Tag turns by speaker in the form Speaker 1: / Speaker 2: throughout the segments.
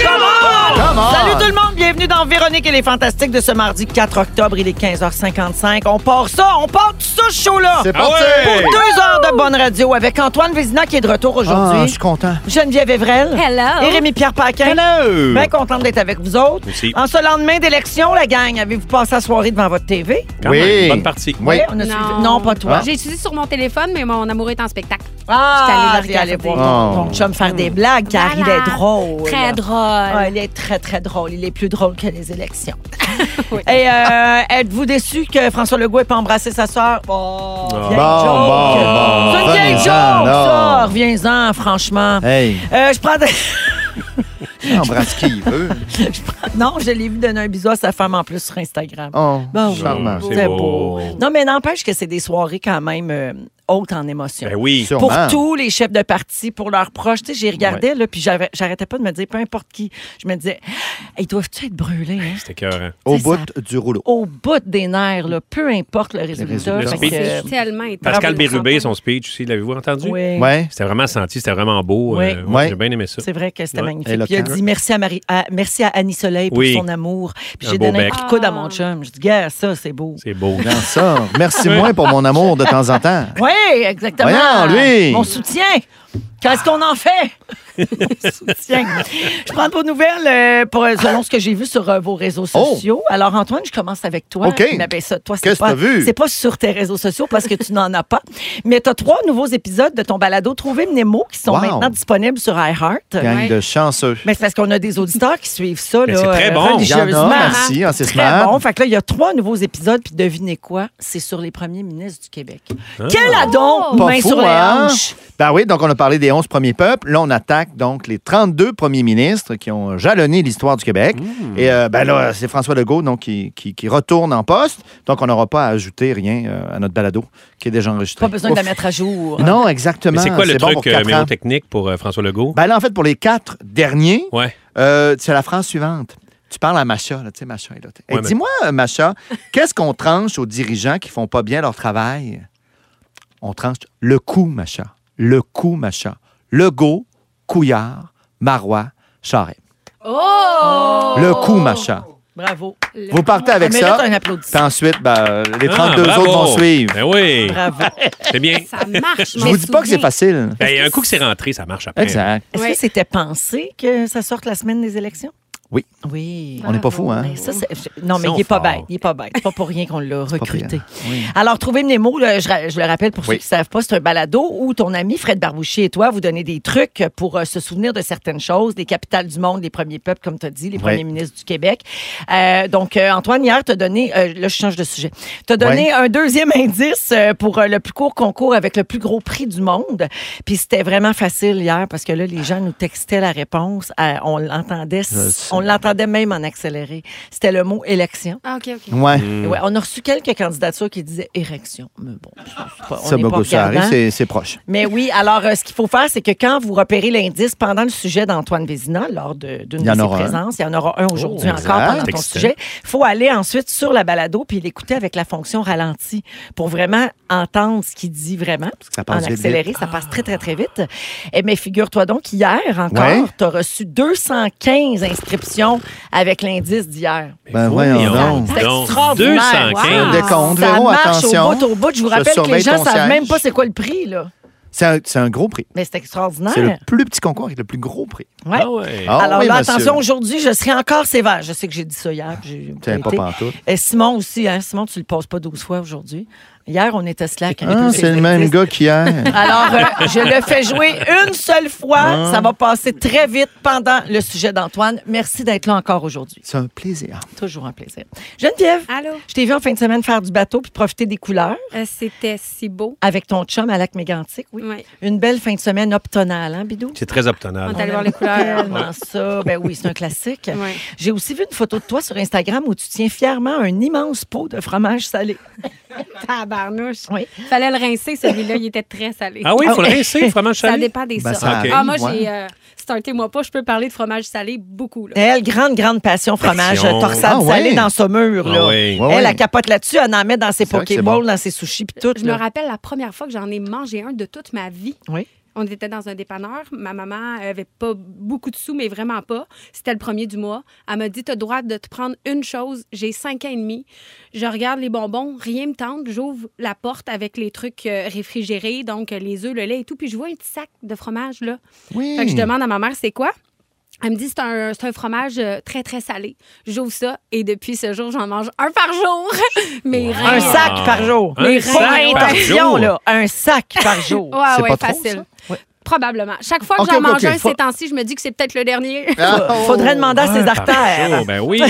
Speaker 1: Salut tout le monde, bienvenue dans Véronique et les Fantastiques de ce mardi 4 octobre, il est 15h55. On part ça, on part tout ça ce show-là.
Speaker 2: C'est
Speaker 3: Ah
Speaker 1: Pour
Speaker 2: parti!
Speaker 1: deux heures de bonne radio avec Antoine Vézina qui est de retour
Speaker 2: Ah, je
Speaker 1: aujourd'hui,
Speaker 2: suis content.
Speaker 1: Geneviève Evrel
Speaker 4: Hello.
Speaker 1: et Rémi-Pierre Paquin.
Speaker 2: Hello!
Speaker 1: Bien contente d'être avec vous autres.
Speaker 3: Aussi.
Speaker 1: En ce lendemain d'élection, la gang, avez-vous passé la soirée devant votre TV?
Speaker 3: Quand
Speaker 2: oui.
Speaker 3: même, bonne partie.
Speaker 2: Oui.
Speaker 1: On a suivi- non pas toi.
Speaker 2: Ah.
Speaker 5: J'ai étudié sur mon téléphone, mais mon amour est en spectacle.
Speaker 1: Ah,
Speaker 5: Je suis allée
Speaker 1: t'es allée
Speaker 5: la
Speaker 1: voir
Speaker 2: regarder.
Speaker 1: ton, ton chum faire des blagues car il
Speaker 5: Malade.
Speaker 1: est drôle.
Speaker 5: Très drôle.
Speaker 1: Ah, il est très, très drôle. Il est plus drôle que les élections. Et euh, êtes-vous déçu que François Legault n'ait pas embrassé sa sœur? Oh, vieille
Speaker 2: Ah, Bon,
Speaker 1: joke.
Speaker 2: bon, Hein? bon.
Speaker 1: C'est une vieille
Speaker 2: Revenez-en,
Speaker 1: joke, ça.
Speaker 2: non.
Speaker 1: Reviens-en, franchement.
Speaker 2: Hey,
Speaker 1: Euh, je prends...
Speaker 2: embrasse qui il veut.
Speaker 1: je prends- Non, je l'ai vu donner un bisou à sa femme en plus sur Instagram.
Speaker 2: Oh,
Speaker 1: Bon,
Speaker 2: charmant.
Speaker 3: oui.
Speaker 1: C'est
Speaker 3: C'est
Speaker 1: beau.
Speaker 3: beau.
Speaker 1: Non, mais n'empêche que c'est des soirées quand même euh, hautes en émotion.
Speaker 3: Ben oui.
Speaker 2: Sûrement.
Speaker 1: pour tous les chefs de parti, pour leurs proches. Tu sais, j'y regardais, là, puis j'avais- j'arrêtais pas de me dire, peu importe qui, je me disais, ils doivent-tu être brûlés, hein?
Speaker 3: C'était euh, cœur.
Speaker 2: Au
Speaker 1: c'est
Speaker 2: bout du rouleau.
Speaker 1: Au bout des nerfs, là, peu importe le résultat. Fait
Speaker 3: résultats.
Speaker 1: que,
Speaker 3: Le
Speaker 5: C'est
Speaker 1: euh,
Speaker 3: speech.
Speaker 5: tellement intense.
Speaker 3: Pascal
Speaker 5: Bravo,
Speaker 3: Bérubé,
Speaker 5: Chantal.
Speaker 3: son speech aussi, l'avez-vous entendu?
Speaker 1: oui.
Speaker 2: Ouais.
Speaker 3: C'était vraiment senti, c'était vraiment beau.
Speaker 1: Oui.
Speaker 3: Euh,
Speaker 2: Ouais.
Speaker 3: J'ai bien aimé ça.
Speaker 1: C'est vrai que c'était
Speaker 3: Ouais.
Speaker 1: magnifique.
Speaker 2: Éloquent.
Speaker 1: Puis il a dit merci à, Marie, à- merci à Annie Soleil pour
Speaker 3: Oui.
Speaker 1: son amour. Puis
Speaker 3: Un
Speaker 1: j'ai
Speaker 3: beau
Speaker 1: donné un
Speaker 3: bec.
Speaker 1: coup de coude à mon
Speaker 5: Ah.
Speaker 1: chum. Je dis, gars, ça, c'est beau.
Speaker 3: C'est beau.
Speaker 2: Dans ça. Merci moins pour mon amour de temps en temps.
Speaker 1: Oui, exactement.
Speaker 2: Voyons, lui.
Speaker 1: Mon soutien. Qu'est-ce qu'on en fait? Mon soutien. Je prends de vos nouvelles euh, pour, euh, selon ce que j'ai vu sur euh, vos réseaux
Speaker 2: Oh.
Speaker 1: sociaux. Alors, Antoine, je commence avec toi.
Speaker 2: OK.
Speaker 1: Mais ben, ça, toi, c'est
Speaker 2: Qu'est-ce que
Speaker 1: pas-
Speaker 2: t'as vu?
Speaker 1: C'est pas sur tes réseaux sociaux parce que tu n'en as pas. Mais tu as trois nouveaux épisodes de ton balado Trouver Nemo qui sont
Speaker 2: Wow.
Speaker 1: maintenant disponibles sur iHeart.
Speaker 2: Gang Ben,
Speaker 5: Ouais.
Speaker 2: de chanceux.
Speaker 1: Mais c'est parce qu'on a des auditeurs qui suivent ça.
Speaker 3: Mais
Speaker 1: là,
Speaker 3: c'est très
Speaker 1: euh,
Speaker 3: bon.
Speaker 2: Il y en
Speaker 1: Religieusement.
Speaker 2: a, merci, hein, c'est
Speaker 1: Très
Speaker 2: smart.
Speaker 1: bon. Fait que là, il y a trois nouveaux épisodes, puis devinez quoi? C'est sur les premiers ministres du Québec. Quel adon!
Speaker 2: Pas
Speaker 1: Main
Speaker 2: fou,
Speaker 1: sur les
Speaker 2: hein?
Speaker 1: hanches.
Speaker 2: Ben oui, donc on a parlé des 11 premiers peuples. Là, on attaque donc les 32 premiers ministres qui ont jalonné l'histoire du Québec.
Speaker 1: Mmh.
Speaker 2: Et euh, ben là, c'est François Legault donc, qui, qui- qui retourne en poste. Donc, on n'aura pas à ajouter rien euh, à notre balado qui est déjà enregistré.
Speaker 1: Pas besoin de la
Speaker 2: Ouf.
Speaker 1: mettre à jour.
Speaker 2: Non, exactement.
Speaker 3: Mais c'est quoi le
Speaker 2: bon
Speaker 3: truc
Speaker 2: pour
Speaker 3: euh,
Speaker 2: quatre ans.
Speaker 3: mnémotechnique pour euh, François Legault?
Speaker 2: Ben là, en fait, pour les quatre derniers,
Speaker 3: ouais.
Speaker 2: euh, c'est la phrase suivante. Tu parles à Macha, là, tu sais, Macha est là. Hey,
Speaker 3: Ouais, mais-
Speaker 2: Dis-moi, euh, Macha, qu'est-ce qu'on tranche aux dirigeants qui font pas bien leur travail? On tranche le coup, Macha. Le coup, Macha. Legault, Couillard, Marois, Charest.
Speaker 5: Oh!
Speaker 2: Le coup, Macha.
Speaker 1: Bravo. Ah,
Speaker 5: Le-
Speaker 2: Vous partez avec
Speaker 1: Mais
Speaker 2: ça.
Speaker 1: là, t'as un
Speaker 2: Puis
Speaker 1: applaudissement.
Speaker 2: ensuite, ben, euh, les 32
Speaker 3: Ah, bravo.
Speaker 2: autres vont suivre.
Speaker 3: Ben oui.
Speaker 1: Bravo.
Speaker 3: C'est bien.
Speaker 5: Ça marche,
Speaker 3: Eh.
Speaker 2: Je vous dis pas que c'est facile.
Speaker 3: Ben, un coup que c'est rentré, ça marche après.
Speaker 2: Exact.
Speaker 1: Est-ce
Speaker 5: Ouais.
Speaker 1: que c'était pensé que ça sorte la semaine des élections?
Speaker 2: Oui.
Speaker 1: Oui.
Speaker 2: On n'est pas fou, hein?
Speaker 1: Mais ça, c'est- non, mais
Speaker 3: Ils sont
Speaker 1: il est pas
Speaker 3: forts.
Speaker 1: bête. Il est pas bête. C'est pas pour rien qu'on l'a
Speaker 2: pas pire.
Speaker 1: recruté.
Speaker 2: Oui.
Speaker 1: Alors, Trouver Nemo, là, je, ra- je le rappelle pour
Speaker 2: Oui.
Speaker 1: ceux qui ne savent pas, c'est un balado où ton ami Fred Barbouchier et toi vous donnez des trucs pour euh, se souvenir de certaines choses, des capitales du monde, les premiers peuples, comme tu as dit, les premiers ministres du Québec. Euh, donc, euh, Antoine, hier, tu donné, euh, là, je change de sujet, tu as donné
Speaker 2: Oui.
Speaker 1: un deuxième indice euh, pour euh, le plus court concours avec le plus gros prix du monde. Puis c'était vraiment facile hier parce que là, les gens nous textaient la réponse. Euh, on l'entendait,
Speaker 2: Je sais.
Speaker 1: on l'entendait même en accéléré. C'était le mot élection.
Speaker 5: Ah, OK, OK.
Speaker 2: Ouais.
Speaker 1: Ouais, on a reçu quelques candidatures qui disaient érection. Mais bon, c'est pas, on
Speaker 2: Ça,
Speaker 1: n'est pas
Speaker 2: beaucoup, ça arrive,
Speaker 1: regardant.
Speaker 2: c'est- c'est proche.
Speaker 1: Mais oui, alors euh, ce qu'il faut faire, c'est que quand vous repérez l'indice pendant le sujet d'Antoine Vézina, lors de- d'une
Speaker 2: Il
Speaker 1: de,
Speaker 2: y en
Speaker 1: ses
Speaker 2: aura un.
Speaker 1: présences, il y en aura un aujourd'hui encore
Speaker 2: Oh, exact.
Speaker 1: pendant
Speaker 3: C'est
Speaker 1: ton
Speaker 3: excitant.
Speaker 1: sujet, il faut aller ensuite sur la balado puis l'écouter avec la fonction ralenti pour vraiment entendre ce qu'il dit vraiment.
Speaker 2: Parce que ça
Speaker 1: En
Speaker 2: passe vite, vite.
Speaker 1: accéléré, ça passe très, très, très vite. Eh mais figure-toi donc, hier encore,
Speaker 2: Ouais.
Speaker 1: tu as reçu 215 inscriptions avec l'indice d'hier.
Speaker 2: Ben, voyons
Speaker 3: Voyons
Speaker 2: donc.
Speaker 1: C'est
Speaker 3: donc.
Speaker 1: extraordinaire.
Speaker 3: 215.
Speaker 5: Wow.
Speaker 2: Décompte,
Speaker 1: Ça
Speaker 2: Véro,
Speaker 1: marche
Speaker 2: attention.
Speaker 1: au bout, au bout. Je vous
Speaker 2: Je
Speaker 1: rappelle que les
Speaker 2: surveille
Speaker 1: gens
Speaker 2: ton
Speaker 1: savent
Speaker 2: siège.
Speaker 1: même pas c'est quoi le prix, là.
Speaker 2: C'est un, c'est un gros prix.
Speaker 1: Mais c'est
Speaker 2: C'est le
Speaker 1: extraordinaire.
Speaker 2: plus petit concours avec le plus gros prix.
Speaker 1: Ouais.
Speaker 3: Ah ouais.
Speaker 2: Ah
Speaker 1: Alors
Speaker 2: oui,
Speaker 1: là,
Speaker 2: monsieur.
Speaker 1: attention, aujourd'hui, je serai encore sévère. Je sais que j'ai dit ça hier. puis j'ai
Speaker 2: Tiens,
Speaker 1: pas
Speaker 2: pas
Speaker 1: été.
Speaker 2: pantoute.
Speaker 1: Et Simon aussi, hein. Simon, tu le passes pas 12 fois aujourd'hui. Hier, on était slack. avec
Speaker 2: Ah,
Speaker 1: deux
Speaker 2: c'est le même
Speaker 1: sexistes.
Speaker 2: gars qu'hier.
Speaker 1: Alors, euh, je le fais jouer une seule fois.
Speaker 2: Ah.
Speaker 1: Ça va passer très vite pendant le sujet d'Antoine. Merci d'être là encore aujourd'hui.
Speaker 2: C'est un plaisir.
Speaker 1: Toujours un plaisir. Geneviève,
Speaker 5: Allô?
Speaker 1: je t'ai vu en fin de semaine faire du bateau puis profiter des couleurs
Speaker 5: Euh, C'était si beau.
Speaker 1: avec ton chum à Lac Mégantic. Oui.
Speaker 5: Ouais.
Speaker 1: Une belle fin de semaine optonale, hein, Bidou?
Speaker 3: C'est très
Speaker 5: On
Speaker 3: obtenable.
Speaker 5: est allé voir les couleurs.
Speaker 1: Tellement ça. Ben oui, c'est un classique.
Speaker 5: Ouais.
Speaker 1: J'ai aussi vu une photo de toi sur Instagram où tu tiens fièrement un immense pot de fromage salé.
Speaker 5: Tabarnouche.
Speaker 1: Oui.
Speaker 5: Fallait le rincer, celui-là. Il était très salé.
Speaker 3: Ah oui, il faut le rincer, le fromage
Speaker 5: Ça
Speaker 3: salé.
Speaker 5: dépend des
Speaker 2: Ben,
Speaker 5: sortes.
Speaker 2: ça
Speaker 3: arrive,
Speaker 5: Ah, moi,
Speaker 2: ouais.
Speaker 5: j'ai. euh, Startez-moi pas, je peux parler de fromage salé beaucoup.
Speaker 2: Euh,
Speaker 5: Là.
Speaker 1: Elle, grande, grande passion fromage,
Speaker 3: Passion.
Speaker 1: torsade
Speaker 2: Ah ouais.
Speaker 1: salée dans sa mur. Là.
Speaker 3: Ah ouais.
Speaker 2: Ouais, ouais.
Speaker 1: Elle, elle capote là-dessus, elle en met dans ses
Speaker 2: C'est vrai que c'est
Speaker 1: pokéballs,
Speaker 2: bon.
Speaker 1: dans ses sushis, puis tout.
Speaker 5: Je me
Speaker 1: là.
Speaker 5: rappelle la première fois que j'en ai mangé un de toute ma vie.
Speaker 1: Oui.
Speaker 5: On était dans un dépanneur. Ma maman avait pas beaucoup de sous, mais vraiment pas. C'était le premier du mois. Elle m'a dit T'as le droit de te prendre une chose. J'ai cinq ans et demi. Je regarde les bonbons, rien me tente. J'ouvre la porte avec les trucs euh, réfrigérés, donc euh, les œufs, le lait et tout. Puis je vois un petit sac de fromage, là.
Speaker 2: Oui.
Speaker 5: Fait que je demande à ma mère c'est quoi. Elle me dit c'est un, c'est un fromage euh, très, très salé. J'ouvre ça et depuis ce jour, j'en mange un par jour. Mais rien.
Speaker 1: Un sac par jour.
Speaker 3: Ah. Un
Speaker 1: Mais
Speaker 3: sac
Speaker 1: pas
Speaker 3: par
Speaker 1: intention,
Speaker 3: jour.
Speaker 1: là. Un sac par jour.
Speaker 5: Ouais,
Speaker 2: C'est
Speaker 5: ouais,
Speaker 2: pas trop,
Speaker 5: facile.
Speaker 2: ça? Ouais.
Speaker 5: Probablement. Chaque fois que
Speaker 2: Ok,
Speaker 5: j'en
Speaker 2: ok, ok.
Speaker 5: mange un
Speaker 2: Faut-
Speaker 5: ces temps-ci, je me dis que c'est peut-être le dernier. Oh.
Speaker 2: Ah,
Speaker 1: Faudrait demander à ses
Speaker 3: Ah, par
Speaker 1: artères.
Speaker 3: chaud, Ben oui.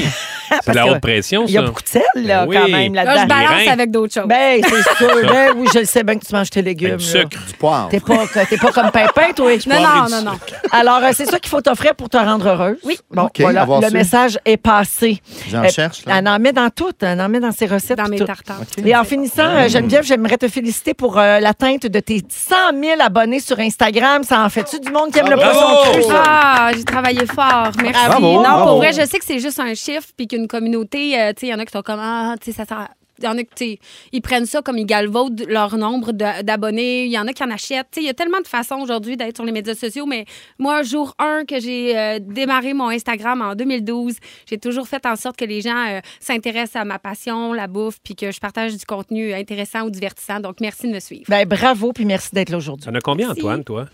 Speaker 3: C'est de la
Speaker 1: Parce que
Speaker 3: haute pression, ça.
Speaker 1: Il y a beaucoup de sel, là,
Speaker 3: Ben
Speaker 1: quand
Speaker 3: oui.
Speaker 1: même,
Speaker 5: Là, je
Speaker 1: là-dedans.
Speaker 3: Les
Speaker 5: balance
Speaker 3: reins.
Speaker 5: avec d'autres choses.
Speaker 1: Ben, c'est sûr. Ben oui, je le sais bien que tu manges tes légumes.
Speaker 3: Avec Ben, du
Speaker 1: là.
Speaker 3: sucre.
Speaker 2: du poivre.
Speaker 1: T'es pas, t'es pas comme Pimpin, toi.
Speaker 5: non, non,
Speaker 3: poivre
Speaker 5: non,
Speaker 3: et du
Speaker 5: non.
Speaker 1: Alors, euh, c'est ça qu'il faut t'offrir pour te rendre heureuse.
Speaker 5: Oui.
Speaker 1: Bon,
Speaker 2: OK,
Speaker 1: voilà,
Speaker 2: avoir
Speaker 1: le
Speaker 2: su.
Speaker 1: message est passé.
Speaker 2: J'en
Speaker 1: Euh,
Speaker 2: cherche, là.
Speaker 1: Elle en met dans tout. Elle en met dans ses recettes.
Speaker 5: Dans
Speaker 1: puis
Speaker 5: mes
Speaker 1: tout.
Speaker 5: tartares.
Speaker 1: Et en finissant, euh, Geneviève, j'aimerais te féliciter pour euh, l'atteinte de tes 100 000 abonnés sur Instagram. Ça en fait-tu du monde qui aime le
Speaker 2: Bravo!
Speaker 1: poisson cru, ça?
Speaker 5: Ah, j'ai travaillé fort. Merci.
Speaker 2: Bravo,
Speaker 5: non,
Speaker 2: bravo.
Speaker 5: pour vrai, je sais que c'est juste un chiffre puis qu'une communauté, euh, tu sais, il y en a qui sont comme ah, tu sais ça sert- il y en a qui tu sais, ils prennent ça comme ils galvaudent leur nombre de- d'abonnés, il y en a qui en achètent. Tu sais, il y a tellement de façons aujourd'hui d'être sur les médias sociaux, mais moi jour 1 que j'ai euh, démarré mon Instagram en 2012, j'ai toujours fait en sorte que les gens euh, s'intéressent à ma passion, la bouffe, puis que je partage du contenu intéressant ou divertissant. Donc merci de me suivre.
Speaker 1: Ben, bravo, puis merci d'être là aujourd'hui.
Speaker 3: T'en as combien, Antoine, toi?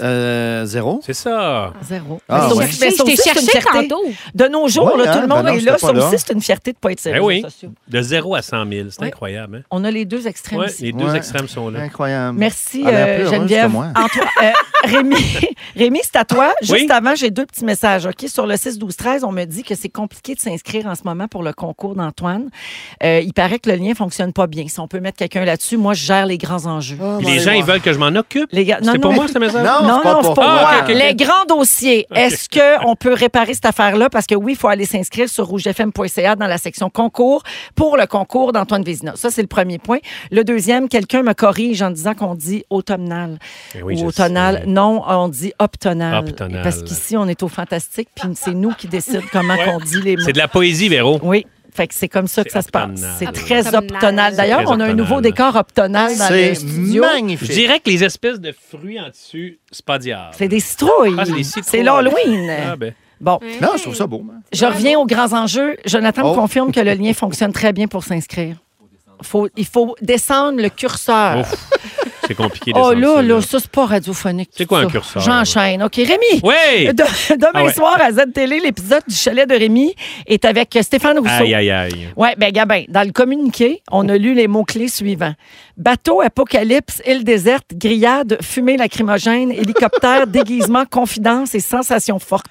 Speaker 2: Euh, zéro.
Speaker 3: C'est ça.
Speaker 1: Zéro.
Speaker 2: Ah,
Speaker 1: Mais ça
Speaker 2: ouais.
Speaker 1: aussi- mais
Speaker 5: Je
Speaker 1: ça
Speaker 5: t'ai
Speaker 1: aussi, c'est une
Speaker 5: cherché
Speaker 1: fierté.
Speaker 5: tantôt.
Speaker 1: De nos jours,
Speaker 2: Ouais,
Speaker 1: là, tout le
Speaker 2: hein?
Speaker 1: monde
Speaker 2: Ben non,
Speaker 1: est là.
Speaker 2: j'étais
Speaker 1: Ça
Speaker 2: pas là.
Speaker 1: aussi, c'est une fierté de ne pas être
Speaker 3: Ben
Speaker 1: sérieux.
Speaker 3: oui.
Speaker 1: ça, c'est-
Speaker 3: De 0 à 100 000. C'est
Speaker 1: Oui.
Speaker 3: incroyable. Hein?
Speaker 1: On a les deux extrêmes
Speaker 3: Ouais,
Speaker 1: ici.
Speaker 3: les deux
Speaker 2: Ouais.
Speaker 3: extrêmes sont là.
Speaker 2: Incroyable.
Speaker 1: Merci,
Speaker 2: Ah, Elle a
Speaker 1: euh,
Speaker 2: l'air plus heureuse que
Speaker 1: Geneviève.
Speaker 2: moi.
Speaker 1: Antoine- euh, Rémi, Rémi c'est à toi. Juste
Speaker 3: Oui.
Speaker 1: avant, j'ai deux petits messages. OK? Sur le 6-12-13, on me dit que c'est compliqué de s'inscrire en ce moment pour le concours d'Antoine. Euh, il paraît que le lien fonctionne pas bien. Si on peut mettre quelqu'un là-dessus, moi, je gère les grands enjeux.
Speaker 2: Oh,
Speaker 3: Puis
Speaker 2: my
Speaker 3: les gens, ils
Speaker 2: God.
Speaker 3: veulent que je m'en occupe.
Speaker 1: Les gars- non,
Speaker 3: C'est pour
Speaker 1: non.
Speaker 3: moi, ce message?
Speaker 2: Non,
Speaker 1: Non,
Speaker 2: c'est pas
Speaker 1: non, c'est
Speaker 2: pour
Speaker 1: pas
Speaker 3: toi.
Speaker 1: moi.
Speaker 3: Ah, ok, ok,
Speaker 1: Les
Speaker 3: ok.
Speaker 1: grands dossiers. Est-ce qu'on peut réparer cette affaire-là? Parce que oui, il faut aller s'inscrire sur rougefm.ca dans la section concours pour le concours d'Antoine Vézina. Ça, c'est le premier point. Le deuxième, quelqu'un me corrige en disant qu'on dit automnal.
Speaker 3: Eh oui,
Speaker 1: ou
Speaker 3: je
Speaker 1: automnal.
Speaker 3: sais.
Speaker 1: Non, on dit optonal.
Speaker 3: Optonal.
Speaker 1: Parce qu'ici, on est au fantastique, puis c'est nous qui décidons comment
Speaker 3: Ouais.
Speaker 1: qu'on dit les mots.
Speaker 3: C'est de la poésie, Véro.
Speaker 1: Oui. Fait que c'est comme ça que
Speaker 3: C'est
Speaker 1: ça se passe.
Speaker 3: optonal.
Speaker 1: C'est très
Speaker 5: Optonal.
Speaker 1: optonal. D'ailleurs,
Speaker 3: C'est très
Speaker 1: on a un
Speaker 3: optonal.
Speaker 1: nouveau décor optonal dans le
Speaker 2: Ah, C'est
Speaker 1: studio.
Speaker 3: Je
Speaker 2: magnifique.
Speaker 3: dirais que les espèces de fruits en tissu, c'est pas diable.
Speaker 1: C'est des citrouilles.
Speaker 3: Ah, c'est des citrouilles.
Speaker 1: C'est l'Halloween.
Speaker 3: Ah, ben.
Speaker 1: Bon,
Speaker 2: Non, je trouve ça beau. hein. moi.
Speaker 1: je reviens aux grands enjeux. Jonathan me
Speaker 2: Oh.
Speaker 1: confirme que le lien fonctionne très bien pour s'inscrire. Faut, il faut descendre le curseur.
Speaker 3: Ouf. C'est compliqué de
Speaker 1: oh
Speaker 3: sentir
Speaker 1: là,
Speaker 3: ça,
Speaker 1: là, ça, c'est pas radiophonique.
Speaker 3: C'est
Speaker 1: tout
Speaker 3: quoi un
Speaker 1: ça.
Speaker 3: curseur,
Speaker 1: J'enchaîne. OK, Rémi.
Speaker 3: Oui!
Speaker 1: de- demain
Speaker 3: Ah ouais.
Speaker 1: soir à Z-Télé, l'épisode du chalet de Rémi est avec Stéphane Rousseau.
Speaker 3: Aïe, aïe, aïe.
Speaker 1: Oui, bien, Gabin, ben, dans le communiqué, on a lu les mots-clés suivants. Bateau, apocalypse, île déserte, grillade, fumée lacrymogène, hélicoptère, déguisement, confidence et sensation forte.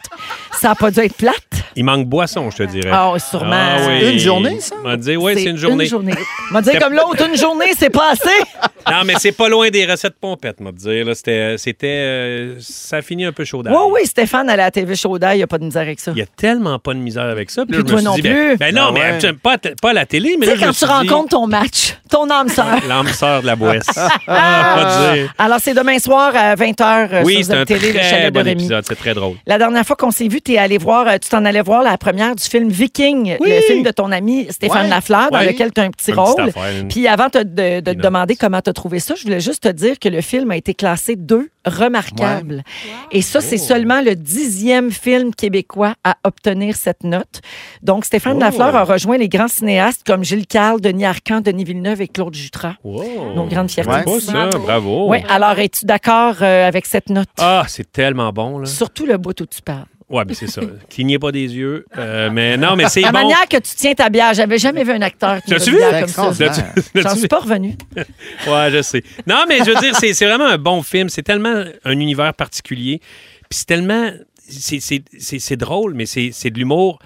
Speaker 1: Ça n'a pas dû être plate.
Speaker 3: Il manque boisson, je te dirais.
Speaker 1: Ah, sûrement.
Speaker 2: Une journée, ça?
Speaker 3: On va dire, oui, c'est une journée.
Speaker 1: Une journée. On va dire comme l'autre, une journée, c'est pas assez.
Speaker 3: Non, mais c'est pas loin des recettes pompettes, m'a dire. là. C'était, c'était, euh, ça finit un peu chaud d'ail.
Speaker 1: Oui, oui, Stéphane, à la TV Chauda, il n'y a pas de misère avec ça.
Speaker 3: Ben Il y a tellement pas de misère avec ça. Puis,
Speaker 1: Puis
Speaker 3: là, je
Speaker 1: toi
Speaker 3: me suis
Speaker 1: non
Speaker 3: dit, ben-
Speaker 1: plus.
Speaker 3: Ben, non,
Speaker 2: Ah ouais.
Speaker 3: mais tu pas, à t- pas à la télé, mais
Speaker 1: Tu sais,
Speaker 3: là,
Speaker 1: quand
Speaker 3: je
Speaker 1: tu
Speaker 3: me suis dit,
Speaker 1: rencontres ton match, ton âme sœur.
Speaker 3: L'âme sœur de la boisse. Ah, pas dire.
Speaker 1: Alors, c'est demain soir à 20h
Speaker 3: Oui,
Speaker 1: sur
Speaker 3: c'est un
Speaker 1: télé le
Speaker 3: très
Speaker 1: chalet de
Speaker 3: bon
Speaker 1: Rémi.
Speaker 3: épisode. C'est très drôle.
Speaker 1: La dernière fois qu'on s'est vu, t'es allé voir, euh, tu t'en allais voir la première du film Viking, le film de ton ami Stéphane
Speaker 2: Ouais.
Speaker 1: Lafleur, dans
Speaker 3: Ouais.
Speaker 1: lequel tu as un petit
Speaker 3: Une petite
Speaker 1: rôle.
Speaker 3: affaire, une-
Speaker 1: Puis avant te- de, de te
Speaker 3: Peanuts.
Speaker 1: demander comment tu as trouvé ça, je voulais juste te dire que le film a été classé deux remarquables. Et ça,
Speaker 3: Oh.
Speaker 1: c'est seulement le dixième film québécois à obtenir cette note. Donc, Stéphane
Speaker 3: Oh.
Speaker 1: Lafleur a rejoint les grands cinéastes comme Gilles Carle, Denis Arcand, Denis Villeneuve et Claude Jutras.
Speaker 3: Wow.
Speaker 1: Nos grandes fiertés.
Speaker 3: C'est beau, ça.
Speaker 5: Bravo.
Speaker 3: Bravo.
Speaker 1: Ouais, alors es-tu d'accord euh, avec cette note?
Speaker 3: Ah, c'est tellement bon, là.
Speaker 1: Surtout le bout où tu parles.
Speaker 3: Ouais, mais c'est ça. Clignez pas des yeux. Euh, mais non, mais c'est
Speaker 1: La
Speaker 3: bon.
Speaker 1: manière que tu tiens ta bière, j'avais jamais vu un acteur qui
Speaker 3: T'as-tu
Speaker 1: avait
Speaker 3: vu?
Speaker 1: une bière comme ça.
Speaker 2: Extraordinaire.
Speaker 1: J'en suis pas revenu.
Speaker 3: Ouais, je sais. Non, mais je veux dire, c'est c'est vraiment un bon film. C'est tellement un univers particulier. Puis c'est tellement. c'est- C'est c'est- c'est drôle, mais c'est c'est de l'humour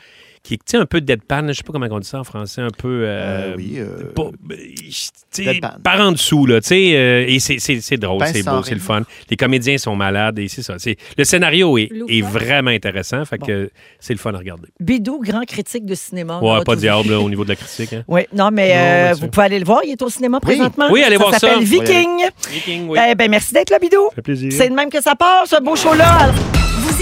Speaker 3: qui est tu sais, un peu deadpan. Je sais pas comment on dit ça en français. Un peu.
Speaker 2: Euh,
Speaker 3: euh,
Speaker 2: oui, euh,
Speaker 3: pas- ben, tu sais,
Speaker 2: deadpan.
Speaker 3: par en dessous, là. tu sais, euh, et c'est- c'est c'est drôle,
Speaker 2: Pince
Speaker 3: c'est
Speaker 2: sans
Speaker 3: beau, c'est
Speaker 2: rire.
Speaker 3: le fun. Les comédiens sont malades et c'est ça. c'est- Le scénario est,
Speaker 5: Loufoque.
Speaker 3: est vraiment intéressant. Fait que c'est le fun à regarder.
Speaker 1: Bidou, grand critique de cinéma. on
Speaker 3: Ouais,
Speaker 1: aura
Speaker 3: pas
Speaker 1: tout
Speaker 3: de
Speaker 1: dit.
Speaker 3: diable là, au niveau de la critique. hein.
Speaker 1: Oui, non, mais
Speaker 3: Non,
Speaker 1: euh,
Speaker 3: mais c'est-
Speaker 1: vous pouvez aller le voir. Il est au cinéma
Speaker 2: Oui.
Speaker 1: présentement.
Speaker 3: Oui, allez voir ça.
Speaker 1: s'appelle
Speaker 3: Oui,
Speaker 1: Viking.
Speaker 3: Viking, oui.
Speaker 1: Eh ben, merci d'être là, Bidou.
Speaker 3: fait plaisir.
Speaker 1: C'est de même que ça part, ce beau show-là.
Speaker 4: Vous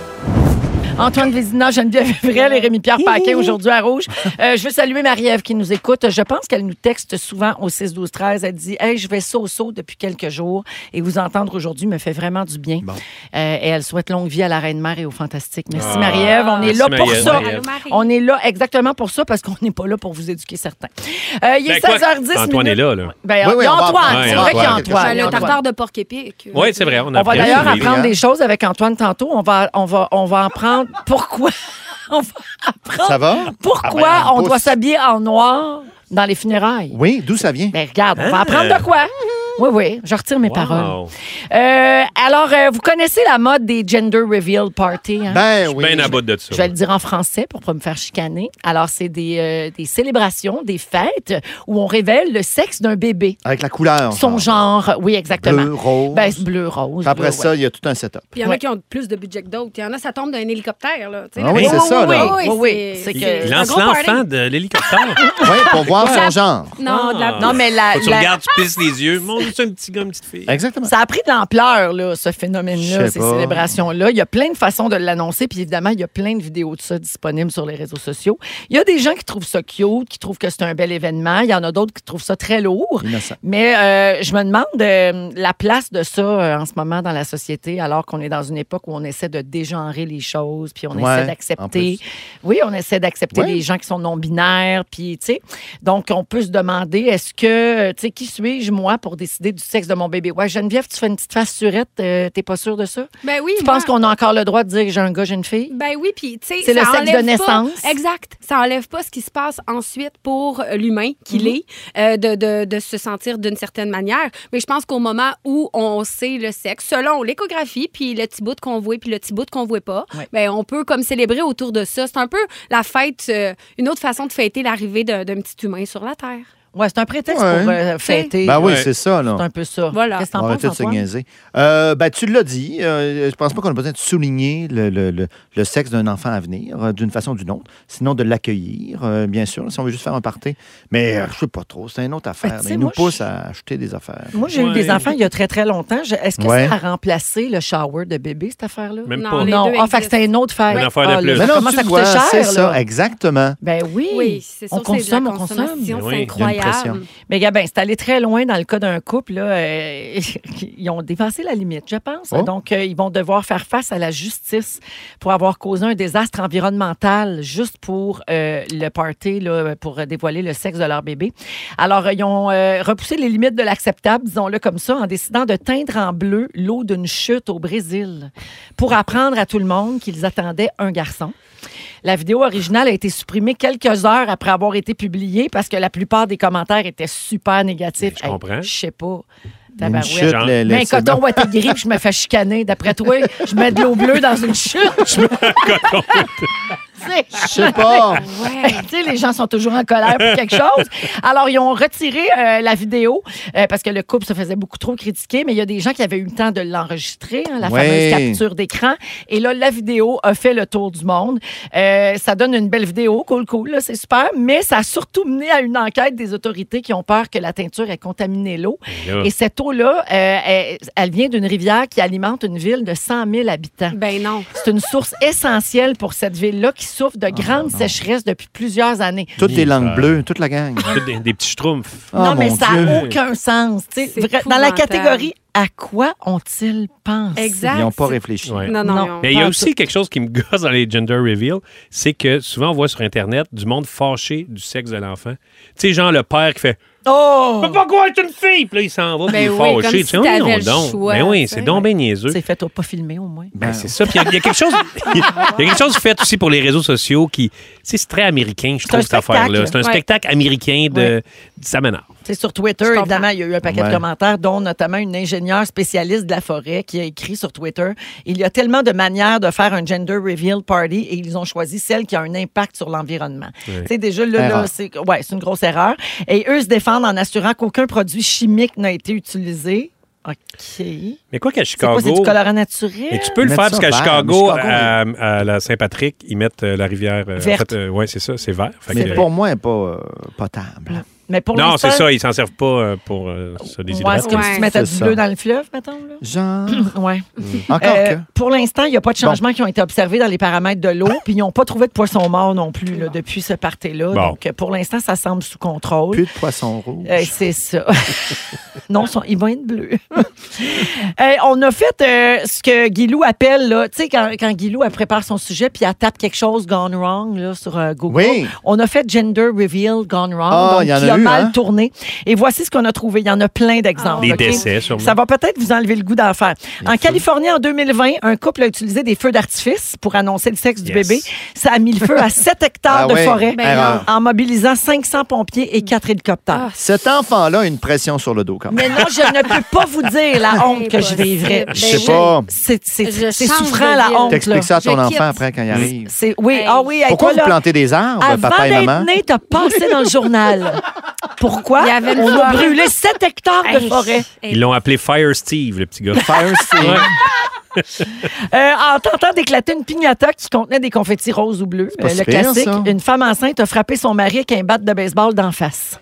Speaker 1: Antoine Vézina, Geneviève Evrel et Rémi-Pierre Paquet aujourd'hui à Rouge. Euh, je veux saluer Marie-Ève qui nous écoute. Je pense qu'elle nous texte souvent au 6-12-13. Elle dit Hey, je vais so-so depuis quelques jours et vous entendre aujourd'hui me fait vraiment du bien. Euh, et elle souhaite longue vie à la Reine-Mère et au Fantastique. Merci
Speaker 3: Ah.
Speaker 1: Marie-Ève. On est
Speaker 3: Merci,
Speaker 1: là pour
Speaker 3: Marie-Ève.
Speaker 1: ça.
Speaker 3: Marie-Ève.
Speaker 5: Allô, Marie.
Speaker 1: On est là exactement pour ça parce qu'on n'est pas là pour vous éduquer certains. Euh, il est
Speaker 3: Ben, quoi,
Speaker 1: 16h10.
Speaker 3: Antoine est là, là.
Speaker 1: Ben,
Speaker 2: Oui, oui,
Speaker 1: il y a
Speaker 2: on va
Speaker 1: Antoine.
Speaker 2: apprendre.
Speaker 1: C'est vrai
Speaker 3: Ouais,
Speaker 1: qu'il y a
Speaker 2: Antoine.
Speaker 1: Antoine.
Speaker 5: Ben, le
Speaker 1: Antoine.
Speaker 5: tartare de porc épic.
Speaker 3: Oui, c'est vrai. On, a
Speaker 1: On va
Speaker 3: appris à
Speaker 1: d'ailleurs
Speaker 3: jouer.
Speaker 2: apprendre.
Speaker 1: apprendre des choses avec Antoine tantôt. On va, on va, on va apprendre pourquoi. On va apprendre
Speaker 2: Ça va?
Speaker 1: pourquoi
Speaker 2: Ah ben,
Speaker 1: on doit
Speaker 2: pousse.
Speaker 1: s'habiller en noir dans les funérailles.
Speaker 2: Oui, d'où ça vient?
Speaker 1: Ben regarde, on va apprendre de quoi. Oui, oui, je retire mes
Speaker 3: Wow.
Speaker 1: paroles. Euh, alors, euh, vous connaissez la mode des gender reveal party, hein?
Speaker 2: Ben
Speaker 3: Je suis bien à bout de ça.
Speaker 1: Je vais le dire en français pour pas me faire chicaner. Alors, c'est des, euh, des célébrations, des fêtes où on révèle le sexe d'un bébé.
Speaker 2: Avec la couleur.
Speaker 1: Son genre, oui, exactement.
Speaker 2: Ah. Bleu, rose.
Speaker 1: Ben, c'est bleu, rose.
Speaker 2: Puis Après
Speaker 1: bleu,
Speaker 2: ça, il y a tout un setup.
Speaker 5: Puis il y en a
Speaker 1: Ouais.
Speaker 5: qui ont plus de budget que d'autres. Il y en a, ça tombe d'un hélicoptère. Là, tu sais,
Speaker 2: Ah
Speaker 5: là.
Speaker 2: oui, c'est ça, là.
Speaker 1: Oui, oui, oui. C'est
Speaker 5: c'est-
Speaker 1: que-
Speaker 3: Il
Speaker 5: c'est
Speaker 3: lance
Speaker 5: un gros party.
Speaker 3: l'enfant de l'hélicoptère.
Speaker 2: Oui,
Speaker 1: Ah,
Speaker 2: pour voir son genre.
Speaker 5: Non, de
Speaker 3: Ah.
Speaker 2: Ah.
Speaker 5: la...
Speaker 1: Non, mais la-
Speaker 3: Faut que tu
Speaker 1: la-
Speaker 3: regardes, tu pisses les yeux. Mon Dieu, c'est un petit gars, une petite fille.
Speaker 2: Exactement.
Speaker 1: Ça a pris de l'ampleur, là, ce
Speaker 2: Je
Speaker 1: phénomène-là,
Speaker 2: sais
Speaker 1: ces
Speaker 2: pas.
Speaker 1: célébrations-là. Il y a plein de façons de l'annoncer, puis évidemment, il y a plein de vidéos de ça disponibles sur les réseaux sociaux. Il y a des gens qui trouvent ça cute, qui trouvent que c'est un bel événement. Il y en a d'autres qui trouvent ça très lourd.
Speaker 2: Innocent.
Speaker 1: Mais euh, je me demande euh, la place de ça euh, en ce moment dans la société, alors qu'on est dans une époque où on essaie de dégenrer les choses, puis on
Speaker 2: Ouais,
Speaker 1: essaie
Speaker 2: en
Speaker 1: d'accepter.
Speaker 2: plus.
Speaker 1: Oui, on essaie d'accepter
Speaker 2: Ouais.
Speaker 1: les gens qui sont non-binaires, puis tu sais. Donc, on peut se demander, est-ce que, tu sais, qui suis-je, moi, pour décider du sexe de mon bébé? Ouais, Geneviève, tu fais une petite face surette, euh, t'es pas sûre de ça?
Speaker 5: Ben oui,
Speaker 1: Tu
Speaker 5: moi-
Speaker 1: penses qu'on a encore le droit de dire j'ai un gars, j'ai une fille?
Speaker 5: Ben oui, puis tu sais,
Speaker 1: C'est le
Speaker 5: ça
Speaker 1: sexe de
Speaker 5: enlève pas-
Speaker 1: naissance.
Speaker 5: exact. Ça enlève pas ce qui se passe ensuite pour euh, l'humain qu'il
Speaker 1: Mhm.
Speaker 5: est, euh, de, de- de se sentir d'une certaine manière. Mais je pense qu'au moment où on sait le sexe, selon l'échographie, puis le petit bout qu'on voit, puis le petit bout qu'on voit pas,
Speaker 1: Ouais.
Speaker 5: ben on peut comme célébrer autour de ça. C'est un peu la fête, euh, une autre façon de fêter l'arrivée d'un d'un petit humain sur la terre.
Speaker 1: Ouais, c'est un prétexte
Speaker 2: Ouais.
Speaker 1: pour euh, fêter.
Speaker 2: Ben oui,
Speaker 3: Ouais.
Speaker 2: c'est ça, là.
Speaker 1: C'est un peu ça.
Speaker 5: Voilà.
Speaker 1: Qu'est-ce que
Speaker 2: On
Speaker 1: t'en
Speaker 2: va
Speaker 1: penses,
Speaker 2: arrêter de se
Speaker 1: Antoine?
Speaker 2: niaiser. Euh, ben, tu l'as dit. euh, je pense pas qu'on a besoin de souligner le, le- le- le sexe d'un enfant à venir, euh, d'une façon ou d'une autre. Sinon, de l'accueillir, euh, bien sûr, si on veut juste faire un party. Mais euh, je sais pas trop, c'est une autre
Speaker 1: Ben,
Speaker 2: affaire.
Speaker 1: tu
Speaker 2: là.
Speaker 1: sais,
Speaker 2: Ils nous
Speaker 1: moi,
Speaker 2: poussent
Speaker 1: je-
Speaker 2: à acheter des affaires.
Speaker 1: Moi, j'ai eu
Speaker 3: Ouais.
Speaker 1: des enfants il y a très, très longtemps. Je- Est-ce que
Speaker 2: Ouais.
Speaker 1: ça a remplacé le shower de bébé, cette affaire-là?
Speaker 3: Même
Speaker 5: Non,
Speaker 3: pas.
Speaker 5: les-
Speaker 1: Non, ah,
Speaker 5: deux
Speaker 1: fait que
Speaker 5: existent.
Speaker 1: c'était une autre fête.
Speaker 3: Une affaire de
Speaker 1: Ah,
Speaker 3: plus.
Speaker 1: là,
Speaker 2: Mais non,
Speaker 1: comment
Speaker 2: tu
Speaker 1: ça
Speaker 2: vois,
Speaker 1: coûtait cher,
Speaker 2: c'est
Speaker 1: là?
Speaker 2: ça, exactement.
Speaker 1: Ben oui.
Speaker 5: Oui, c'est ça.
Speaker 1: On
Speaker 5: c'est de la
Speaker 1: consomme, on consomme.
Speaker 3: Mais
Speaker 5: consommation,
Speaker 3: oui,
Speaker 5: C'est
Speaker 3: d'une
Speaker 5: incroyable.
Speaker 2: pression.
Speaker 1: Mais Gabin, c'est allé très loin dans le cas d'un couple. Là, euh, ils ont dépassé la limite, je pense.
Speaker 2: Oh.
Speaker 1: Donc, euh, ils vont devoir faire face à la justice pour avoir causé un désastre environnemental juste pour euh, le party, là, pour dévoiler le sexe de leur bébé. Alors, euh, ils ont euh, repoussé les limites de l'acceptable, disons-le comme ça, en décidant de teindre en bleu l'eau d'une chute au Brésil pour apprendre à tout le monde qu'ils attendaient un garçon. La vidéo originale a été supprimée quelques heures après avoir été publiée parce que la plupart des commentaires étaient super négatifs.
Speaker 3: Mais je comprends.
Speaker 1: je sais pas.
Speaker 2: Une
Speaker 1: Tabarouette.
Speaker 2: chute,
Speaker 3: Genre.
Speaker 2: le- le-
Speaker 1: Mais un
Speaker 2: c'est
Speaker 1: Ben, coton
Speaker 2: bon.
Speaker 1: ouaté gris, puis je me fais chicaner. D'après toi, je mets de l'eau bleue dans une chute. Je
Speaker 2: Je sais pas.
Speaker 1: Tu sais, les gens sont toujours en colère pour quelque chose. Alors, ils ont retiré euh, la vidéo euh, parce que le couple se faisait beaucoup trop critiquer, mais il y a des gens qui avaient eu le temps de l'enregistrer, hein, la
Speaker 2: Ouais.
Speaker 1: fameuse capture d'écran. Et là, la vidéo a fait le tour du monde. Euh, ça donne une belle vidéo, cool, cool, là, c'est super, mais ça a surtout mené à une enquête des autorités qui ont peur que la teinture ait contaminé l'eau.
Speaker 3: Là,
Speaker 1: Et cette eau-là, euh, elle, elle vient d'une rivière qui alimente une ville de 100 000 habitants.
Speaker 5: Ben non.
Speaker 1: C'est une source essentielle pour cette ville-là qui souffre
Speaker 2: Ah,
Speaker 1: de grandes sécheresses depuis plusieurs années.
Speaker 2: Toutes les langues
Speaker 3: Misère.
Speaker 2: bleues, toute la gang.
Speaker 3: des, des petits schtroumpfs.
Speaker 2: Oh,
Speaker 1: non, mais
Speaker 2: mon
Speaker 1: ça
Speaker 2: Dieu.
Speaker 1: n'a aucun sens. tu sais.
Speaker 5: C'est
Speaker 1: Vra- Dans la
Speaker 5: épouvantable.
Speaker 1: catégorie à quoi ont-ils pensé?
Speaker 5: Exact.
Speaker 2: Ils n'ont pas réfléchi.
Speaker 3: Ouais.
Speaker 5: Non, non,
Speaker 1: Non.
Speaker 5: non.
Speaker 3: Mais il y
Speaker 1: Pas
Speaker 3: a
Speaker 1: en
Speaker 3: aussi quelque chose qui me gosse dans les gender reveals, c'est que souvent on voit sur Internet du monde fâché du sexe de l'enfant. Tu sais, genre le père qui fait
Speaker 1: Oh!
Speaker 3: « Pourquoi est une fille? » Puis là, il s'en va, puis
Speaker 5: Ben
Speaker 3: il est
Speaker 5: oui,
Speaker 3: fâché.
Speaker 5: comme si
Speaker 3: Tu sais, voyons
Speaker 5: t'avais le
Speaker 3: donc.
Speaker 5: choix,
Speaker 3: Ben oui,
Speaker 5: tu
Speaker 3: c'est
Speaker 5: sais.
Speaker 3: donc ben niaiseux.
Speaker 1: C'est fait, pas filmé au moins.
Speaker 3: Ben, c'est ça. Puis il y, a- il y a quelque chose, il y a quelque chose fait aussi pour les réseaux sociaux qui, tu sais, c'est très américain, je
Speaker 1: un
Speaker 3: trouve cette affaire-là.
Speaker 1: spectacle.
Speaker 3: C'est un
Speaker 5: Ouais.
Speaker 3: spectacle américain de,
Speaker 1: Ouais.
Speaker 3: ça m'énerve.
Speaker 1: C'est sur Twitter,
Speaker 5: comprends.
Speaker 1: évidemment, il y a eu un paquet
Speaker 2: Ouais.
Speaker 1: de commentaires, dont notamment une ingénieure spécialiste de la forêt qui a écrit sur Twitter Il y a tellement de manières de faire un gender reveal party et ils ont choisi celle qui a un impact sur l'environnement. Tu sais, déjà, là,
Speaker 2: Erreur.
Speaker 1: là, c'est ouais, c'est une grosse erreur. Et eux se défendent en assurant qu'aucun produit chimique n'a été utilisé. OK. C'est
Speaker 3: Mais quoi qu'à
Speaker 1: quoi, c'est du
Speaker 3: Chicago,
Speaker 1: colorant naturel?
Speaker 3: mais tu peux le
Speaker 2: Ils
Speaker 3: faire
Speaker 2: mettent ça
Speaker 3: parce qu'à
Speaker 2: vert.
Speaker 3: Chicago,
Speaker 2: Chicago,
Speaker 3: à, à la Saint-Patrick, ils mettent euh, la rivière euh, en
Speaker 1: Verte.
Speaker 3: fait, euh, ouais, c'est ça, c'est vert. Fait que-
Speaker 2: Mais pour moi, elle n'est pas euh, potable.
Speaker 1: Mais pour
Speaker 3: non,
Speaker 1: l'instant,
Speaker 3: c'est ça, ils s'en servent pas euh, pour euh, se
Speaker 1: Ouais,
Speaker 3: déshydrater.
Speaker 1: c'est comme si
Speaker 5: Ouais.
Speaker 1: tu mettais
Speaker 2: C'est
Speaker 1: du
Speaker 2: ça.
Speaker 1: bleu dans le fleuve, mettons. Là.
Speaker 2: Genre,
Speaker 1: Ouais.
Speaker 2: encore
Speaker 1: Euh,
Speaker 2: que.
Speaker 1: Pour l'instant, il n'y a pas de changements qui ont été observés dans les paramètres de l'eau,
Speaker 2: Ah!
Speaker 1: puis ils n'ont pas trouvé de poissons morts non plus là, depuis ce party-là.
Speaker 3: Bon.
Speaker 1: Donc, euh, pour l'instant, ça semble sous contrôle.
Speaker 2: Plus de poisson rouge.
Speaker 1: Euh, c'est ça. non, son- ils vont être bleus. Euh, on a fait euh, ce que Guilou appelle, là, tu sais, quand, quand Guilou elle prépare son sujet puis elle tape quelque chose gone wrong là, sur euh, Google,
Speaker 2: Oui.
Speaker 1: on a fait Gender Reveal Gone Wrong,
Speaker 2: Ah,
Speaker 1: donc
Speaker 2: il y en
Speaker 1: qui
Speaker 2: a
Speaker 1: a,
Speaker 2: eu,
Speaker 1: mal
Speaker 2: hein?
Speaker 1: tourné. Et voici ce qu'on a trouvé. Il y en a plein d'exemples.
Speaker 3: Ah, Des
Speaker 1: OK?
Speaker 3: décès, sûrement.
Speaker 1: Ça va peut-être vous enlever le goût d'en faire. En Californie, en 2020, un couple a utilisé des feux d'artifice pour annoncer le sexe du
Speaker 3: Yes.
Speaker 1: bébé. Ça a mis le feu à 7 hectares
Speaker 2: Ah
Speaker 1: de
Speaker 2: oui,
Speaker 1: forêt
Speaker 5: Ben
Speaker 2: erreur.
Speaker 1: en mobilisant 500 pompiers et 4 hélicoptères.
Speaker 5: Ah,
Speaker 2: Cet enfant-là a une pression sur le dos, quand
Speaker 1: Ah.
Speaker 2: même.
Speaker 1: Mais non, je ne peux pas vous dire la honte que je
Speaker 5: Impossible.
Speaker 1: vivrais.
Speaker 5: Ben
Speaker 2: Je sais
Speaker 5: oui.
Speaker 2: pas.
Speaker 1: C'est c'est-
Speaker 5: Je
Speaker 1: c'est
Speaker 5: change
Speaker 1: souffrant
Speaker 5: de
Speaker 1: la
Speaker 5: ville.
Speaker 1: honte. là.
Speaker 2: T'expliques ça à ton
Speaker 5: Je
Speaker 2: enfant
Speaker 5: quitte.
Speaker 2: après quand il arrive.
Speaker 1: C'est oui,
Speaker 5: Hey.
Speaker 1: ah oui, hey,
Speaker 2: Pourquoi
Speaker 1: toi,
Speaker 2: vous
Speaker 1: là,
Speaker 2: plantez des arbres,
Speaker 1: avant
Speaker 2: papa et
Speaker 1: d'être
Speaker 2: maman?
Speaker 1: né, t'as passé dans le journal. Pourquoi
Speaker 5: Il y avait une
Speaker 1: on a
Speaker 5: forêt.
Speaker 1: brûlé 7 hectares de
Speaker 5: Hey.
Speaker 1: forêt?
Speaker 5: Hey.
Speaker 3: Ils l'ont appelé Fire Steve, le petit gars.
Speaker 2: Fire Steve.
Speaker 3: Ouais.
Speaker 1: Euh, en tentant d'éclater une pignata qui contenait des confettis roses ou bleus,
Speaker 2: pas
Speaker 1: euh,
Speaker 2: si
Speaker 1: le
Speaker 2: pire,
Speaker 1: classique,
Speaker 2: ça.
Speaker 1: une femme enceinte a frappé son mari avec un bat de baseball d'en face.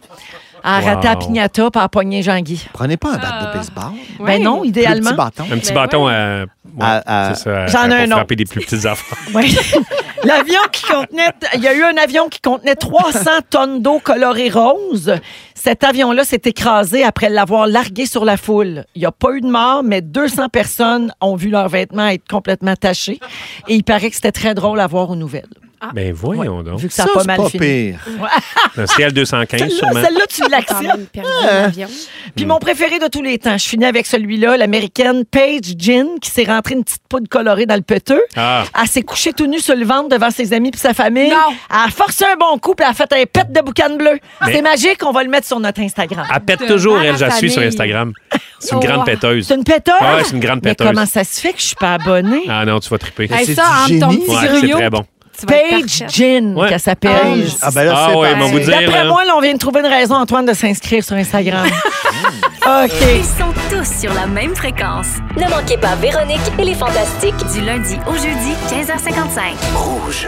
Speaker 1: Elle a
Speaker 3: Wow.
Speaker 1: raté la pignata par pogné Jean-Guy.
Speaker 2: Prenez pas un bat de baseball.
Speaker 1: Ben non,
Speaker 2: Un
Speaker 1: idéalement.
Speaker 2: petit bâton.
Speaker 3: Un petit
Speaker 5: Ben
Speaker 3: bâton
Speaker 5: ouais.
Speaker 3: à. ouais,
Speaker 2: À- à-
Speaker 3: c'est ça,
Speaker 1: J'en ai
Speaker 3: pour
Speaker 1: un autre.
Speaker 3: frapper des plus petites affaires.
Speaker 1: Oui. L'avion qui contenait, il y a eu un avion qui contenait 300 tonnes d'eau colorée rose. Cet avion-là s'est écrasé après l'avoir largué sur la foule. Il n'y a pas eu de mort, mais 200 personnes ont vu leurs vêtements être complètement tachés. Et il paraît que c'était très drôle à voir aux nouvelles.
Speaker 3: Ben voyons donc.
Speaker 1: Vu que ça a pas
Speaker 2: c'est
Speaker 1: mal
Speaker 2: pas
Speaker 1: fini. Ah,
Speaker 2: pire.
Speaker 3: Un CL215,
Speaker 1: Celle-là,
Speaker 3: sûrement.
Speaker 1: celle-là, tu
Speaker 5: Ah, Quand
Speaker 1: l'acceptes.
Speaker 5: même perdu l'avion.
Speaker 3: Mm.
Speaker 1: Puis mon préféré de tous les temps, je finis avec celui-là, l'américaine Paige Jean, qui s'est rentrée une petite poudre colorée dans le peteux.
Speaker 3: Ah.
Speaker 1: Elle s'est couchée tout nue sur le ventre devant ses amis puis sa famille.
Speaker 5: Non.
Speaker 1: Elle a forcé un bon coup puis elle a fait un pet de boucan bleu.
Speaker 3: Ah. Mais-
Speaker 1: C'est magique, on va le mettre sur notre Instagram.
Speaker 3: Elle pète
Speaker 5: De
Speaker 3: toujours,
Speaker 5: mal
Speaker 3: elle,
Speaker 5: à
Speaker 3: je la suis
Speaker 5: famille.
Speaker 3: sur Instagram. C'est une
Speaker 5: Oh,
Speaker 3: grande
Speaker 5: wow.
Speaker 3: péteuse.
Speaker 1: C'est une péteuse?
Speaker 3: Ah ouais, c'est une grande
Speaker 1: Mais
Speaker 3: péteuse.
Speaker 1: comment ça se fait que je suis pas abonnée?
Speaker 3: Ah non, tu vas triper.
Speaker 5: Hey,
Speaker 2: c'est
Speaker 5: ça,
Speaker 2: du
Speaker 5: entre ton
Speaker 2: génie.
Speaker 5: petit
Speaker 3: Ouais, c'est
Speaker 5: gruyot,
Speaker 3: très bon.
Speaker 5: tu vas être
Speaker 1: Paige
Speaker 5: parfaite.
Speaker 1: Jean,
Speaker 3: Ouais.
Speaker 1: qu'elle s'appelle.
Speaker 2: Ah, ben là,
Speaker 3: Ah
Speaker 2: c'est
Speaker 3: ouais, mais on vous
Speaker 2: parti.
Speaker 3: dire.
Speaker 1: D'après
Speaker 3: là-
Speaker 1: moi, là, on vient de trouver une raison, Antoine, de s'inscrire sur Instagram. OK.
Speaker 4: Ils sont tous sur la même fréquence.
Speaker 6: Ne manquez pas Véronique et les Fantastiques.
Speaker 4: Du lundi au jeudi, 15h55.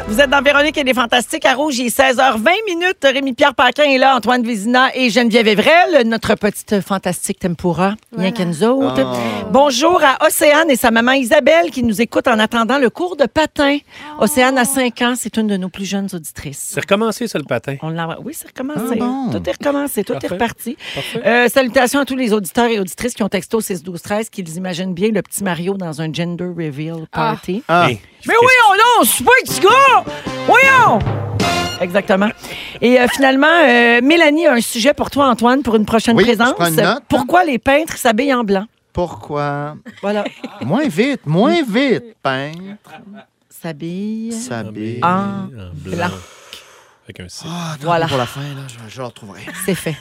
Speaker 1: Vous êtes dans Véronique et les Fantastiques à Rouge. Il est 16h20 minutes. Rémi-Pierre Paquin est là, Antoine Vézina et Geneviève Evrel, notre petite fantastique tempura, rien que nous autres. Bonjour à Océane et sa maman Isabelle qui nous écoute en attendant le cours de patin. Océane a 5 ans, c'est une de nos plus jeunes auditrices.
Speaker 3: C'est recommencé, ça, le patin.
Speaker 1: On l'a- Oui, c'est recommencé.
Speaker 2: Ah bon.
Speaker 1: Tout est recommencé, tout
Speaker 3: Parfait.
Speaker 1: est reparti.
Speaker 3: Parfait.
Speaker 1: Euh, salutations à tous les auditeurs et auditrices qui ont texto 6 12 13 qu'ils imaginent bien le petit Mario dans un gender reveal party.
Speaker 2: Ah.
Speaker 3: Hey,
Speaker 1: Mais oui, on non, c'est pas un petit gars! Voyons! Exactement. Et euh, finalement, euh, Mélanie a un sujet pour toi, Antoine, pour une prochaine
Speaker 2: Oui, je
Speaker 1: présence.
Speaker 2: prends une note.
Speaker 1: Pourquoi les peintres s'habillent en blanc?
Speaker 2: Pourquoi?
Speaker 1: Voilà.
Speaker 2: Moins vite, moins vite, peintre.
Speaker 1: S'habillent
Speaker 2: S'habille.
Speaker 1: en
Speaker 3: en
Speaker 1: blanc.
Speaker 3: blanc. Avec un C.
Speaker 2: Ah, attends,
Speaker 1: Ah, Voilà.
Speaker 2: pour la fin, là, je, je le retrouverai.
Speaker 1: C'est fait.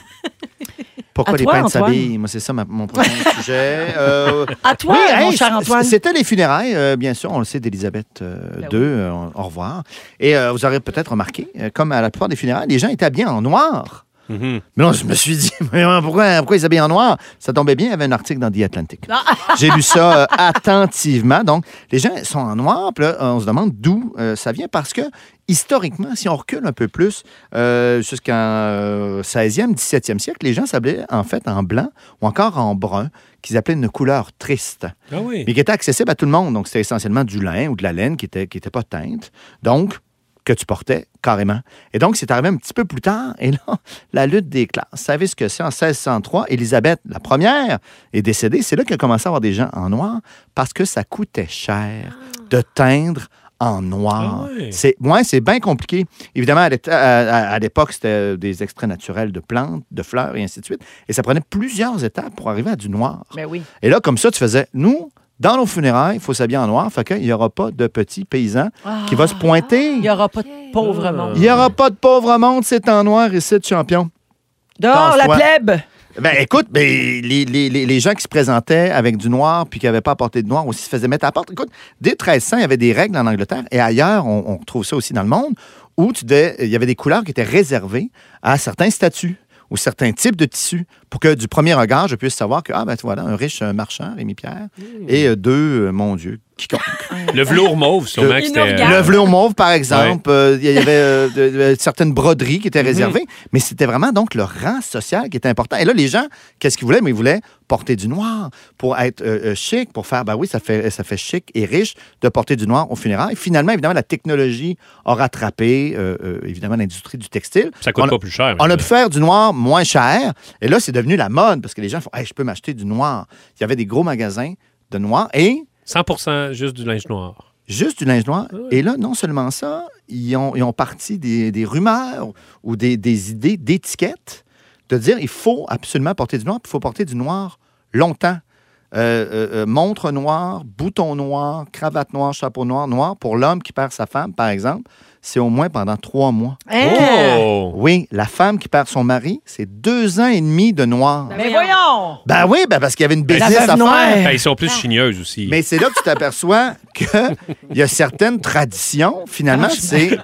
Speaker 2: Pourquoi
Speaker 1: À
Speaker 2: les
Speaker 1: toi,
Speaker 2: peintres
Speaker 1: Antoine.
Speaker 2: s'habillent? Moi, c'est ça ma- mon prochain sujet. Euh,
Speaker 1: À toi,
Speaker 2: oui,
Speaker 1: mon
Speaker 2: hey,
Speaker 1: cher
Speaker 2: c-
Speaker 1: Antoine.
Speaker 2: C'était les funérailles, euh, bien sûr, on le sait, d'Élisabeth euh,
Speaker 1: Ben
Speaker 2: II. euh, au revoir. Et euh, vous aurez peut-être remarqué, euh, comme à la plupart des funérailles, les gens étaient habillés en noir.
Speaker 3: Mhm.
Speaker 2: Mais non, je me suis dit, mais pourquoi, pourquoi ils s'habillent en noir? Ça tombait bien, il y avait un article dans The Atlantic.
Speaker 1: Ah!
Speaker 2: J'ai lu ça euh, attentivement. Donc, les gens sont en noir. Puis là, on se demande d'où euh, ça vient parce que, historiquement, si on recule un peu plus euh, jusqu'en euh, 16e, 17e siècle, les gens s'habillaient en fait en blanc ou encore en brun, qu'ils appelaient une couleur triste
Speaker 3: Ah oui.
Speaker 2: mais qui était accessible à tout le monde. Donc, c'était essentiellement du lin ou de la laine qui n'était qui était pas teinte. Donc, que tu portais, carrément. Et donc, c'est arrivé un petit peu plus tard, et là, la lutte des classes. Vous savez ce que c'est? En 1603, Élisabeth, la première, est décédée. C'est là qu'il a commencé à avoir des gens en noir parce que ça coûtait cher de teindre en noir.
Speaker 3: Ah ouais.
Speaker 2: C'est ouais, c'est bien compliqué. Évidemment, à l'ét- à à- à l'époque, c'était des extraits naturels de plantes, de fleurs et ainsi de suite. Et ça prenait plusieurs étapes pour arriver à du noir.
Speaker 1: Mais Ben oui.
Speaker 2: Et là, comme ça, tu faisais, nous, dans nos funérailles, il faut s'habiller en noir, fait qu'il n'y aura pas de petit paysan qui va se pointer.
Speaker 1: Il n'y aura pas de pauvre monde.
Speaker 2: Il n'y aura pas de pauvre monde, c'est en noir et c'est champion.
Speaker 1: Dehors, la
Speaker 2: Pense-toi.
Speaker 1: plèbe!
Speaker 2: Ben écoute, ben, les, les- les- les gens qui se présentaient avec du noir puis qui n'avaient pas apporté de noir aussi se faisaient mettre à la porte. Écoute, dès 1300, il y avait des règles en Angleterre et ailleurs, on, on retrouve ça aussi dans le monde, où tu devais- il y avait des couleurs qui étaient réservées à certains statuts ou certains types de tissus pour que du premier regard, je puisse savoir que, ah ben voilà, un riche euh, marchand, Rémi Pierre, et euh, deux, euh, mon Dieu, quiconque.
Speaker 3: Le velours mauve, sûrement.
Speaker 2: Le-
Speaker 3: que
Speaker 5: Il nous
Speaker 3: c'était... euh,
Speaker 5: regarde.
Speaker 2: Le velours mauve, par exemple, euh, il y avait euh, de- de- certaines broderies qui étaient réservées, mais c'était vraiment donc le rang social qui était important. Et là, les gens, qu'est-ce qu'ils voulaient? Mais ils voulaient porter du noir pour être euh, euh, chic, pour faire, ben oui, ça fait, ça fait chic et riche de porter du noir au funérailles. Finalement, évidemment, la technologie a rattrapé, euh, euh, évidemment, l'industrie du textile.
Speaker 3: Ça coûte
Speaker 2: On a-
Speaker 3: pas plus cher.
Speaker 2: on a
Speaker 3: mais-
Speaker 2: pu faire du noir moins cher. Et là, c'est devenu la mode parce que les gens font Hey, je peux m'acheter du noir. Il y avait des gros magasins de noir et
Speaker 3: 100 juste du linge noir.
Speaker 2: Juste du linge noir. Et là, non seulement ça, ils ont, ils ont parti des, des rumeurs ou des, des idées d'étiquettes de dire il faut absolument porter du noir, puis il faut porter du noir longtemps. Euh, euh, euh, montre noire, bouton noir, cravate noire, chapeau noir, noir. Pour l'homme qui perd sa femme, par exemple, c'est au moins pendant trois mois.
Speaker 1: Hein?
Speaker 3: Oh!
Speaker 2: Oui, la femme qui perd son mari, c'est deux ans et demi de noir.
Speaker 1: Mais voyons!
Speaker 2: Ben oui, ben parce qu'il y avait une
Speaker 3: La
Speaker 2: business
Speaker 1: veuve
Speaker 2: à
Speaker 1: noire.
Speaker 2: faire.
Speaker 3: Ben, ils sont plus chigneuses aussi.
Speaker 2: Mais c'est là que tu t'aperçois qu'il y a certaines traditions, finalement, c'est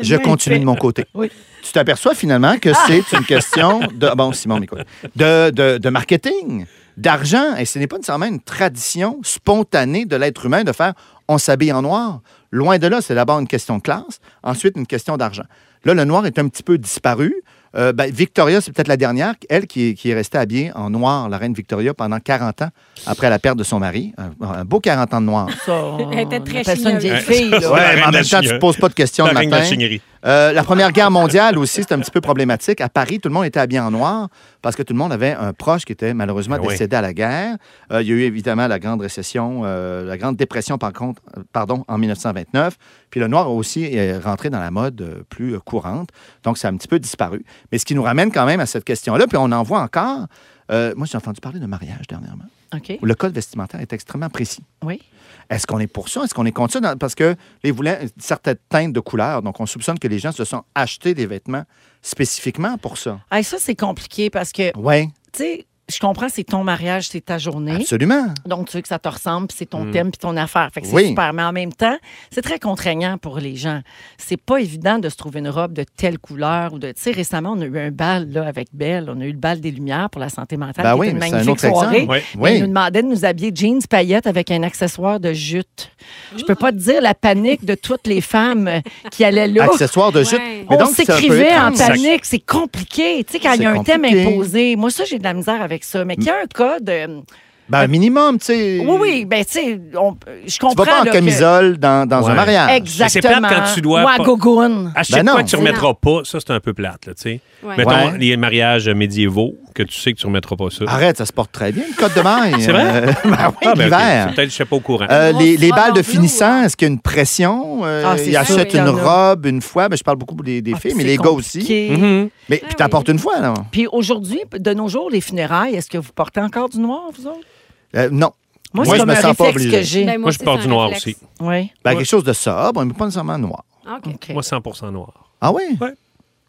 Speaker 2: je continue de mon côté.
Speaker 1: Oui.
Speaker 2: Tu t'aperçois finalement que c'est une question de. Bon, Simon m'écoute. De, de, de marketing, d'argent. Et ce n'est pas nécessairement une tradition spontanée de l'être humain de faire on s'habille en noir. Loin de là, c'est d'abord une question de classe, ensuite une question d'argent. Là, le noir est un petit peu disparu. Euh, ben, Victoria, c'est peut-être la dernière, elle qui est, qui est restée habillée en noir, la reine Victoria, pendant 40 ans après la perte de son mari. Un, un beau 40 ans de noir.
Speaker 1: Ça, on
Speaker 5: Elle était très
Speaker 1: appelle ça une
Speaker 5: chigneuse.
Speaker 1: vieille fille. là.
Speaker 3: Ouais, la
Speaker 2: Ouais, mais
Speaker 3: reine
Speaker 2: en
Speaker 3: de
Speaker 2: même
Speaker 3: la
Speaker 2: temps, tu
Speaker 3: chignerie.
Speaker 2: ne poses pas de questions
Speaker 3: la
Speaker 2: le
Speaker 3: reine de la
Speaker 2: matin.
Speaker 3: chignerie.
Speaker 2: Euh, la Première Guerre mondiale aussi, c'est un petit peu problématique. À Paris, tout le monde était habillé en noir parce que tout le monde avait un proche qui était malheureusement
Speaker 3: Ben oui.
Speaker 2: décédé à la guerre. Euh, il y a eu évidemment la Grande Récession, euh, la Grande Dépression, par contre, euh, pardon, en 1929. Puis le noir a aussi est rentré dans la mode euh, plus euh, courante. Donc, ça a un petit peu disparu. Mais ce qui nous ramène quand même à cette question-là, puis on en voit encore. Euh, moi, j'ai entendu parler de mariage dernièrement.
Speaker 1: OK.
Speaker 2: où Le code vestimentaire est extrêmement précis.
Speaker 1: Oui.
Speaker 2: Est-ce qu'on est pour ça? Est-ce qu'on est contre ça? Dans- Parce que les voulaient une certaine teinte de couleur. Donc, on soupçonne que les gens se sont achetés des vêtements spécifiquement pour ça.
Speaker 1: Hey, ça, c'est compliqué parce que, tu
Speaker 2: Oui,
Speaker 1: sais, je comprends, c'est ton mariage, c'est ta journée.
Speaker 2: absolument.
Speaker 1: Donc, tu veux que ça te ressemble, puis c'est ton thème, puis ton affaire. Fait que c'est
Speaker 2: Hmm. Oui.
Speaker 1: super. Mais en même temps, c'est très contraignant pour les gens. C'est pas évident de se trouver une robe de telle couleur ou de. Tu sais, récemment, on a eu un bal là, avec Belle. On a eu le bal des Lumières pour la santé mentale.
Speaker 2: Ben
Speaker 1: qui
Speaker 2: oui,
Speaker 1: était une
Speaker 2: mais c'est un
Speaker 1: magnifique
Speaker 2: autre exemple.
Speaker 1: soirée.
Speaker 3: Ouais.
Speaker 1: Mais Ils nous
Speaker 2: Oui.
Speaker 1: demandaient de nous habiller jeans, paillettes avec un accessoire de jute. Je peux pas te dire la panique de toutes les femmes euh, qui allaient là.
Speaker 2: Accessoires de jute.
Speaker 5: Ouais.
Speaker 2: Mais
Speaker 1: on
Speaker 2: donc, c'est un peu
Speaker 1: s'écrivait en
Speaker 2: étrange.
Speaker 1: panique, c'est compliqué. Tu sais, quand il y a
Speaker 2: C'est
Speaker 1: un thème
Speaker 2: compliqué.
Speaker 1: imposé, moi ça j'ai de la misère avec ça. Mais qu'il y a un code, euh,
Speaker 2: Ben, un minimum, tu sais.
Speaker 1: oui oui, ben tu sais, on- je
Speaker 2: Tu vas
Speaker 1: comprends.
Speaker 2: pas en
Speaker 1: là, que-
Speaker 2: camisole dans, dans
Speaker 3: Ouais.
Speaker 2: un mariage.
Speaker 1: Exactement.
Speaker 3: Mais c'est plate quand tu dois
Speaker 1: Ou à
Speaker 3: pas-
Speaker 1: gogoune.
Speaker 3: À chaque
Speaker 2: Ben
Speaker 3: fois
Speaker 2: non.
Speaker 3: que tu remettras pas, ça, c'est un peu plate, là, tu sais.
Speaker 5: Ouais. Ben,
Speaker 3: Mettons
Speaker 2: Ouais.
Speaker 3: les mariages médiévaux, que tu sais que tu remettras pas ça.
Speaker 2: Arrête, ça se porte très bien. Le code de maille.
Speaker 3: C'est vrai?
Speaker 2: Euh, ben oui,
Speaker 3: ben,
Speaker 2: l'hiver.
Speaker 3: ok. C'est Peut-être que je suis pas au courant.
Speaker 2: Euh, les, les
Speaker 5: Grosse robe
Speaker 2: balles de
Speaker 5: en bleu,
Speaker 2: finissant,
Speaker 5: ouais.
Speaker 2: est-ce qu'il y a une pression? Euh,
Speaker 1: Ah, c'est
Speaker 2: ils
Speaker 1: sûr
Speaker 2: achètent
Speaker 1: qu'il y en
Speaker 2: une
Speaker 1: a.
Speaker 2: robe une fois. Ben, je parle beaucoup pour les, des
Speaker 1: Ah,
Speaker 2: filles,
Speaker 1: puis
Speaker 2: mais
Speaker 1: c'est
Speaker 2: les gars aussi.
Speaker 1: compliqué.
Speaker 3: Mhm.
Speaker 2: Mais
Speaker 5: Ah
Speaker 2: puis t'apportes une fois, non?
Speaker 1: Puis aujourd'hui, de nos jours, les funérailles, est-ce que vous portez encore du noir, vous autres?
Speaker 2: Euh, non.
Speaker 1: Moi,
Speaker 2: Moi,
Speaker 1: c'est
Speaker 2: je
Speaker 1: comme
Speaker 2: me
Speaker 1: un
Speaker 2: sens pas
Speaker 1: réflexe
Speaker 2: obligé.
Speaker 1: que j'ai.
Speaker 5: Ben,
Speaker 3: Moi, je
Speaker 5: aussi,
Speaker 3: porte
Speaker 5: c'est
Speaker 3: du
Speaker 5: un
Speaker 3: noir
Speaker 5: réflexe.
Speaker 3: aussi.
Speaker 1: Oui.
Speaker 2: Ben,
Speaker 3: Ouais.
Speaker 2: Quelque chose de sobre, mais pas nécessairement noir.
Speaker 5: Ah, OK.
Speaker 1: OK.
Speaker 3: Moi, 100 noir.
Speaker 2: Ah oui?
Speaker 3: Ouais.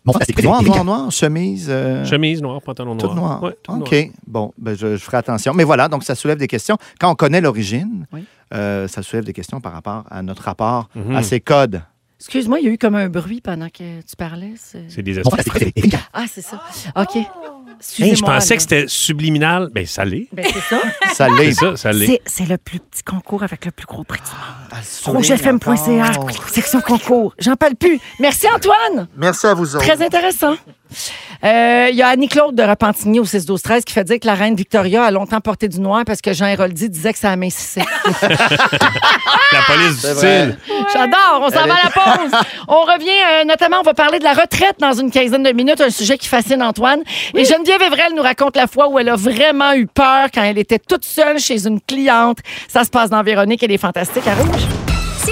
Speaker 2: Mon frère, c'est noir, noir, noir, chemise. euh,
Speaker 3: Chemise noire, pantalon
Speaker 2: Tout
Speaker 3: noir.
Speaker 2: noir.
Speaker 3: Ouais, tout
Speaker 2: OK.
Speaker 3: noir.
Speaker 2: Bon, ben, je, je ferai attention. Mais voilà, donc ça soulève des questions. Quand on connaît l'origine,
Speaker 1: Oui.
Speaker 2: euh, ça soulève des questions par rapport à notre rapport
Speaker 3: Mhm.
Speaker 2: à ces codes.
Speaker 1: Excuse-moi, il y a eu comme un bruit pendant que tu parlais. c'est-
Speaker 3: C'est des
Speaker 2: Mon
Speaker 3: esprits.
Speaker 2: frère, c'est- c'est-
Speaker 1: Ah, c'est ça. OK.
Speaker 3: Hey, je
Speaker 1: Excusez-moi,
Speaker 3: pensais
Speaker 1: là.
Speaker 3: que c'était subliminal. Ben, ça l'est.
Speaker 1: Ben, c'est ça.
Speaker 2: Ça
Speaker 3: C'est
Speaker 2: l'est.
Speaker 3: ça, ça l'est.
Speaker 2: Ah,
Speaker 1: C'est- C'est le plus petit concours avec le plus gros prix du monde. rougefm.ca, section concours. J'en parle plus. Merci, Antoine.
Speaker 2: Merci à vous autres.
Speaker 1: Très intéressant. Euh, Il y a Annie-Claude de Repentigny au 6-12-13 qui fait dire que la reine Victoria a longtemps porté du noir parce que Jean Héroldi disait que ça amincissait.
Speaker 3: La police du
Speaker 2: vrai.
Speaker 3: style.
Speaker 1: J'adore. On s'en va à la pause. On revient, euh, notamment, on va parler de la retraite dans une quinzaine de minutes, un sujet qui fascine Antoine. Et Geneviève Evrel nous raconte la fois où elle a vraiment eu peur quand elle était toute seule chez une cliente. Ça se passe dans Véronique, elle est fantastique à rouge.
Speaker 4: Si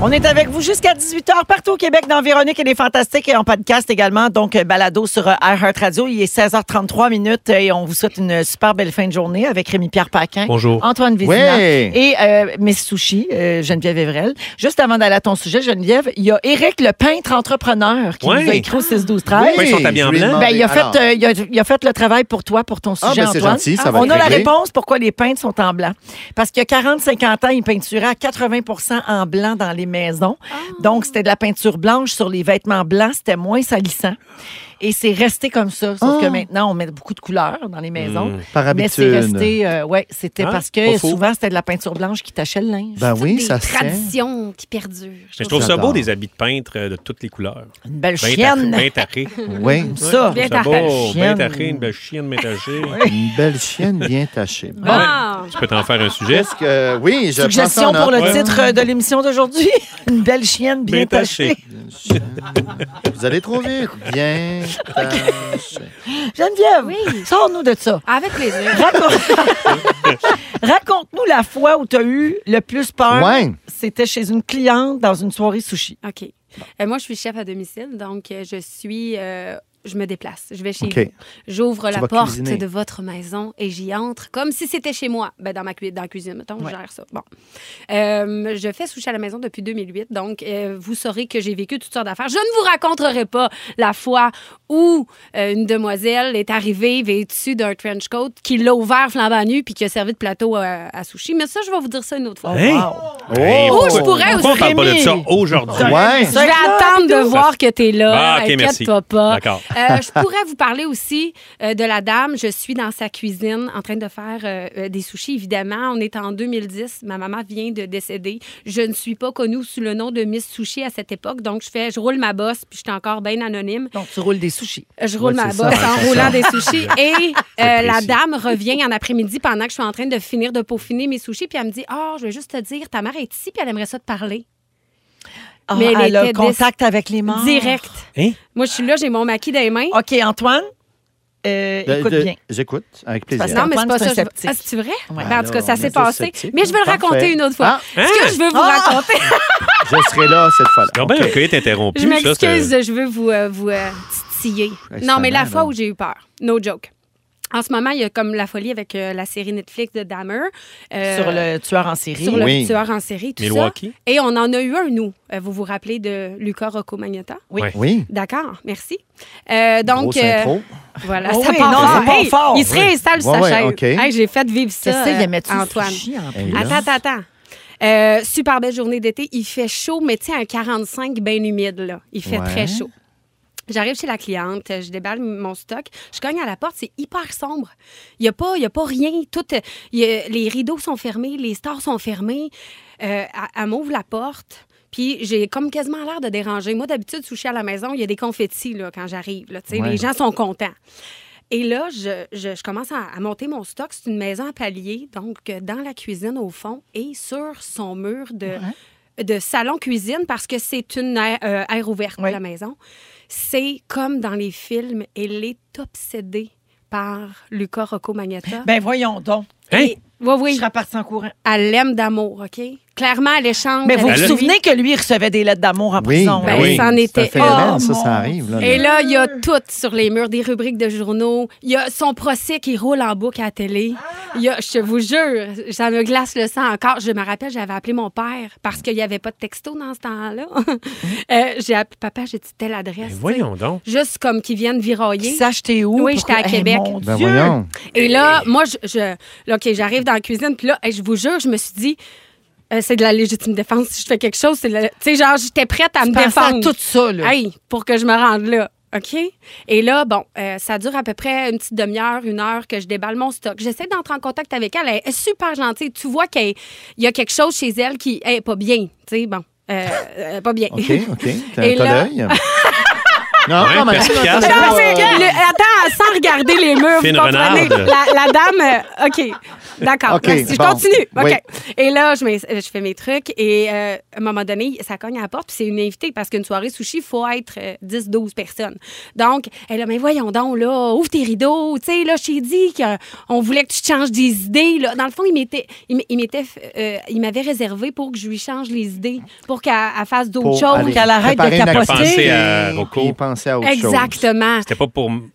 Speaker 1: On est avec vous jusqu'à 18h partout au Québec dans Véronique et les Fantastiques et en podcast également. Donc, euh, balado sur euh, iHeartRadio. Il est 16h33 minutes euh, et on vous souhaite une super belle fin de journée avec Rémi-Pierre Paquin.
Speaker 3: Bonjour.
Speaker 1: Antoine Vézina.
Speaker 2: Ouais.
Speaker 1: Et euh, Miss Sushi, euh, Geneviève Evrel. Juste avant d'aller à ton sujet, Geneviève, il y a Éric, le peintre entrepreneur, qui
Speaker 3: Ouais.
Speaker 1: nous a écrit au 6-12-13.
Speaker 3: Oui. ils sont habillés en
Speaker 2: je lui ai
Speaker 3: blanc?
Speaker 1: Ben, il, a
Speaker 2: demandé. Alors,
Speaker 1: fait, euh, il, a, il a fait le travail pour toi, pour ton
Speaker 2: Ah,
Speaker 1: sujet,
Speaker 2: ben, c'est
Speaker 1: Antoine.
Speaker 2: gentil, ça va
Speaker 1: On
Speaker 2: être
Speaker 1: a la
Speaker 2: réglé.
Speaker 1: réponse pourquoi les peintres sont en blanc. Parce qu'il y a 40-50 ans, ils peinturaient à 80 en blanc dans les maisons. Donc, c'était de la peinture blanche sur les vêtements blancs. C'était moins salissant. Et c'est resté comme ça. Sauf
Speaker 2: Ah.
Speaker 1: que maintenant, on met beaucoup de couleurs dans les maisons.
Speaker 2: Par
Speaker 1: Mais
Speaker 2: habitude.
Speaker 1: c'est resté... euh, ouais, c'était
Speaker 3: Hein?
Speaker 1: parce
Speaker 3: Pas
Speaker 1: que
Speaker 3: faux.
Speaker 1: souvent, c'était de la peinture blanche qui tachait le linge.
Speaker 2: ben oui,
Speaker 5: des
Speaker 2: ça se tient.
Speaker 5: traditions qui perdurent.
Speaker 3: Mais je trouve ça
Speaker 2: J'adore.
Speaker 3: beau, des habits de peintre euh, de toutes les couleurs.
Speaker 1: Une belle
Speaker 2: Ben,
Speaker 3: Bien
Speaker 1: chienne.
Speaker 3: taré- Bien taré.
Speaker 2: Oui,
Speaker 1: Ça.
Speaker 3: Je
Speaker 5: Bien
Speaker 3: trouve ça beau.
Speaker 1: Chienne.
Speaker 3: Bien taré, une belle chienne métagée.
Speaker 2: une belle chienne bien tachée. Bon.
Speaker 5: Ah!
Speaker 3: Tu peux t'en faire un sujet.
Speaker 2: Qu'est-ce que... Oui, je
Speaker 1: Suggestion
Speaker 2: pense qu'on a-
Speaker 1: pour le
Speaker 3: Ouais.
Speaker 1: titre de l'émission d'aujourd'hui. Une belle chienne bien,
Speaker 3: Bien tachée.
Speaker 1: tachée.
Speaker 2: Vous allez trop vite. Bien tachée.
Speaker 1: Geneviève,
Speaker 5: Oui. Ah,
Speaker 1: sors-nous de ça.
Speaker 5: Avec plaisir.
Speaker 1: Raconte- Raconte-nous la fois où tu as eu le plus peur.
Speaker 2: Ouais.
Speaker 1: C'était chez une cliente dans une soirée sushi.
Speaker 5: OK. Euh, moi, je suis chef à domicile, donc euh, je suis. euh, je me déplace. Je vais chez
Speaker 2: OK.
Speaker 5: vous. J'ouvre la
Speaker 2: vas
Speaker 5: porte
Speaker 2: cuisiner.
Speaker 5: de votre maison et j'y entre comme si c'était chez moi. Ben, dans, ma cui- dans la cuisine, mettons, je gère ça. Bon. Euh, je fais sushi à la maison depuis 2008, donc euh, vous saurez que j'ai vécu toutes sortes d'affaires. Je ne vous raconterai pas la fois où euh, une demoiselle est arrivée vêtue d'un trench coat qui l'a ouvert flambant nu puis qui a servi de plateau à, à sushi. Mais ça, je vais vous dire ça une
Speaker 2: Ah
Speaker 5: autre fois.
Speaker 3: Hey.
Speaker 1: Wow.
Speaker 3: Hey,
Speaker 5: Oh,
Speaker 3: pourquoi-
Speaker 5: je pourrais
Speaker 3: Pourquoi on
Speaker 5: aussi.
Speaker 3: parle pas de ça
Speaker 1: Rémi.
Speaker 3: aujourd'hui?
Speaker 2: Ouais.
Speaker 5: Je vais attendre de voir que tu es là.
Speaker 3: Ah, ok, merci.
Speaker 5: Inquiète-toi pas.
Speaker 3: D'accord.
Speaker 5: Euh, je pourrais vous parler aussi euh, de la dame. Je suis dans sa cuisine en train de faire euh, euh, des sushis, évidemment. On est en 2010. Ma maman vient de décéder. Je ne suis pas connue sous le nom de Miss Sushi à cette époque. Donc, je fais, je roule ma bosse, puis je suis encore bien anonyme.
Speaker 1: Donc, tu roules des sushis.
Speaker 5: Je roule
Speaker 2: Ouais,
Speaker 5: ma
Speaker 2: c'est
Speaker 5: bosse
Speaker 2: ça, ouais, c'est
Speaker 5: en
Speaker 2: ça.
Speaker 5: roulant des sushis. Et euh, la
Speaker 3: précis.
Speaker 5: dame revient en après-midi pendant que je suis en train de finir de peaufiner mes sushis. Puis elle me dit Ah, je vais juste te dire, ta mère est ici, puis elle aimerait ça te parler.
Speaker 1: Ah,
Speaker 5: Mais elle
Speaker 1: elle a
Speaker 5: était
Speaker 1: contact avec les
Speaker 2: Ah.
Speaker 1: morts.
Speaker 5: Direct.
Speaker 3: Hein?
Speaker 5: Moi, je suis là, j'ai mon maquis dans les mains.
Speaker 1: OK, Antoine, euh,
Speaker 2: De-
Speaker 1: écoute
Speaker 2: de-
Speaker 1: bien.
Speaker 2: J'écoute, avec
Speaker 1: Parce
Speaker 2: plaisir.
Speaker 1: que-
Speaker 5: Non, mais c'est
Speaker 1: Antoine,
Speaker 5: pas
Speaker 1: c'est un
Speaker 5: ça. je-
Speaker 1: sceptique.
Speaker 5: Ah, c'est vrai?
Speaker 1: Ouais.
Speaker 5: Ben, en tout cas,
Speaker 2: Alors,
Speaker 5: ça
Speaker 2: on
Speaker 5: s'est
Speaker 2: est tous
Speaker 5: passé.
Speaker 2: sceptiques.
Speaker 5: Mais je vais le
Speaker 2: Parfait.
Speaker 5: raconter une autre fois.
Speaker 3: Hein?
Speaker 5: Ce que je veux vous
Speaker 1: Ah!
Speaker 5: raconter,
Speaker 2: Je serai là cette fois-là.
Speaker 3: Non, ben, ok, t'es interrompu.
Speaker 5: je
Speaker 3: ça, c'est-
Speaker 5: m'excuse, je veux vous, euh, vous euh, titiller.
Speaker 2: Ouais,
Speaker 5: Non, mais la
Speaker 2: justement,
Speaker 5: fois
Speaker 2: là.
Speaker 5: où j'ai eu peur, no joke. En ce moment, il y a comme la folie avec euh, la série Netflix de Dahmer. euh,
Speaker 1: Sur le tueur en série.
Speaker 5: sur le
Speaker 2: Oui.
Speaker 5: tueur en série, tout
Speaker 3: Milwaukee.
Speaker 5: ça. Et on en a eu un, nous. Euh, Vous vous rappelez de Luca Rocco Magnata?
Speaker 2: Oui.
Speaker 5: D'accord, merci. Euh, donc,
Speaker 2: Grosse
Speaker 5: euh,
Speaker 2: intro.
Speaker 5: voilà,
Speaker 1: Oh
Speaker 5: ça
Speaker 1: oui,
Speaker 5: part
Speaker 1: non,
Speaker 5: fort.
Speaker 1: ça part
Speaker 5: Hey,
Speaker 1: fort.
Speaker 5: Il se réinstalle sur
Speaker 2: Ouais,
Speaker 5: sa
Speaker 2: ouais,
Speaker 5: chaise.
Speaker 2: OK.
Speaker 5: Hey, j'ai fait vivre ça,
Speaker 1: Qu'est-ce qu'il
Speaker 5: euh,
Speaker 1: aimait-tu
Speaker 5: Antoine.
Speaker 1: sushi en plus?
Speaker 2: Et là,
Speaker 5: Attends, attends, attends. Euh, super belle journée d'été. Il fait chaud, mais tu sais, un 45 bien humide, là. Il fait
Speaker 2: Ouais.
Speaker 5: très chaud. J'arrive chez la cliente, je déballe mon stock, je cogne à la porte, c'est hyper sombre. Il n'y a, pas- il y a pas rien. Tout, euh, il y a- les rideaux sont fermés, les stores sont fermés. Euh, elle- elle m'ouvre la porte, puis j'ai comme quasiment l'air de déranger. Moi, d'habitude, sushi à la maison, il y a des confettis là, quand j'arrive. là, tu sais,
Speaker 2: Ouais.
Speaker 5: Les gens sont contents. Et là, je, je- je commence à, à monter mon stock. C'est une maison à palier, donc euh, dans la cuisine au fond et sur son mur de, de salon-cuisine parce que c'est une aire, euh, aire ouverte,
Speaker 1: Oui.
Speaker 5: la maison. C'est comme dans les films, elle est obsédée par Luca Rocco Magnetta.
Speaker 1: Ben voyons donc.
Speaker 3: Hein?
Speaker 5: Et- oui, oui,
Speaker 1: Je repartis en courant.
Speaker 5: elle l'aime d'amour, OK? Clairement, elle échange.
Speaker 1: Mais vous vous
Speaker 3: Ben là-
Speaker 5: avec lui.
Speaker 1: souvenez que lui, il recevait des lettres d'amour en
Speaker 2: Oui,
Speaker 1: prison.
Speaker 5: Ben
Speaker 1: hein?
Speaker 3: oui.
Speaker 5: ça en
Speaker 2: C'est un
Speaker 5: était.
Speaker 2: phénomène,
Speaker 1: Oh,
Speaker 2: ça,
Speaker 1: mon
Speaker 2: ça arrive. Là,
Speaker 5: Et là, il y a tout sur les murs, des rubriques de journaux. Il y a son procès qui roule en boucle à la télé. Il y a, je vous jure, ça me glace le sang encore. Je me rappelle, j'avais appelé mon père parce qu'il n'y avait pas de texto dans ce temps-là. Euh, j'ai appelé papa, j'ai dit telle
Speaker 3: Ben,
Speaker 5: adresse.
Speaker 3: voyons donc.
Speaker 5: tu sais. Juste comme qu'ils viennent virailler.
Speaker 1: Qui sache t'es où?
Speaker 5: Oui,
Speaker 1: pourquoi-
Speaker 5: j'étais à
Speaker 1: Eh,
Speaker 5: Québec.
Speaker 1: mon
Speaker 2: Ben
Speaker 1: Dieu!
Speaker 2: voyons.
Speaker 5: Et là, moi, je, je- là, OK, j'arrive dans la cuisine, puis là, hey, je vous jure, je me suis dit, euh, c'est de la légitime défense. Si je fais quelque chose, c'est de la- Tu sais, genre, j'étais prête à
Speaker 1: Tu
Speaker 5: me
Speaker 1: pensais à
Speaker 5: défendre.
Speaker 1: tout ça, là.
Speaker 5: Hey, pour que je me rende là. OK. Et là, bon, euh, ça dure à peu près une petite demi-heure, une heure que je déballe mon stock. J'essaie d'entrer en contact avec elle. Elle est super gentille. Tu vois qu'il y a quelque chose chez elle qui est pas bien. Tu sais, bon, euh, euh, pas bien.
Speaker 2: OK, OK. T'as
Speaker 5: Et
Speaker 2: t'as
Speaker 5: là-
Speaker 2: l'œil. Non,
Speaker 3: Ouais,
Speaker 2: quand même.
Speaker 3: perspicace.
Speaker 2: Non,
Speaker 5: Non, c'est-
Speaker 2: euh,
Speaker 5: le- attends, sans regarder les murs,
Speaker 3: Fine
Speaker 5: vous comprenez?
Speaker 3: renarde.
Speaker 5: La, la dame, euh, OK, d'accord.
Speaker 2: OK,
Speaker 5: merci.
Speaker 2: bon.
Speaker 5: Je continue. OK.
Speaker 2: Oui.
Speaker 5: Et là, je, mets- je fais mes trucs et euh, à un moment donné, ça cogne à la porte. puis C'est une invitée parce qu'une soirée sushi, il faut être euh, 10, 12 personnes. Donc, elle a, mais voyons donc, là, ouvre tes rideaux. Tu sais, là, je t'ai dit qu'on voulait que tu te changes des idées. Là. Dans le fond, il m'était, il m- il m'était, euh, il m'avait réservé pour que je lui change les idées, pour qu'elle elle fasse d'autres
Speaker 2: pour
Speaker 5: choses.
Speaker 2: aller
Speaker 1: qu'elle arrête de
Speaker 2: préparer une
Speaker 1: capoter.
Speaker 3: Penser à Rocco.
Speaker 2: Puis penser à autre chose.
Speaker 5: Exactement.
Speaker 3: C'était pas pour m-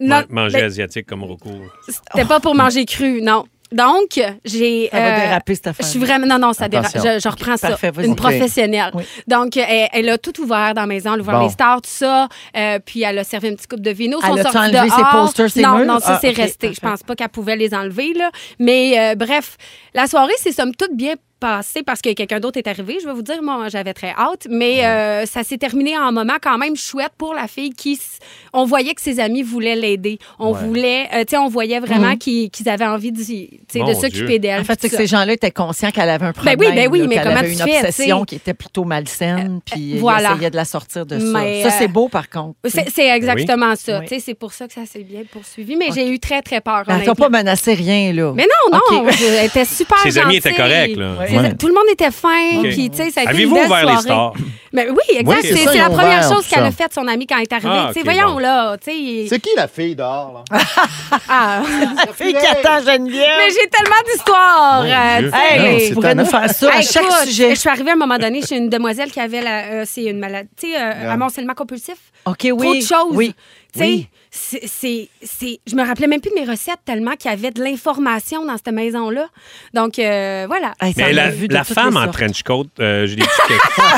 Speaker 5: Non,
Speaker 3: man- manger
Speaker 5: ben-
Speaker 3: asiatique comme Rocco.
Speaker 5: C'était pas pour manger cru, non. Donc, j'ai.
Speaker 1: Ça va
Speaker 5: euh,
Speaker 1: déraper, cette
Speaker 5: Je
Speaker 1: affaire.
Speaker 5: suis vraiment. Non, non, ça dérape.
Speaker 2: Attention.
Speaker 5: Je, je reprends ça.
Speaker 1: parfait, vas-y.
Speaker 5: Une
Speaker 1: OK.
Speaker 5: professionnelle.
Speaker 1: Oui.
Speaker 5: Donc, elle, elle a tout ouvert dans la maison. Elle a ouvert
Speaker 2: Bon.
Speaker 5: les stars, tout ça. Euh, puis, elle a servi un petit coupe de vino. Ils
Speaker 1: Elle
Speaker 5: sont
Speaker 1: a-tu
Speaker 5: sortis
Speaker 1: enlevé ses
Speaker 5: dehors.
Speaker 1: posters, ses
Speaker 5: Non,
Speaker 1: murs?
Speaker 5: non, ça,
Speaker 1: Ah,
Speaker 5: c'est
Speaker 1: OK,
Speaker 5: resté. Je
Speaker 1: parfait.
Speaker 5: pense pas qu'elle pouvait les enlever, là. Mais, euh, bref, la soirée, c'est somme toute bien passée parce que quelqu'un d'autre est arrivé. Je vais vous dire, moi, j'avais très hâte. Mais euh, ça s'est terminé en un moment quand même chouette pour la fille qui. s- On voyait que ses amis voulaient l'aider. On voulait. euh, tu sais, on voyait vraiment qu'ils qu'ils avaient envie d'y- tu sais,
Speaker 3: Mhm. Mon
Speaker 5: de
Speaker 3: Dieu.
Speaker 5: s'occuper d'elle.
Speaker 1: En fait, c'est que
Speaker 5: tout ça.
Speaker 1: ces gens-là étaient conscients qu'elle avait un
Speaker 5: Ben
Speaker 1: problème.
Speaker 5: oui, ben oui,
Speaker 1: là,
Speaker 5: mais
Speaker 1: qu'elle
Speaker 5: comment
Speaker 1: avait
Speaker 5: tu
Speaker 1: une
Speaker 5: fais,
Speaker 1: obsession
Speaker 5: tu sais? Euh,
Speaker 1: qui était plutôt malsaine, puis
Speaker 5: voilà.
Speaker 1: il essayait de la sortir de ça.
Speaker 5: Mais,
Speaker 1: ça,
Speaker 5: euh,
Speaker 1: c'est beau, par contre.
Speaker 5: C'est,
Speaker 3: Ben
Speaker 5: c'est exactement ça.
Speaker 1: Oui.
Speaker 5: Tu sais, C'est pour ça que ça s'est bien poursuivi. Mais j'ai eu très, très peur.
Speaker 1: Elle t'a
Speaker 5: honnêtement.
Speaker 1: Ben, pas menacé rien, là.
Speaker 5: Mais non, non,
Speaker 1: OK.
Speaker 5: elle était super
Speaker 3: Ses amis étaient
Speaker 5: gentille.
Speaker 3: corrects, là.
Speaker 1: Ouais.
Speaker 5: Ses-
Speaker 2: Ouais.
Speaker 5: Tout le monde était fin.
Speaker 3: OK.
Speaker 5: Puis, tu sais, ça a été
Speaker 3: Avez-vous
Speaker 5: une belle
Speaker 3: ouvert les
Speaker 5: soirée.
Speaker 3: stars?
Speaker 5: Mais oui, exact.
Speaker 2: Oui,
Speaker 5: c'est
Speaker 2: c'est
Speaker 5: c'est
Speaker 2: ça, ils
Speaker 5: la
Speaker 2: ont
Speaker 5: première
Speaker 2: ouvert
Speaker 5: chose
Speaker 2: tout
Speaker 5: qu'elle
Speaker 2: ça.
Speaker 5: a faite, son amie, quand elle est arrivée.
Speaker 3: Ah,
Speaker 5: tu sais,
Speaker 3: OK,
Speaker 5: voyons,
Speaker 3: bon.
Speaker 5: là. tu sais,
Speaker 2: C'est qui la fille dehors, là?
Speaker 5: Ah.
Speaker 1: Fille qui attend Geneviève.
Speaker 5: Mais j'ai tellement d'histoires. euh,
Speaker 3: Dieu.
Speaker 5: tu sais.
Speaker 2: Non,
Speaker 1: Hey,
Speaker 2: c'est
Speaker 1: tu pourrais nous
Speaker 2: étonnant.
Speaker 1: faire ça à
Speaker 5: Hey,
Speaker 1: chaque
Speaker 5: écoute,
Speaker 1: sujet.
Speaker 5: Je suis arrivée à un moment donné chez une demoiselle qui avait la, euh, c'est une maladie, tu sais, euh, amoncellement compulsif.
Speaker 1: OK, Ah. oui.
Speaker 5: trop de choses.
Speaker 1: Oui.
Speaker 5: Tu sais,
Speaker 1: Oui.
Speaker 5: c'est- c'est- c'est- je me rappelais même plus de mes recettes tellement qu'il y avait de l'information dans cette maison-là. Donc, euh, voilà.
Speaker 1: Hey, ça,
Speaker 3: Mais
Speaker 1: on
Speaker 3: la,
Speaker 1: l'a vu de
Speaker 3: la
Speaker 1: toutes
Speaker 3: femme
Speaker 1: les
Speaker 3: en
Speaker 1: sortes.
Speaker 3: trench coat, euh, j'ai des petits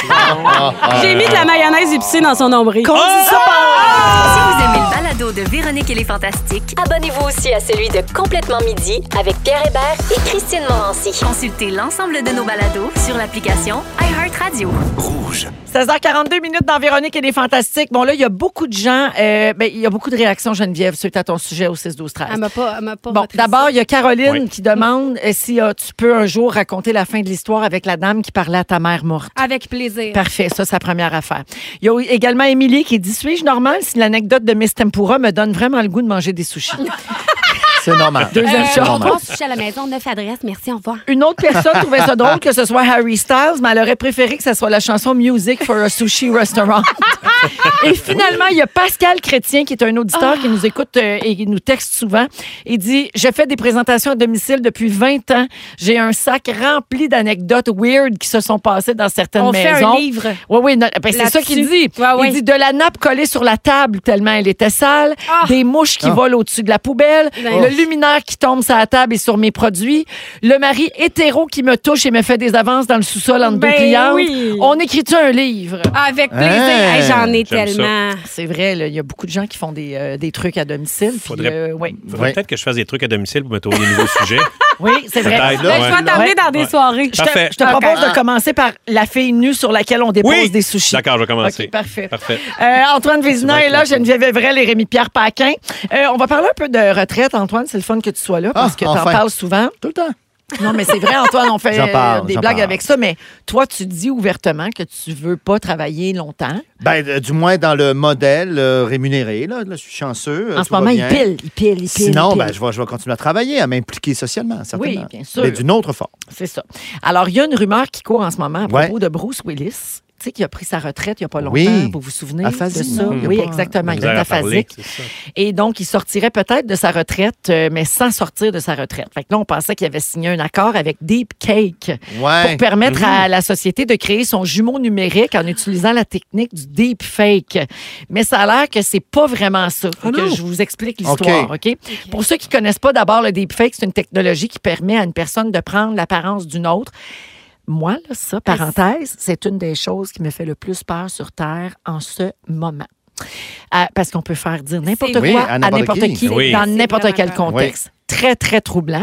Speaker 3: cakes.
Speaker 5: J'ai mis de la mayonnaise épicée dans son nombril.
Speaker 1: Qu'on dise ça par là.
Speaker 4: Si vous aimez le balado de Véronique et les Fantastiques,
Speaker 6: Abonnez-vous aussi à celui de Complètement Midi avec Pierre Hébert et Christine Morancy.
Speaker 4: consultez l'ensemble de nos balados sur l'application iHeartRadio.
Speaker 1: 16h42 minutes dans Véronique et les Fantastiques. Bon, là, il y a beaucoup de gens, euh, ben, il y a beaucoup de réactions, Geneviève, suite à ton sujet au 6-12-13.
Speaker 5: Elle m'a pas, elle m'a pas
Speaker 1: Bon,
Speaker 5: retracé.
Speaker 1: d'abord, il y a Caroline
Speaker 3: Oui.
Speaker 1: qui demande euh, si euh, tu peux un jour raconter la fin de l'histoire avec la dame qui parlait à ta mère morte.
Speaker 5: Avec plaisir.
Speaker 1: Parfait, ça, c'est la première affaire. Il y a également Émilie qui dit Suis-je normal si l'anecdote de Miss Tempura me donne vraiment le goût de manger des sushis
Speaker 2: C'est normal.
Speaker 1: Deuxième
Speaker 5: Euh,
Speaker 2: C'est
Speaker 5: au
Speaker 1: chose.
Speaker 2: normal.
Speaker 5: revoir, sushi à la maison, neuf adresses. Merci, au revoir.
Speaker 1: Une autre personne trouvait ça drôle que ce soit Harry Styles, mais elle aurait préféré que ce soit la chanson Music for a Sushi Restaurant. et finalement, il y a Pascal Chrétien, qui est un auditeur
Speaker 5: Ah.
Speaker 1: qui nous écoute euh, et qui nous texte souvent. Il dit Je fais des présentations à domicile depuis 20 ans. J'ai un sac rempli d'anecdotes weird qui se sont passées dans certaines
Speaker 5: On fait
Speaker 1: maisons.
Speaker 5: un livre.
Speaker 1: Oui, oui, non, ben, c'est ça
Speaker 5: Là-dessus.
Speaker 1: qu'il dit.
Speaker 5: Ouais, ouais.
Speaker 1: Il dit de la nappe collée sur la table tellement elle était sale,
Speaker 5: Ah!
Speaker 1: des mouches qui volent au-dessus de la poubelle,
Speaker 5: Ben.
Speaker 1: le luminaire qui tombe sur la table et sur mes produits, le mari hétéro qui me touche et me fait des avances dans le sous-sol entre
Speaker 5: Ben
Speaker 1: deux clientes.
Speaker 5: oui.
Speaker 1: On écrit-tu un livre?
Speaker 5: Ah, Avec plaisir.
Speaker 2: Hein,
Speaker 5: Hey, J'en ai
Speaker 3: j'aime ça.
Speaker 5: tellement. Ben,
Speaker 1: C'est vrai, là, il y a beaucoup de gens qui font des, euh, des trucs à domicile. puis,
Speaker 3: Faudrait-
Speaker 1: euh, oui,
Speaker 3: Faudrait
Speaker 2: Ouais.
Speaker 3: peut-être que je fasse des trucs à domicile pour me trouver des nouveaux sujets.
Speaker 1: oui c'est vrai.
Speaker 3: Peut-être,
Speaker 5: Ben,
Speaker 3: ouais.
Speaker 5: Je vais t'emmener dans des
Speaker 3: Ouais.
Speaker 5: soirées.
Speaker 1: Je te,
Speaker 3: Parfait.
Speaker 1: je te
Speaker 5: Ok.
Speaker 1: propose de commencer par la fille nue sur laquelle on dépose
Speaker 3: Oui.
Speaker 1: des sushis.
Speaker 3: D'accord, je vais commencer.
Speaker 1: OK, parfait.
Speaker 3: Parfait.
Speaker 1: Euh, Antoine Vézina est là, Geneviève Evrel et Rémi-Pierre Paquin. Euh, on va parler un peu de retraite, Antoine. C'est le fun que tu sois là parce
Speaker 2: Ah,
Speaker 1: que tu en
Speaker 2: enfin.
Speaker 1: parles souvent.
Speaker 2: Tout le temps.
Speaker 1: Non, mais c'est vrai, Antoine, on fait
Speaker 2: J'en parle,
Speaker 1: euh, des
Speaker 2: j'en
Speaker 1: blagues
Speaker 2: parle.
Speaker 1: avec ça, mais toi, tu dis ouvertement que tu veux pas travailler longtemps.
Speaker 2: Ben, euh, du moins dans le modèle euh, rémunéré, là, Là, je suis chanceux. euh,
Speaker 1: en
Speaker 2: tout
Speaker 1: ce
Speaker 2: va
Speaker 1: moment, il
Speaker 2: bien.
Speaker 1: pile, il pile, il pile. il
Speaker 2: Sinon,
Speaker 1: pile.
Speaker 2: ben, je, vais, je vais continuer à travailler, à m'impliquer socialement, certainement.
Speaker 1: bien sûr.
Speaker 2: Mais d'une autre forme.
Speaker 1: C'est ça. Alors, il y a une rumeur qui court en ce moment à
Speaker 2: Ouais.
Speaker 1: propos de Bruce Willis. Tu sais, qui a pris sa retraite il n'y a pas longtemps,
Speaker 2: Oui.
Speaker 1: vous vous souvenez
Speaker 2: Aphasie,
Speaker 1: de ça?
Speaker 2: non? Il y a
Speaker 1: Oui,
Speaker 2: pas-
Speaker 1: exactement. Il
Speaker 3: Vous allez
Speaker 1: est
Speaker 3: en parler,
Speaker 1: aphasique.
Speaker 3: c'est ça.
Speaker 1: Et donc, il sortirait peut-être de sa retraite, euh, mais sans sortir de sa retraite. Fait que là, on pensait qu'il avait signé un accord avec Deep Cake
Speaker 2: Ouais.
Speaker 1: pour permettre à la société de créer son jumeau numérique en utilisant la technique du deep fake. Mais ça a l'air que c'est pas vraiment ça. Faut que je vous explique l'histoire, Ah OK? Pour ceux qui connaissent pas d'abord le deep fake, c'est une technologie qui permet à une personne de prendre l'apparence d'une autre. Moi, là, ça, parenthèse, c'est une des choses qui me fait le plus peur sur Terre en ce moment. Euh, parce qu'on peut faire dire n'importe
Speaker 5: C'est
Speaker 1: quoi
Speaker 5: vrai.
Speaker 2: Oui,
Speaker 1: à n'importe qui,
Speaker 3: Oui.
Speaker 1: dans
Speaker 5: C'est
Speaker 1: n'importe
Speaker 5: vraiment
Speaker 1: quel
Speaker 5: peur.
Speaker 1: contexte. très, très troublant.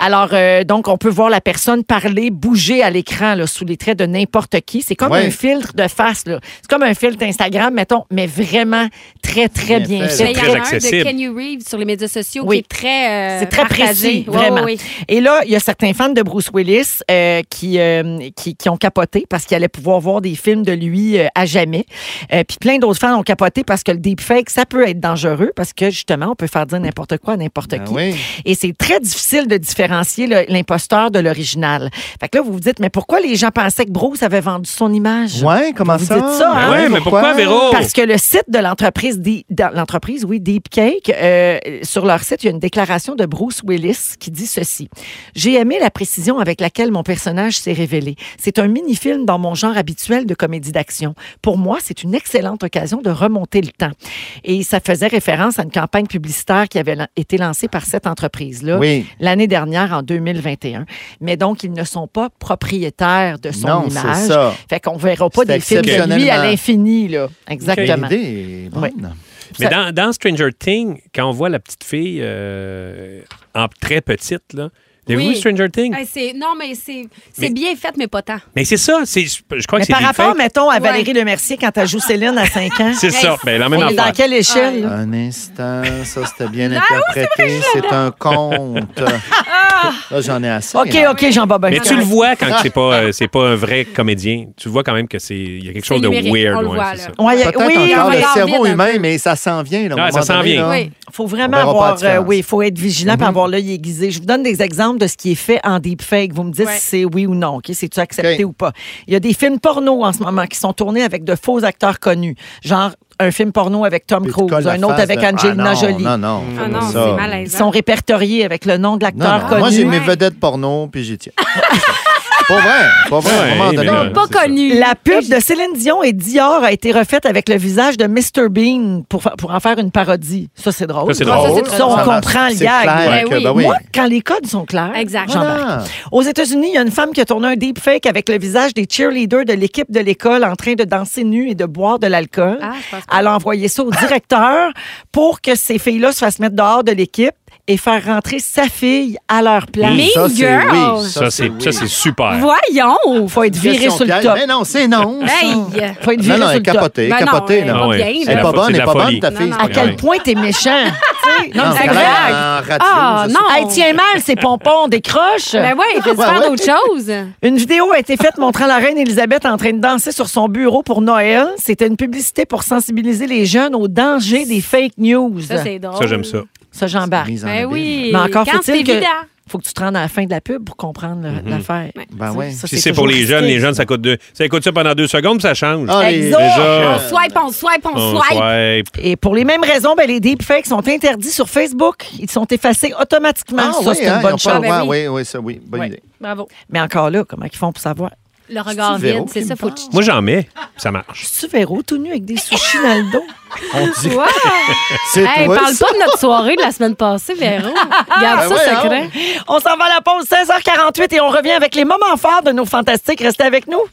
Speaker 1: Alors, euh, donc, on peut voir la personne parler, bouger à l'écran là, sous les traits de n'importe qui. C'est comme
Speaker 2: Ouais.
Speaker 1: un filtre de face. là. C'est comme un filtre Instagram, mettons, mais vraiment très, très
Speaker 2: Bien
Speaker 1: bien,
Speaker 2: fait,
Speaker 1: fait.
Speaker 2: là.
Speaker 5: Mais Ben, il y
Speaker 3: très
Speaker 5: en a un de
Speaker 3: accessible.
Speaker 5: Kenny Reeves sur les médias sociaux
Speaker 1: Oui.
Speaker 5: qui est très. euh,
Speaker 1: C'est très précis,
Speaker 5: partagé. Ouais,
Speaker 1: vraiment.
Speaker 5: ouais, ouais.
Speaker 1: Et là, il y a certains fans de Bruce Willis euh, qui, euh, qui, qui ont capoté parce qu'ils allaient pouvoir voir des films de lui euh, à jamais. Euh, Puis plein d'autres fans ont capoté parce que le deepfake, ça peut être dangereux parce que justement, on peut faire dire n'importe quoi à n'importe
Speaker 2: Ah
Speaker 1: qui.
Speaker 2: oui.
Speaker 1: Et c'est très difficile de différencier le- l'imposteur de l'original. Fait que là, vous vous dites, mais pourquoi les gens pensaient que Bruce avait vendu son image?
Speaker 2: Ouais, Oh! comment
Speaker 1: Vous
Speaker 2: ça?
Speaker 1: dites ça,
Speaker 3: Ben
Speaker 1: hein?
Speaker 3: ouais, mais pourquoi, Véro?
Speaker 1: Parce que le site de l'entreprise, Deep- de l'entreprise, oui, Deepcake, euh, sur leur site, il y a une déclaration de Bruce Willis qui dit ceci. J'ai aimé la précision avec laquelle mon personnage s'est révélé. C'est un mini-film dans mon genre habituel de comédie d'action. Pour moi, c'est une excellente occasion de remonter le temps. Et ça faisait référence à une campagne publicitaire qui avait lan- été lancée par cette entreprise-là
Speaker 2: Oui.
Speaker 1: l'année dernière, en 2021. Mais donc, ils ne sont pas propriétaires de son
Speaker 2: Non, c'est
Speaker 1: image.
Speaker 2: ça.
Speaker 1: Fait qu'on verra pas
Speaker 2: C'est
Speaker 1: des films de lui à
Speaker 2: exceptionnellement-
Speaker 1: l'infini, là.
Speaker 2: Mais
Speaker 1: Exactement.
Speaker 2: L'idée est bonne.
Speaker 1: Ouais.
Speaker 3: Mais
Speaker 1: Ça-
Speaker 3: dans, dans Stranger Things, quand on voit la petite fille euh, en très petite, là, avez-vous
Speaker 5: Oui.
Speaker 3: vu Stranger Things?
Speaker 5: Hey, c'est- non, mais c'est c'est
Speaker 3: Mais-
Speaker 5: bien fait, mais pas tant.
Speaker 3: Mais c'est ça, c'est, je je
Speaker 1: Mais
Speaker 3: crois que c'est
Speaker 1: par
Speaker 3: des
Speaker 1: rapport,
Speaker 3: fakes.
Speaker 1: mettons, à
Speaker 5: Ouais.
Speaker 1: Valérie Lemercier quand elle joue Céline à 5 ans,
Speaker 3: C'est ça, ben, la même
Speaker 1: on est dans
Speaker 3: affaire.
Speaker 1: quelle échelle? là?
Speaker 2: Un instant, ça c'était bien
Speaker 1: Ah
Speaker 2: interprété, c'est un conte. Là, j'en ai assez.
Speaker 1: Ah! OK,
Speaker 2: là.
Speaker 1: OK, Jean-Bob.
Speaker 3: Mais tu le vois quand c'est pas, euh, c'est pas un vrai comédien. Tu vois quand même que c'est il y a quelque chose de
Speaker 5: numérique,
Speaker 3: weird.
Speaker 5: on le
Speaker 3: ouais,
Speaker 5: voit,
Speaker 3: c'est
Speaker 5: là.
Speaker 1: Ouais, y a-
Speaker 2: Peut-être
Speaker 1: oui,
Speaker 2: encore
Speaker 5: on
Speaker 2: le
Speaker 5: regarde
Speaker 2: cerveau
Speaker 5: vite un
Speaker 2: humain,
Speaker 5: peu.
Speaker 2: mais ça s'en vient. Là, au
Speaker 3: Ouais,
Speaker 2: moment
Speaker 3: ça s'en
Speaker 2: donné,
Speaker 3: vient.
Speaker 2: là.
Speaker 5: Oui.
Speaker 1: faut
Speaker 2: On
Speaker 1: vraiment
Speaker 2: verra pas la
Speaker 1: avoir, euh,
Speaker 2: différence. Mm-hmm.
Speaker 1: oui, il faut être vigilant pour avoir l'œil aiguisé. Je vous donne des exemples de ce qui est fait en deepfake. Vous me dites
Speaker 5: Ouais.
Speaker 1: si c'est oui ou non, OK? C'est-tu accepté
Speaker 2: OK.
Speaker 1: ou pas? Il y a des films porno en ce moment qui sont tournés avec de faux acteurs connus. Genre un film porno avec Tom
Speaker 2: Puis tu colles
Speaker 1: Cruise,
Speaker 2: la
Speaker 1: un autre
Speaker 2: face
Speaker 1: avec
Speaker 2: de- Ah
Speaker 1: Angelina
Speaker 2: non,
Speaker 1: Jolie.
Speaker 2: Non, non,
Speaker 5: Ah non,
Speaker 2: ça.
Speaker 5: c'est
Speaker 1: Ils
Speaker 5: malaisant.
Speaker 1: sont répertoriés avec le nom de
Speaker 2: Non,
Speaker 1: l'acteur
Speaker 2: non,
Speaker 1: connu.
Speaker 2: Moi, j'ai mes
Speaker 5: Ouais.
Speaker 2: vedettes porno, puis j'y tiens. pas vrai, pas vrai. à un
Speaker 3: Ouais,
Speaker 2: moment
Speaker 3: mais
Speaker 2: donné,
Speaker 3: là,
Speaker 2: là.
Speaker 5: Pas
Speaker 3: c'est ça.
Speaker 5: connu.
Speaker 1: La pub de Céline Dion et Dior a été refaite avec le visage de Mr Bean pour, fa- pour en faire une parodie. Ça, c'est drôle.
Speaker 3: Ça, c'est
Speaker 5: drôle.
Speaker 1: Ça,
Speaker 5: c'est très
Speaker 1: on
Speaker 5: drôle.
Speaker 1: comprend le
Speaker 2: C'est
Speaker 1: gag. là.
Speaker 2: clair
Speaker 5: Ouais,
Speaker 2: que-
Speaker 5: oui.
Speaker 2: ben oui.
Speaker 1: Moi, quand les codes sont clairs,
Speaker 5: Exact.
Speaker 1: j'embarque.
Speaker 2: Voilà.
Speaker 1: Aux États-Unis, il y a une femme qui a tourné un deepfake avec le visage des cheerleaders de l'équipe de l'école en train de danser nue et de boire de l'alcool.
Speaker 5: Ah, je pense pas.
Speaker 1: Elle a envoyé ça au directeur pour que ces filles-là se fassent mettre dehors de l'équipe et faire rentrer sa fille à leur place.
Speaker 5: Mais-
Speaker 2: Ça, c'est
Speaker 5: Girl.
Speaker 2: oui.
Speaker 3: Ça, c'est, ça, c'est super.
Speaker 5: Voyons!
Speaker 1: Ah, faut être viré
Speaker 2: Question
Speaker 1: sur le
Speaker 2: claire.
Speaker 1: top.
Speaker 2: Mais non, c'est non. ça.
Speaker 5: Hey!
Speaker 1: faut être viré
Speaker 2: Non,
Speaker 1: sur
Speaker 2: non, elle est
Speaker 1: le top.
Speaker 2: capotée,
Speaker 5: Ben non,
Speaker 2: capotée,
Speaker 5: elle
Speaker 2: là.
Speaker 5: est
Speaker 3: Ah ouais.
Speaker 5: bien, là.
Speaker 3: C'est
Speaker 2: Elle est
Speaker 3: la
Speaker 2: pas
Speaker 3: fo- c'est
Speaker 2: bonne,
Speaker 3: de
Speaker 2: elle
Speaker 3: la
Speaker 2: est pas bonne,
Speaker 3: folie.
Speaker 2: ta
Speaker 5: Non,
Speaker 2: fille.
Speaker 5: non.
Speaker 1: À
Speaker 2: c'est pas
Speaker 1: quel
Speaker 2: grave.
Speaker 1: point t'es méchant. Tu sais, non,
Speaker 2: Non,
Speaker 1: mais c'est
Speaker 2: c'est
Speaker 1: vrai.
Speaker 2: grave, en radio,
Speaker 5: Ah,
Speaker 2: ça,
Speaker 5: non.
Speaker 1: Hey, tiens mal, ces pompons, décroche.
Speaker 5: Ben oui, il faut se
Speaker 2: Ouais,
Speaker 5: faire
Speaker 2: ouais.
Speaker 5: d'autres choses.
Speaker 1: Une vidéo a été faite montrant la reine Elisabeth en train de danser sur son bureau pour Noël. C'était une publicité pour sensibiliser les jeunes au danger des fake news.
Speaker 5: Ça, c'est drôle.
Speaker 3: Ça, j'aime ça.
Speaker 2: Ah,
Speaker 1: Ça,
Speaker 2: c'est
Speaker 1: j'embarque.
Speaker 2: mise en
Speaker 5: Ben
Speaker 2: abîme.
Speaker 5: oui.
Speaker 1: Mais encore
Speaker 5: Quand
Speaker 1: faut-il
Speaker 5: c'est
Speaker 1: que-
Speaker 5: évident.
Speaker 1: Faut que tu te rendes à la fin de la pub pour comprendre le- l'affaire.
Speaker 2: Ben oui.
Speaker 1: Ça,
Speaker 3: Si c'est pour
Speaker 1: toujours
Speaker 3: les jeunes,
Speaker 1: risqué.
Speaker 3: les jeunes, ça coûte, deux, ça coûte ça pendant deux secondes, puis ça change.
Speaker 2: Ah, les-
Speaker 1: Exo.
Speaker 3: Déjà.
Speaker 5: On swipe, on swipe, on
Speaker 3: On
Speaker 5: swipe.
Speaker 3: swipe.
Speaker 1: Et pour les mêmes raisons, ben, les deepfakes sont interdits sur Facebook. Ils sont effacés automatiquement.
Speaker 2: Ah,
Speaker 1: ça,
Speaker 2: oui,
Speaker 1: c'est une
Speaker 2: hein, ils ont
Speaker 1: bonne
Speaker 2: pas
Speaker 1: chose.
Speaker 2: le
Speaker 5: Ah, ben
Speaker 2: droit. oui, oui, ça, oui. Bonne
Speaker 1: Ouais.
Speaker 2: idée.
Speaker 5: Bravo.
Speaker 1: Mais encore là, comment ils font pour savoir?
Speaker 5: Le regard
Speaker 2: Véro
Speaker 5: vide, c'est
Speaker 2: qui
Speaker 5: ça,
Speaker 2: me
Speaker 5: faut
Speaker 2: parle?
Speaker 5: que
Speaker 3: Moi, j'en mets, ça marche.
Speaker 1: Tu verrou tout nu avec des sushis dans le dos?
Speaker 2: On dit.
Speaker 5: Wow!
Speaker 2: C'est
Speaker 5: Hey,
Speaker 2: toi,
Speaker 5: parle
Speaker 2: ça?
Speaker 5: pas de notre soirée de la semaine passée, Véro.
Speaker 2: Ben
Speaker 5: Garde ça
Speaker 2: voyons.
Speaker 5: secret.
Speaker 1: On s'en va à la pause 16h48 et on revient avec les moments forts de nos fantastiques. Restez avec nous.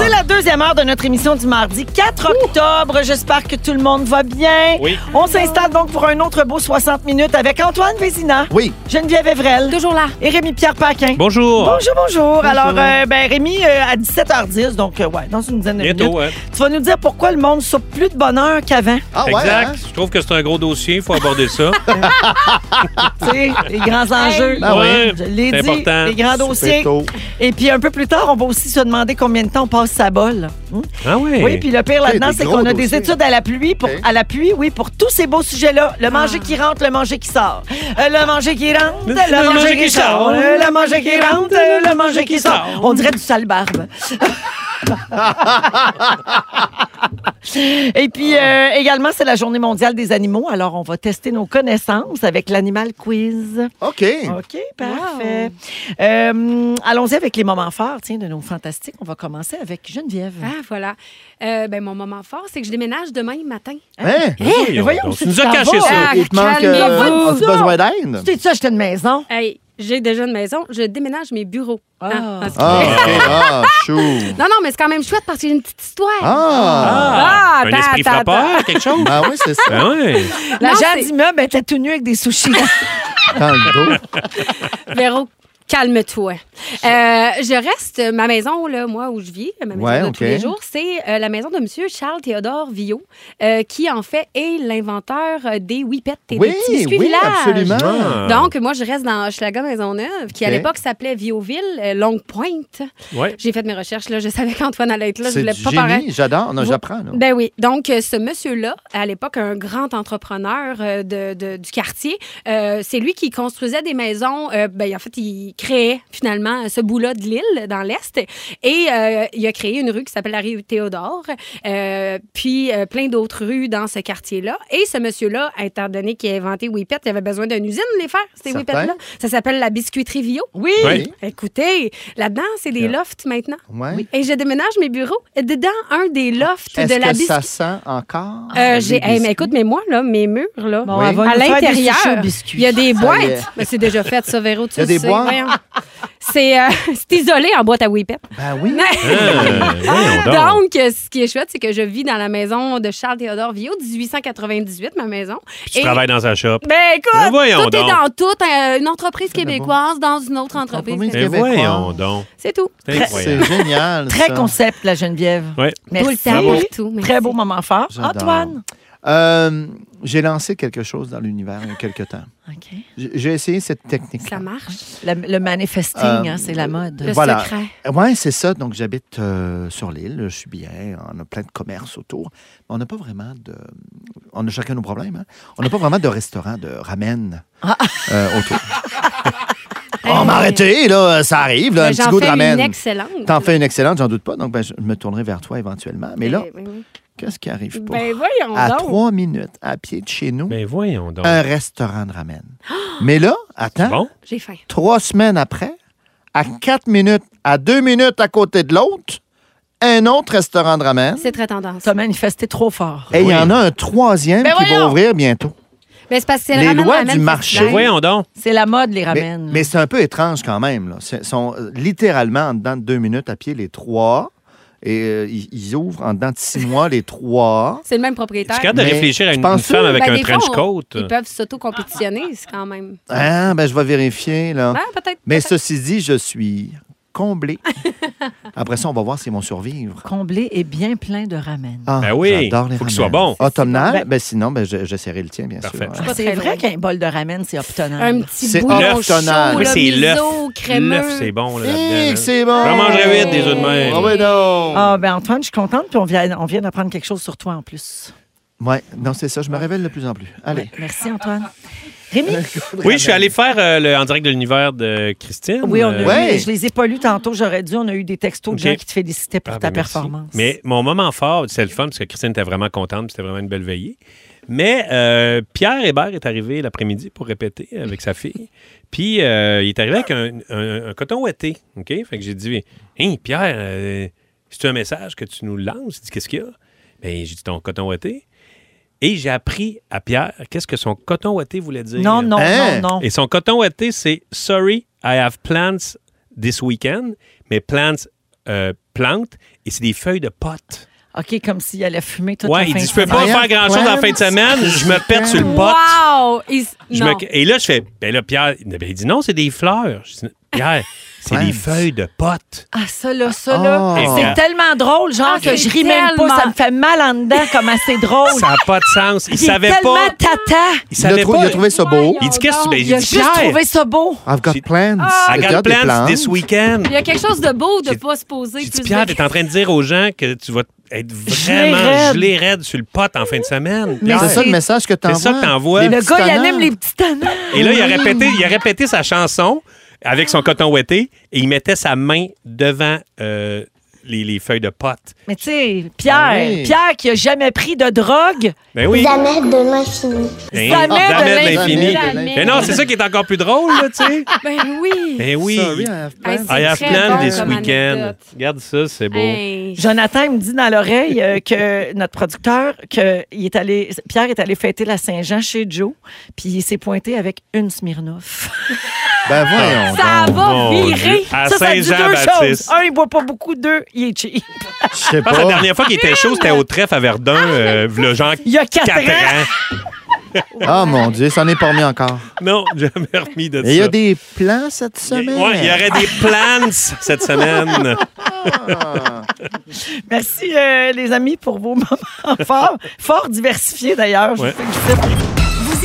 Speaker 1: C'est la deuxième heure de notre émission du mardi 4 octobre. J'espère que tout le monde va bien.
Speaker 3: Oui.
Speaker 1: On s'installe donc pour un autre beau 60 minutes avec Antoine Vézina,
Speaker 2: Oui,
Speaker 1: Geneviève Evrel
Speaker 5: Toujours là.
Speaker 1: et Rémi-Pierre Paquin.
Speaker 3: Bonjour.
Speaker 1: Bonjour, bonjour. Alors, euh, ben, Rémi, euh, à 17h10, donc, euh, ouais, dans une dizaine de minutes,
Speaker 3: Bientôt, hein.
Speaker 1: tu vas nous dire pourquoi le monde soupe plus de bonheur qu'avant.
Speaker 2: ah ouais.
Speaker 3: exact.
Speaker 2: hein?
Speaker 3: Je trouve que c'est un gros dossier, il faut aborder ça.
Speaker 1: tu sais, les grands enjeux.
Speaker 2: Ben
Speaker 3: ouais.
Speaker 1: Je l'ai
Speaker 3: C'est
Speaker 1: dit,
Speaker 3: important.
Speaker 1: les grands dossiers.
Speaker 2: Péto.
Speaker 1: Et puis, un peu plus tard, on va aussi se demander combien de temps on passe sa bolle. Hum?
Speaker 3: Ah oui.
Speaker 1: Oui, puis le pire
Speaker 2: Hey,
Speaker 1: là-dedans,
Speaker 2: des
Speaker 1: c'est
Speaker 2: gros
Speaker 1: qu'on a des
Speaker 2: dossiers.
Speaker 1: études à l'appui pour
Speaker 2: Hey.
Speaker 1: à l'appui, oui, pour tous ces beaux sujets-là. Le manger qui rentre, le manger qui sort. Euh, le manger qui rentre, le, manger qui sort. Euh, Le manger qui rentre, euh, le manger qui sort. On dirait du sale barbe. Et puis euh, également, c'est la journée mondiale des animaux. Alors, on va tester nos connaissances avec l'animal quiz.
Speaker 2: OK.
Speaker 1: OK, parfait. Euh, Allons-y avec les moments forts tiens, de nos fantastiques. On va commencer avec Geneviève.
Speaker 5: Ah, voilà. Euh, ben, mon moment fort, c'est que je déménage demain matin.
Speaker 2: Hein?
Speaker 3: Ah, Voyons
Speaker 1: voyons,
Speaker 3: donc,
Speaker 1: si
Speaker 3: tu nous
Speaker 1: tu
Speaker 3: as
Speaker 1: t'en
Speaker 3: caché
Speaker 1: vas,
Speaker 3: ça.
Speaker 5: Ah,
Speaker 2: Il te manque.
Speaker 5: calmez-vous
Speaker 2: euh,
Speaker 1: de
Speaker 2: as-tu
Speaker 1: ça.
Speaker 2: besoin d'aide?
Speaker 1: Tu t'es dit ça, j'étais une maison.
Speaker 5: Hey, j'ai déjà une maison, je déménage mes bureaux.
Speaker 1: Ah.
Speaker 5: parce que-
Speaker 2: Ah, OK. Ah, chou.
Speaker 5: Non, non, mais c'est quand même chouette parce que j'ai une petite histoire.
Speaker 2: Ah.
Speaker 3: Ah,
Speaker 5: Ah,
Speaker 3: un
Speaker 5: attends,
Speaker 3: esprit
Speaker 5: attends,
Speaker 3: frappeur, quelque chose.
Speaker 2: Ben oui, c'est ça.
Speaker 3: Ben ouais.
Speaker 1: La
Speaker 5: Non,
Speaker 1: jeune
Speaker 5: c'est-
Speaker 1: d'immeuble était tout nue avec des sushis.
Speaker 2: Dans le dos.
Speaker 5: Véro, calme-toi. Euh, je reste, ma maison, là, moi, où je vis, ma maison
Speaker 2: Ouais,
Speaker 5: de
Speaker 2: OK.
Speaker 5: tous les jours, c'est euh, la maison de M. Charles-Théodore Villot, euh, qui, en fait, est l'inventeur euh, des whippets et
Speaker 2: Oui,
Speaker 5: des petits biscuits
Speaker 2: oui,
Speaker 5: village.
Speaker 2: absolument.
Speaker 3: Ah.
Speaker 5: Donc, moi, je reste dans Schlaga Maisonneuve, qui à
Speaker 2: OK.
Speaker 5: l'époque s'appelait Vioville, euh, Longue Pointe.
Speaker 3: Ouais.
Speaker 5: J'ai fait mes recherches, là. Je savais qu'Antoine allait être là. Je
Speaker 2: C'est
Speaker 5: voulais
Speaker 2: du
Speaker 5: pas paraître.
Speaker 2: génie. J'adore. Non,
Speaker 5: Vous-
Speaker 2: j'apprends. là.
Speaker 5: Ben oui. Donc, euh, ce monsieur-là, à l'époque, un grand entrepreneur euh, de, de- du quartier, euh, c'est lui qui construisait des maisons. euh, ben, en fait, il créait finalement ce bout-là de l'île, dans l'Est. Et euh, il a créé une rue qui s'appelle la rue Théodore, euh, puis euh, plein d'autres rues dans ce quartier-là. Et ce monsieur-là, étant donné qu'il a inventé Whippet, il avait besoin d'une usine les faire, ces
Speaker 2: Certain.
Speaker 5: Whippets-là. Ça s'appelle la biscuiterie Vio. Oui!
Speaker 3: Oui.
Speaker 5: Écoutez, là-dedans, c'est des
Speaker 2: Yeah.
Speaker 5: lofts maintenant.
Speaker 2: Ouais. Ah.
Speaker 5: Et je déménage mes bureaux dedans un des lofts de
Speaker 2: Est-ce
Speaker 5: la
Speaker 2: que ça
Speaker 5: biscuiterie.
Speaker 2: sent encore?
Speaker 5: Euh,
Speaker 2: les
Speaker 5: j'ai, hey, mais
Speaker 2: biscuits?
Speaker 5: écoute, mais moi, là, mes murs, là,
Speaker 1: Bon,
Speaker 2: Oui.
Speaker 1: elle va
Speaker 5: à
Speaker 1: nous faire des
Speaker 5: l'intérieur,
Speaker 1: sushis aux
Speaker 5: il y
Speaker 1: biscuits.
Speaker 5: a des boîtes.
Speaker 2: est.
Speaker 5: Mais c'est déjà fait, ça, Véro, tu
Speaker 2: Il y a
Speaker 5: le
Speaker 2: des
Speaker 5: sais,
Speaker 2: boîtes.
Speaker 5: voyons. C'est, euh, c'est isolé en boîte à whippet.
Speaker 2: Ben oui.
Speaker 3: Euh, voyons donc.
Speaker 5: Donc, euh, ce qui est chouette, c'est que je vis dans la maison de Charles-Théodore Villot, 1898, ma maison.
Speaker 3: Puis tu
Speaker 5: Et-
Speaker 3: travailles dans un shop.
Speaker 5: Ben écoute,
Speaker 3: Ben voyons
Speaker 5: tout
Speaker 3: donc.
Speaker 5: est dans tout. euh, une entreprise québécoise dans une autre
Speaker 2: Entreprise
Speaker 5: entreprise.
Speaker 3: Mais
Speaker 2: Québécois.
Speaker 3: Ben voyons donc.
Speaker 5: C'est tout.
Speaker 3: C'est
Speaker 2: C'est
Speaker 3: incroyable.
Speaker 2: génial.
Speaker 1: Très
Speaker 2: ça.
Speaker 1: concept, la Geneviève.
Speaker 3: Ouais.
Speaker 1: Merci.
Speaker 5: Tout le temps,
Speaker 3: Bravo.
Speaker 5: partout. Merci.
Speaker 1: Très beau moment fort.
Speaker 2: J'adore.
Speaker 1: Antoine.
Speaker 2: Euh, j'ai lancé quelque chose dans l'univers il y a quelque temps.
Speaker 1: OK.
Speaker 2: J'ai j'ai essayé cette technique.
Speaker 5: Ça marche.
Speaker 1: Le, le manifesting,
Speaker 2: Euh,
Speaker 1: hein, c'est la mode.
Speaker 5: Le
Speaker 2: Voilà.
Speaker 5: secret.
Speaker 2: Oui, c'est ça. Donc, j'habite euh, sur l'île. Je suis bien. On a plein de commerces autour. Mais on n'a pas vraiment de. On a chacun nos problèmes. hein. On n'a pas vraiment de restaurant de ramen euh, autour. Oh, on m'a arrêté, là. Ça arrive, là,
Speaker 5: Ben,
Speaker 2: un petit
Speaker 5: Ah, J'en
Speaker 2: goût de
Speaker 5: fais une
Speaker 2: ramen.
Speaker 5: excellente.
Speaker 2: T'en fais une excellente, j'en doute pas. Donc, ben, je me tournerai vers toi éventuellement. Mais là,
Speaker 5: Ben, ben, ben.
Speaker 2: qu'est-ce qui arrive pas?
Speaker 5: Ben voyons
Speaker 2: à
Speaker 5: donc.
Speaker 2: trois minutes à pied de chez nous,
Speaker 3: Mais Ben voyons donc.
Speaker 2: un restaurant de ramen. Mais là, attends,
Speaker 3: Bon.
Speaker 5: J'ai faim.
Speaker 2: trois semaines après, à quatre minutes, à deux minutes à côté de l'autre, un autre restaurant de ramen.
Speaker 5: C'est très tendance.
Speaker 1: Tu as manifesté trop fort.
Speaker 2: Et il y en a un troisième
Speaker 5: Ben
Speaker 2: qui va
Speaker 5: voyons!
Speaker 2: ouvrir bientôt.
Speaker 5: Mais Ben, c'est parce que c'est
Speaker 2: Les
Speaker 5: le ramen
Speaker 2: lois
Speaker 5: ramen
Speaker 2: du marché.
Speaker 3: Mais
Speaker 5: festival.
Speaker 3: ben voyons donc.
Speaker 1: C'est la mode,
Speaker 5: Ah,
Speaker 1: les
Speaker 2: Mais,
Speaker 1: ramènes.
Speaker 2: mais c'est un peu étrange quand même. là. C'est- sont euh, littéralement en dedans de deux minutes à pied les trois. Et euh, ils, ils ouvrent en dedans de six mois les trois.
Speaker 5: C'est le même
Speaker 3: Tu es
Speaker 5: propriétaire.
Speaker 3: capable de
Speaker 2: Mais
Speaker 3: réfléchir à
Speaker 2: tu
Speaker 3: une,
Speaker 2: penses
Speaker 3: une femme
Speaker 2: ça?
Speaker 3: avec
Speaker 5: Ben,
Speaker 3: un
Speaker 5: des fois,
Speaker 3: trench
Speaker 5: on-
Speaker 3: coat.
Speaker 5: Ils peuvent s'auto-compétitionner, c'est quand même.
Speaker 2: Ah, ben je vais vérifier. là.
Speaker 5: Ah, peut-être.
Speaker 2: Mais
Speaker 5: peut-être.
Speaker 2: ceci dit, je suis comblé. Après ça, on va voir s'ils vont survivre.
Speaker 1: Comblé est bien plein de ramènes.
Speaker 2: Ah,
Speaker 3: Ben oui,
Speaker 2: j'adore les
Speaker 3: faut
Speaker 2: ramens.
Speaker 3: qu'il soit bon.
Speaker 2: Automnal,
Speaker 1: Ben-
Speaker 2: ben, sinon, ben, je- j'essaierai le tien, bien
Speaker 3: Parfait.
Speaker 2: sûr.
Speaker 3: Je
Speaker 5: pas
Speaker 1: c'est
Speaker 5: très
Speaker 1: vrai
Speaker 5: loin.
Speaker 1: qu'un bol de ramen, c'est obtenable.
Speaker 5: Un petit
Speaker 2: C'est
Speaker 5: bouillon
Speaker 2: l'œuf
Speaker 5: chaud,
Speaker 2: tonal.
Speaker 3: Oui,
Speaker 5: là,
Speaker 3: c'est l'œuf.
Speaker 5: miso,
Speaker 3: L'œuf,
Speaker 5: crémeux.
Speaker 3: c'est bon. Là,
Speaker 2: Hic,
Speaker 3: là-dedans, là.
Speaker 2: Eh, c'est bon!
Speaker 3: J'en mangerai huit des œufs de même.
Speaker 2: Ah, ben non!
Speaker 1: Ah, ben Antoine, je suis contente, puis on vient, on vient d'apprendre quelque chose sur toi en plus.
Speaker 2: Ouais, non, c'est ça, je me révèle de plus en plus. Allez.
Speaker 1: Merci, Antoine. Rémi?
Speaker 3: Oui, je suis allé faire euh, le en direct de l'univers de Christine.
Speaker 1: Oui, on a
Speaker 3: Euh,
Speaker 1: eu-
Speaker 2: Ouais.
Speaker 1: je les ai pas lus tantôt, j'aurais dû. On a eu des textos de
Speaker 3: Ok.
Speaker 1: gens qui te félicitaient pour
Speaker 3: Ah,
Speaker 1: ta
Speaker 3: ben, merci.
Speaker 1: performance.
Speaker 3: Mais mon moment fort, c'est le fun parce que Christine était vraiment contente, puis c'était vraiment une belle veillée. Mais euh, Pierre Hébert est arrivé l'après-midi pour répéter avec sa fille. Puis euh, il est arrivé avec un, un- un coton ouaté. OK? Fait que j'ai dit Hey, Pierre, euh, c'est un message que tu nous lances Il dit Qu'est-ce qu'il y a Ben, j'ai dit ton coton ouaté. Et j'ai appris à Pierre qu'est-ce que son coton ouaté voulait dire.
Speaker 1: Non, non,
Speaker 2: Hein?
Speaker 1: non, non.
Speaker 3: euh, Et son coton ouaté, c'est Sorry, I have plants this weekend, mais plants, euh, plantes, et c'est des feuilles de potes.
Speaker 1: OK, comme s'il allait fumer toute la
Speaker 3: ouais, il
Speaker 1: fin
Speaker 3: dit
Speaker 1: de
Speaker 3: Je peux pas
Speaker 1: semaine.
Speaker 3: faire grand chose en fin de semaine, je me pète sur le pot.
Speaker 5: Wow! Ils-
Speaker 3: Je
Speaker 5: non.
Speaker 3: me- Et là, je fais Ben là, Pierre, ben, il dit Non, c'est des fleurs. Je dis, Pierre, c'est
Speaker 2: Ouais.
Speaker 3: des feuilles de potes.
Speaker 1: Ah, ça là, ça
Speaker 2: Oh.
Speaker 1: là, c'est
Speaker 3: Ah.
Speaker 1: tellement drôle, genre
Speaker 5: Ah,
Speaker 1: que je
Speaker 5: c'est
Speaker 1: ris même pas,
Speaker 5: tellement-
Speaker 1: ça me fait mal en dedans comme assez drôle.
Speaker 3: Ça n'a pas de sens. Il
Speaker 1: Oh, Il est
Speaker 3: savait
Speaker 1: tellement
Speaker 3: pas.
Speaker 1: tata.
Speaker 3: Il
Speaker 2: Il a,
Speaker 3: savait
Speaker 2: trou-
Speaker 3: pas.
Speaker 2: il a trouvé ça beau.
Speaker 3: Il dit Qu'est-ce que tu. Ben,
Speaker 1: Il
Speaker 3: j'ai
Speaker 1: a
Speaker 3: dit
Speaker 1: juste
Speaker 3: Pierre,
Speaker 1: trouvé ça beau.
Speaker 2: I've got
Speaker 3: J'ai-
Speaker 2: plans.
Speaker 3: I
Speaker 1: Ah.
Speaker 2: I've
Speaker 3: got
Speaker 2: got des
Speaker 3: plans
Speaker 2: plans.
Speaker 3: this weekend.
Speaker 5: Il y a quelque chose de beau de
Speaker 3: J'ai-
Speaker 5: pas se poser.
Speaker 3: J'ai
Speaker 5: plus
Speaker 3: dit,
Speaker 5: de-
Speaker 3: Pierre, t'es en train de dire aux gens que tu vas être
Speaker 1: Gelé
Speaker 3: vraiment
Speaker 1: raide.
Speaker 3: gelé raide sur le pot en fin de semaine.
Speaker 1: Mais
Speaker 2: C'est ça
Speaker 1: c'est-
Speaker 2: le message que t'envoies.
Speaker 3: C'est ça que t'envoies.
Speaker 1: Le
Speaker 2: Des petits
Speaker 1: gars, il
Speaker 2: tannants.
Speaker 1: anime les petits tannants.
Speaker 3: Et là, il a répété, il a répété sa chanson avec son coton ouetté et il mettait sa main devant euh, les, les feuilles de potes.
Speaker 1: Mais tu sais, Pierre,
Speaker 2: Ah oui.
Speaker 1: Pierre qui a jamais pris de drogue,
Speaker 3: Ben oui.
Speaker 7: Jamais de l'infini.
Speaker 3: Ben,
Speaker 1: Jamais
Speaker 3: jamais
Speaker 1: de
Speaker 3: de l'infini.
Speaker 2: l'infini.
Speaker 3: Mais non, c'est ça qui est encore plus drôle, là, tu sais.
Speaker 5: Ben oui.
Speaker 3: Ben oui. Ah,
Speaker 2: Sorry, I have
Speaker 1: Ah,
Speaker 5: Hey,
Speaker 2: plans.
Speaker 5: c'est
Speaker 3: I have
Speaker 5: très
Speaker 3: planned
Speaker 5: bon
Speaker 3: this
Speaker 5: comme
Speaker 3: weekend.
Speaker 5: anecdote.
Speaker 3: Regarde ça, c'est beau.
Speaker 5: Hey,
Speaker 1: Jonathan il me dit dans l'oreille euh, que notre producteur, que il est allé, Pierre est allé fêter la Saint-Jean chez Joe, puis il s'est pointé avec une Smirnoff.
Speaker 2: Ben voyons.
Speaker 1: Ça
Speaker 2: donc.
Speaker 1: va
Speaker 3: Mon
Speaker 1: virer!
Speaker 3: Dieu. Oh, À
Speaker 1: ça, ça dit deux
Speaker 3: Saint-Jean-Baptiste.
Speaker 1: choses. Un, il boit pas beaucoup. Deux, il est cheap.
Speaker 2: Je sais
Speaker 3: Je pense que la
Speaker 2: pas.
Speaker 3: dernière fois qu'il était chaud, c'était au trèfle à Verdun, euh, v'là genre
Speaker 1: Il y a quatre,
Speaker 3: 4
Speaker 1: ans.
Speaker 3: ans.
Speaker 2: Ah mon Dieu, ça n'est pas remis encore.
Speaker 3: Non, j'ai jamais remis de ça.
Speaker 2: Et il y a des plans cette
Speaker 3: Il y a-
Speaker 2: semaine.
Speaker 3: ouais, il y aurait des plans cette semaine.
Speaker 1: Merci, euh, les amis, pour vos moments forts. Fort diversifiés, d'ailleurs. Je
Speaker 3: Ouais.
Speaker 1: vous félicite.
Speaker 4: Vous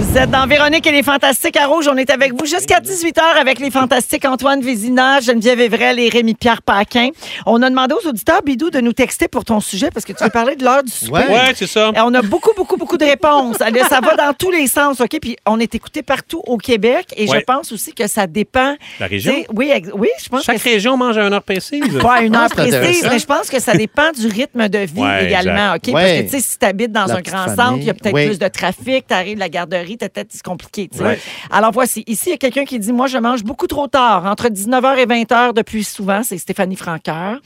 Speaker 1: Vous êtes dans Véronique et les Fantastiques à Rouge. On est avec vous jusqu'à 18h avec les Fantastiques Antoine Vézina, Geneviève Evrel et Rémi-Pierre Paquin. On a demandé aux auditeurs, Bidou, de nous texter pour ton sujet parce que tu veux parler de l'heure du souper.
Speaker 2: Ouais.
Speaker 3: Ouais, c'est ça.
Speaker 1: Et on a beaucoup, beaucoup, beaucoup de réponses. Allez, ça va dans tous les sens, OK? Puis on est écouté partout au Québec et
Speaker 3: Ouais.
Speaker 1: je pense aussi que ça dépend.
Speaker 3: La région.
Speaker 1: Tu sais, Oui, ex- oui, je pense
Speaker 3: Chaque
Speaker 1: que
Speaker 3: région mange à une heure précise.
Speaker 1: c'est pas à une
Speaker 2: Ah,
Speaker 1: heure
Speaker 2: c'est
Speaker 1: précise, hein?
Speaker 2: intéressant.
Speaker 1: mais je pense que ça dépend du rythme de vie
Speaker 3: Ouais,
Speaker 1: également, OK? Parce que,
Speaker 2: Ouais.
Speaker 1: tu sais, si tu habites dans
Speaker 2: La
Speaker 1: un
Speaker 2: petite
Speaker 1: grand
Speaker 2: famille.
Speaker 1: centre, il y a peut-être
Speaker 2: Oui.
Speaker 1: plus de trafic, tu arrives à la garderie, t'as peut-être c'est compliqué, tu sais.
Speaker 3: Ouais.
Speaker 1: Alors voici, ici, il y a quelqu'un qui dit, moi, je mange beaucoup trop tard, entre 19h et 20h depuis souvent, c'est Stéphanie Franqueur.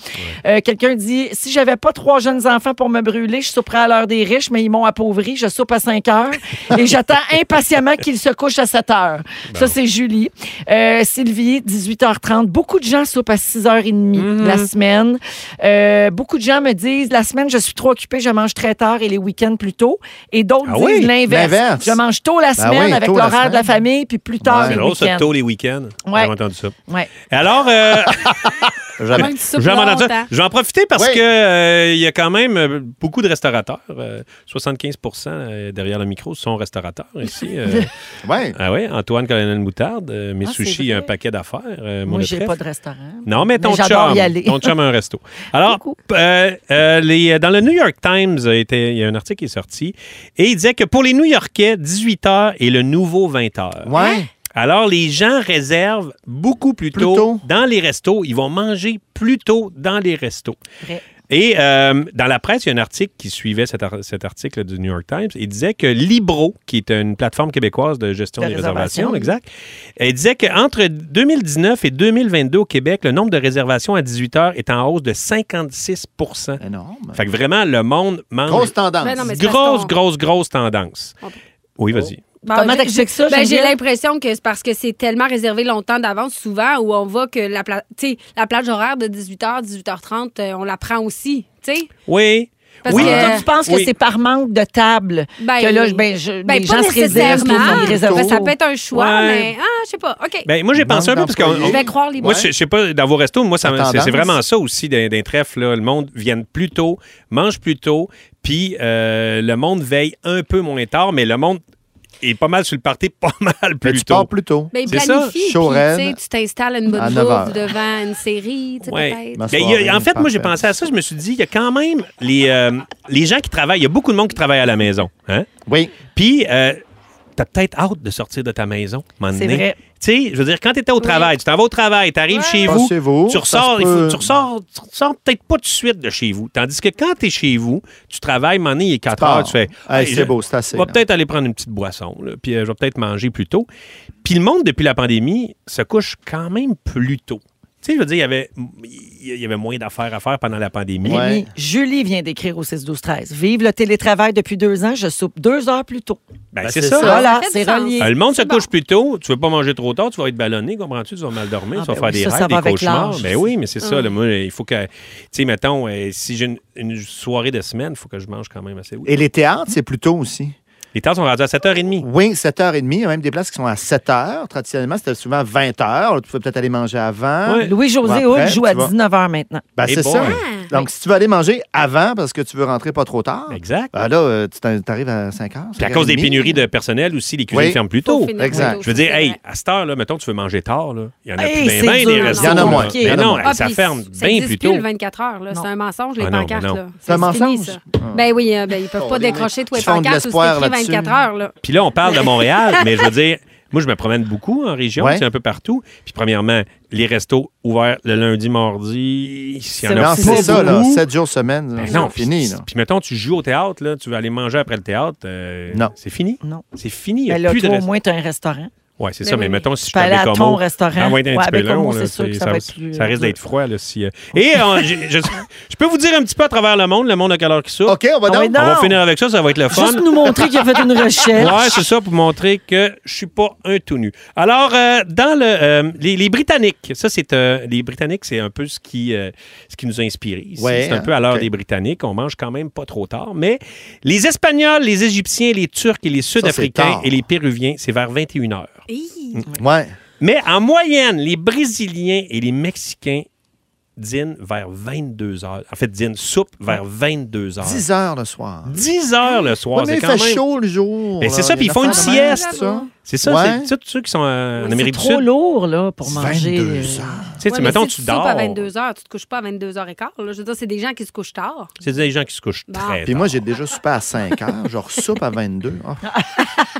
Speaker 1: Euh, quelqu'un dit, si j'avais pas trois jeunes enfants pour me brûler, je souperais à l'heure des riches, mais ils m'ont appauvri, je soupe à 5h et j'attends impatiemment qu'ils se couchent à 7h.
Speaker 2: Ben
Speaker 1: Ça, c'est Julie. Euh, Sylvie, 18h30. Beaucoup de gens soupent à 6h30
Speaker 2: Mhm.
Speaker 1: la semaine. Euh, beaucoup de gens me disent la semaine, je suis trop occupée, je mange très tard et les week-ends plus tôt. Et d'autres
Speaker 3: Ah
Speaker 1: disent
Speaker 3: oui,
Speaker 1: l'inverse.
Speaker 2: l'inverse.
Speaker 1: Je mange tôt la
Speaker 2: Ben
Speaker 1: semaine
Speaker 2: oui,
Speaker 1: avec
Speaker 2: tôt la
Speaker 1: l'horaire de la
Speaker 2: semaine.
Speaker 1: famille, puis plus tard
Speaker 2: Ouais.
Speaker 3: C'est
Speaker 1: les
Speaker 3: drôle, ça,
Speaker 1: week-ends.
Speaker 3: tôt les week-ends.
Speaker 1: Ouais.
Speaker 3: J'ai entendu ça.
Speaker 1: Ouais.
Speaker 3: Alors, euh,
Speaker 2: Jamais.
Speaker 5: même si ça
Speaker 3: je vais en
Speaker 5: prend
Speaker 3: entendre ça.
Speaker 5: longtemps.
Speaker 3: Je vais en profiter parce
Speaker 2: Oui.
Speaker 3: que euh, il y a quand même euh, beaucoup de restaurateurs. euh, 75 euh, derrière le micro sont restaurateurs ici. euh.
Speaker 2: Ouais.
Speaker 3: ah ouais, Antoine Colonel Moutarde, euh, mes
Speaker 1: Ah, c'est
Speaker 3: sushis,
Speaker 1: vrai.
Speaker 3: un paquet d'affaires. euh, mon
Speaker 1: Moi, j'ai
Speaker 3: trèfle.
Speaker 1: pas de restaurant.
Speaker 3: Non, mais ton
Speaker 1: Hein? Mais j'adore
Speaker 3: chum.
Speaker 1: y aller.
Speaker 3: Ton chum a un resto. Alors,
Speaker 1: Coucou.
Speaker 3: euh, euh, les, dans le New York Times, euh, était- il y a un article qui est sorti et il disait que pour les New Yorkais, 18 h est le nouveau 20 h
Speaker 2: Ouais.
Speaker 3: Alors, les gens réservent beaucoup plus
Speaker 2: Plus
Speaker 3: tôt,
Speaker 2: tôt.
Speaker 3: dans les restos. Ils vont manger plus tôt dans les restos.
Speaker 1: Vrai.
Speaker 3: Et euh, dans la presse, il y a un article qui suivait cet, ar- cet article du New York Times. Il disait que Libro, qui est une plateforme québécoise de gestion
Speaker 1: De
Speaker 3: des
Speaker 1: réservation.
Speaker 3: réservations, exact, elle disait qu'entre 2019 et 2022 au Québec, le nombre de réservations à 18 heures est en hausse de 56
Speaker 2: Énorme.
Speaker 3: Fait que vraiment, le monde mange.
Speaker 2: Grosse tendance.
Speaker 5: Ben non, mais c'est parce
Speaker 3: grosse,
Speaker 5: qu'on-
Speaker 3: grosse, grosse tendance.
Speaker 5: On-
Speaker 3: Oui, vas-y.
Speaker 2: Oh.
Speaker 5: Bon,
Speaker 1: Comment
Speaker 5: j'ai-
Speaker 1: t'expliques ça,
Speaker 5: ben, J'ai
Speaker 1: Geneviève?
Speaker 5: l'impression que c'est parce que c'est tellement réservé longtemps d'avance, souvent, où on voit que la, pla- tu sais, la plage horaire de 18h, 18h30, euh, on la prend aussi. tu sais.
Speaker 3: Oui.
Speaker 5: Parce
Speaker 3: oui.
Speaker 5: que-
Speaker 1: Toi, tu penses
Speaker 3: Oui.
Speaker 1: que c'est par manque de table
Speaker 5: Ben,
Speaker 1: que là, ben, je-
Speaker 5: Ben,
Speaker 1: les
Speaker 5: pas
Speaker 1: gens se réservent.
Speaker 5: nécessairement.
Speaker 1: ils réservent
Speaker 5: Ben, ça
Speaker 1: tôt.
Speaker 5: peut être un choix,
Speaker 3: Ouais.
Speaker 5: mais ah, je sais pas. OK.
Speaker 3: Ben, moi, j'ai pensé un peu
Speaker 2: Manque
Speaker 3: parce que.
Speaker 2: d'employés.
Speaker 3: on-
Speaker 5: je vais croire les
Speaker 3: Moi,
Speaker 5: bons.
Speaker 3: je, je sais pas, dans vos restos, moi, ça
Speaker 2: La
Speaker 3: me- c'est, c'est
Speaker 2: tendance.
Speaker 3: vraiment ça aussi d'un, d'un trèfle. là. Le monde vient plus tôt, mange plus tôt, puis euh, le monde veille un peu moins tard, mais le monde est pas mal sur le party, pas mal
Speaker 2: Mais
Speaker 3: plus
Speaker 2: tu
Speaker 3: tôt.
Speaker 2: pars plus tôt.
Speaker 5: Ben,
Speaker 3: C'est ça.
Speaker 5: planifie, puis,
Speaker 2: Showren,
Speaker 5: tu sais, tu t'installes une
Speaker 2: à
Speaker 5: bonne
Speaker 2: 9 heures.
Speaker 5: bouffe devant une série, tu sais,
Speaker 3: Ouais.
Speaker 5: peut-être.
Speaker 2: Ma
Speaker 3: Ben, il y a-
Speaker 2: soirée,
Speaker 3: en fait, moi, j'ai
Speaker 2: parfait.
Speaker 3: pensé à ça. Je me suis dit, il y a quand même les, euh, les gens qui travaillent. Il y a beaucoup de monde qui travaille à la maison. Hein?
Speaker 2: Oui.
Speaker 3: Puis, euh, t'as peut-être hâte de sortir de ta maison, à un moment
Speaker 1: C'est
Speaker 3: donné.
Speaker 1: vrai.
Speaker 3: Tu sais, je veux dire, quand t'étais au travail, tu t'en vas au travail, t'arrives chez
Speaker 2: Pas
Speaker 3: vous,
Speaker 2: chez vous,
Speaker 3: tu
Speaker 2: ça
Speaker 3: ressors,
Speaker 2: se
Speaker 3: il faut-
Speaker 2: peut.
Speaker 3: tu ressors, tu ressors peut-être pas tout de suite de chez vous. Tandis que quand t'es chez vous, tu travailles, à un moment donné, il est 4 heures,
Speaker 2: pars.
Speaker 3: tu fais...
Speaker 2: Hey, c'est
Speaker 3: je-
Speaker 2: beau, c'est assez,
Speaker 3: Je vais
Speaker 2: là.
Speaker 3: peut-être aller prendre une petite boisson, là, puis euh, je vais peut-être manger plus tôt. Puis le monde, depuis la pandémie, se couche quand même plus tôt. Tu sais, je veux dire, il y avait, il y avait moins d'affaires à faire pendant la pandémie.
Speaker 2: Ouais.
Speaker 1: Rémi, Julie vient d'écrire au 6-12-13. Vive le télétravail depuis deux ans, je soupe deux heures plus tôt.
Speaker 3: Ben,
Speaker 2: Ben,
Speaker 3: c'est
Speaker 2: c'est
Speaker 3: ça.
Speaker 2: ça.
Speaker 1: Voilà,
Speaker 5: fait du
Speaker 1: c'est
Speaker 5: sens.
Speaker 1: relié.
Speaker 3: Euh, le monde se
Speaker 5: C'est bon.
Speaker 3: couche plus tôt, tu veux pas manger trop tard, tu vas être ballonné, comprends-tu? Tu vas mal dormir,
Speaker 1: Ah,
Speaker 3: tu vas
Speaker 1: ben
Speaker 3: faire
Speaker 1: oui, ça,
Speaker 3: des
Speaker 1: ça
Speaker 3: rêves,
Speaker 1: va
Speaker 3: des
Speaker 1: avec
Speaker 3: cauchemars.
Speaker 1: l'âge. Ah.
Speaker 3: Ben oui, mais c'est ça. là, moi, il faut que. Tu sais, mettons, euh, si j'ai une, une soirée de semaine, il faut que je mange quand même assez. haut.
Speaker 2: Et les théâtres, c'est plus tôt aussi.
Speaker 3: Les temps sont rendus à 7h30.
Speaker 2: Oui, 7h30. Il y a même des places qui sont à 7h. Traditionnellement, c'était souvent 20h. Tu pouvais peut-être aller manger avant.
Speaker 3: Ouais.
Speaker 1: Louis-José
Speaker 2: Ou
Speaker 1: Hood
Speaker 2: après,
Speaker 1: joue à
Speaker 2: tu vas-
Speaker 1: 19h maintenant.
Speaker 2: Ben,
Speaker 3: Eh
Speaker 2: c'est
Speaker 3: boy.
Speaker 2: ça. Donc, si tu veux aller manger avant parce que tu veux rentrer pas trop tard,
Speaker 3: Exact.
Speaker 2: ben là, euh, tu t'en- t'arrives à 5 heures.
Speaker 3: Puis à
Speaker 2: 5
Speaker 3: cause des
Speaker 2: heures et demie.
Speaker 3: pénuries de personnel aussi, les cuisines
Speaker 2: Oui.
Speaker 3: ferment plus
Speaker 5: Faut
Speaker 3: tôt.
Speaker 5: finir
Speaker 2: exact.
Speaker 5: plus
Speaker 3: Je veux
Speaker 5: tôt,
Speaker 3: dire,
Speaker 5: c'est
Speaker 3: hey,
Speaker 5: vrai.
Speaker 3: à cette heure-là, mettons, tu veux manger tard, là. Il y en a
Speaker 1: Hey,
Speaker 3: plus
Speaker 1: c'est
Speaker 3: d'un bain
Speaker 1: dur,
Speaker 3: des
Speaker 1: non, Ah,
Speaker 3: restos.
Speaker 2: Il y en a
Speaker 3: là.
Speaker 2: moins. Il y
Speaker 3: Mais
Speaker 2: en a
Speaker 3: non,
Speaker 2: moins.
Speaker 3: hey, ça
Speaker 5: Ah, puis
Speaker 3: ferme
Speaker 5: ça
Speaker 3: bien
Speaker 5: existe
Speaker 3: plus
Speaker 5: plus
Speaker 3: tôt.
Speaker 5: le 24 heures. là.
Speaker 1: Non.
Speaker 5: C'est un mensonge, les
Speaker 3: Ah non, mais
Speaker 5: pancartes.
Speaker 3: non.
Speaker 5: là.
Speaker 2: C'est un
Speaker 5: fini,
Speaker 2: mensonge?
Speaker 5: ça. Ben oui, euh, ben, ils ne peuvent pas décrocher tous les
Speaker 2: Ils font de
Speaker 5: pancartes où c'est
Speaker 2: l'espoir
Speaker 5: écrit
Speaker 2: là-dessus.
Speaker 5: 24 heures. Là.
Speaker 3: Puis là, on parle de Montréal, mais je veux dire, moi, je me promène beaucoup en région,
Speaker 2: Ouais.
Speaker 3: c'est un peu partout. Puis premièrement, les restos ouverts le lundi, mardi, s'il
Speaker 1: C'est
Speaker 3: y en a
Speaker 2: Non,
Speaker 3: pas
Speaker 2: c'est ça, là.
Speaker 3: beaucoup.
Speaker 2: 7 jours semaine,
Speaker 3: Ben
Speaker 2: c'est
Speaker 3: non,
Speaker 2: fini.
Speaker 3: puis-
Speaker 2: Là.
Speaker 3: Puis mettons, tu joues au théâtre, là, tu vas aller manger après le théâtre. euh,
Speaker 2: Non.
Speaker 3: C'est fini.
Speaker 1: Non.
Speaker 3: C'est fini. Il y a
Speaker 1: Mais là,
Speaker 3: plus de
Speaker 1: toi, au
Speaker 3: rest-
Speaker 1: moins, tu as un restaurant.
Speaker 3: Ouais, c'est
Speaker 5: Mais
Speaker 3: ça.
Speaker 5: oui.
Speaker 3: Mais mettons, si je
Speaker 1: Ben peux aller à
Speaker 3: avec
Speaker 1: ton restaurant.
Speaker 3: Ah ouais, d'un
Speaker 1: Ouais,
Speaker 3: petit peu
Speaker 1: avec Homo,
Speaker 3: long, là,
Speaker 1: c'est sûr que ça va être plus,
Speaker 3: ça risque
Speaker 1: euh,
Speaker 3: d'être froid, là, si... euh. Et euh, je, je- je peux vous dire un petit peu à travers le monde, le monde à quelle heure qui souffre.
Speaker 2: OK, on va
Speaker 1: Ah oui,
Speaker 2: donc.
Speaker 3: On va
Speaker 1: Non.
Speaker 3: finir avec ça, ça va être le fun.
Speaker 1: Juste nous montrer qu'il a fait une recherche.
Speaker 3: Ouais, c'est ça, pour montrer que je suis pas un tout nu. Alors, euh, dans le, euh, les, les Britanniques, ça, c'est euh, les Britanniques, c'est un peu ce qui, euh, ce qui nous a inspirés. ici.
Speaker 2: Ouais, hein,
Speaker 3: c'est un peu à l'heure
Speaker 2: ok.
Speaker 3: des Britanniques. On mange quand même pas trop tard. Mais les Espagnols, les Égyptiens, les Turcs et les Sud-Africains
Speaker 2: tard.
Speaker 3: et les Péruviens, c'est vers 21 h
Speaker 5: Hi.
Speaker 2: Ouais.
Speaker 3: Mais en moyenne, les Brésiliens et les Mexicains dînent vers 22 h En fait, dînent soupe vers 22 h 10,
Speaker 2: 10 heures le soir.
Speaker 3: heures le soir.
Speaker 2: Ouais, mais
Speaker 3: c'est
Speaker 2: il
Speaker 3: quand
Speaker 2: fait
Speaker 3: même-
Speaker 2: chaud le jour.
Speaker 3: Mais
Speaker 2: là.
Speaker 3: c'est ça,
Speaker 2: Il y
Speaker 3: puis
Speaker 2: a
Speaker 3: ils font une
Speaker 2: affaire de même,
Speaker 3: sieste.
Speaker 2: ça.
Speaker 3: C'est ça,
Speaker 2: Ouais.
Speaker 3: c'est ça, tous ceux qui sont euh, en
Speaker 1: C'est
Speaker 3: Amérique du
Speaker 1: trop
Speaker 3: Sud.
Speaker 1: lourd, là, pour manger. euh,
Speaker 2: 22 heures.
Speaker 3: Tu sais,
Speaker 5: Ouais,
Speaker 3: tu-
Speaker 5: mais
Speaker 3: mettons,
Speaker 5: si
Speaker 3: tu
Speaker 5: soupes
Speaker 3: dors.
Speaker 5: à 22 heures, tu te couches pas à 22 h 15 là. Je veux dire, c'est des gens qui se couchent tard.
Speaker 3: C'est des gens qui se couchent
Speaker 5: Bon.
Speaker 3: très
Speaker 2: Puis
Speaker 3: tard.
Speaker 2: moi, j'ai déjà soupé à 5 heures. Je ressoupe à 22. Ah,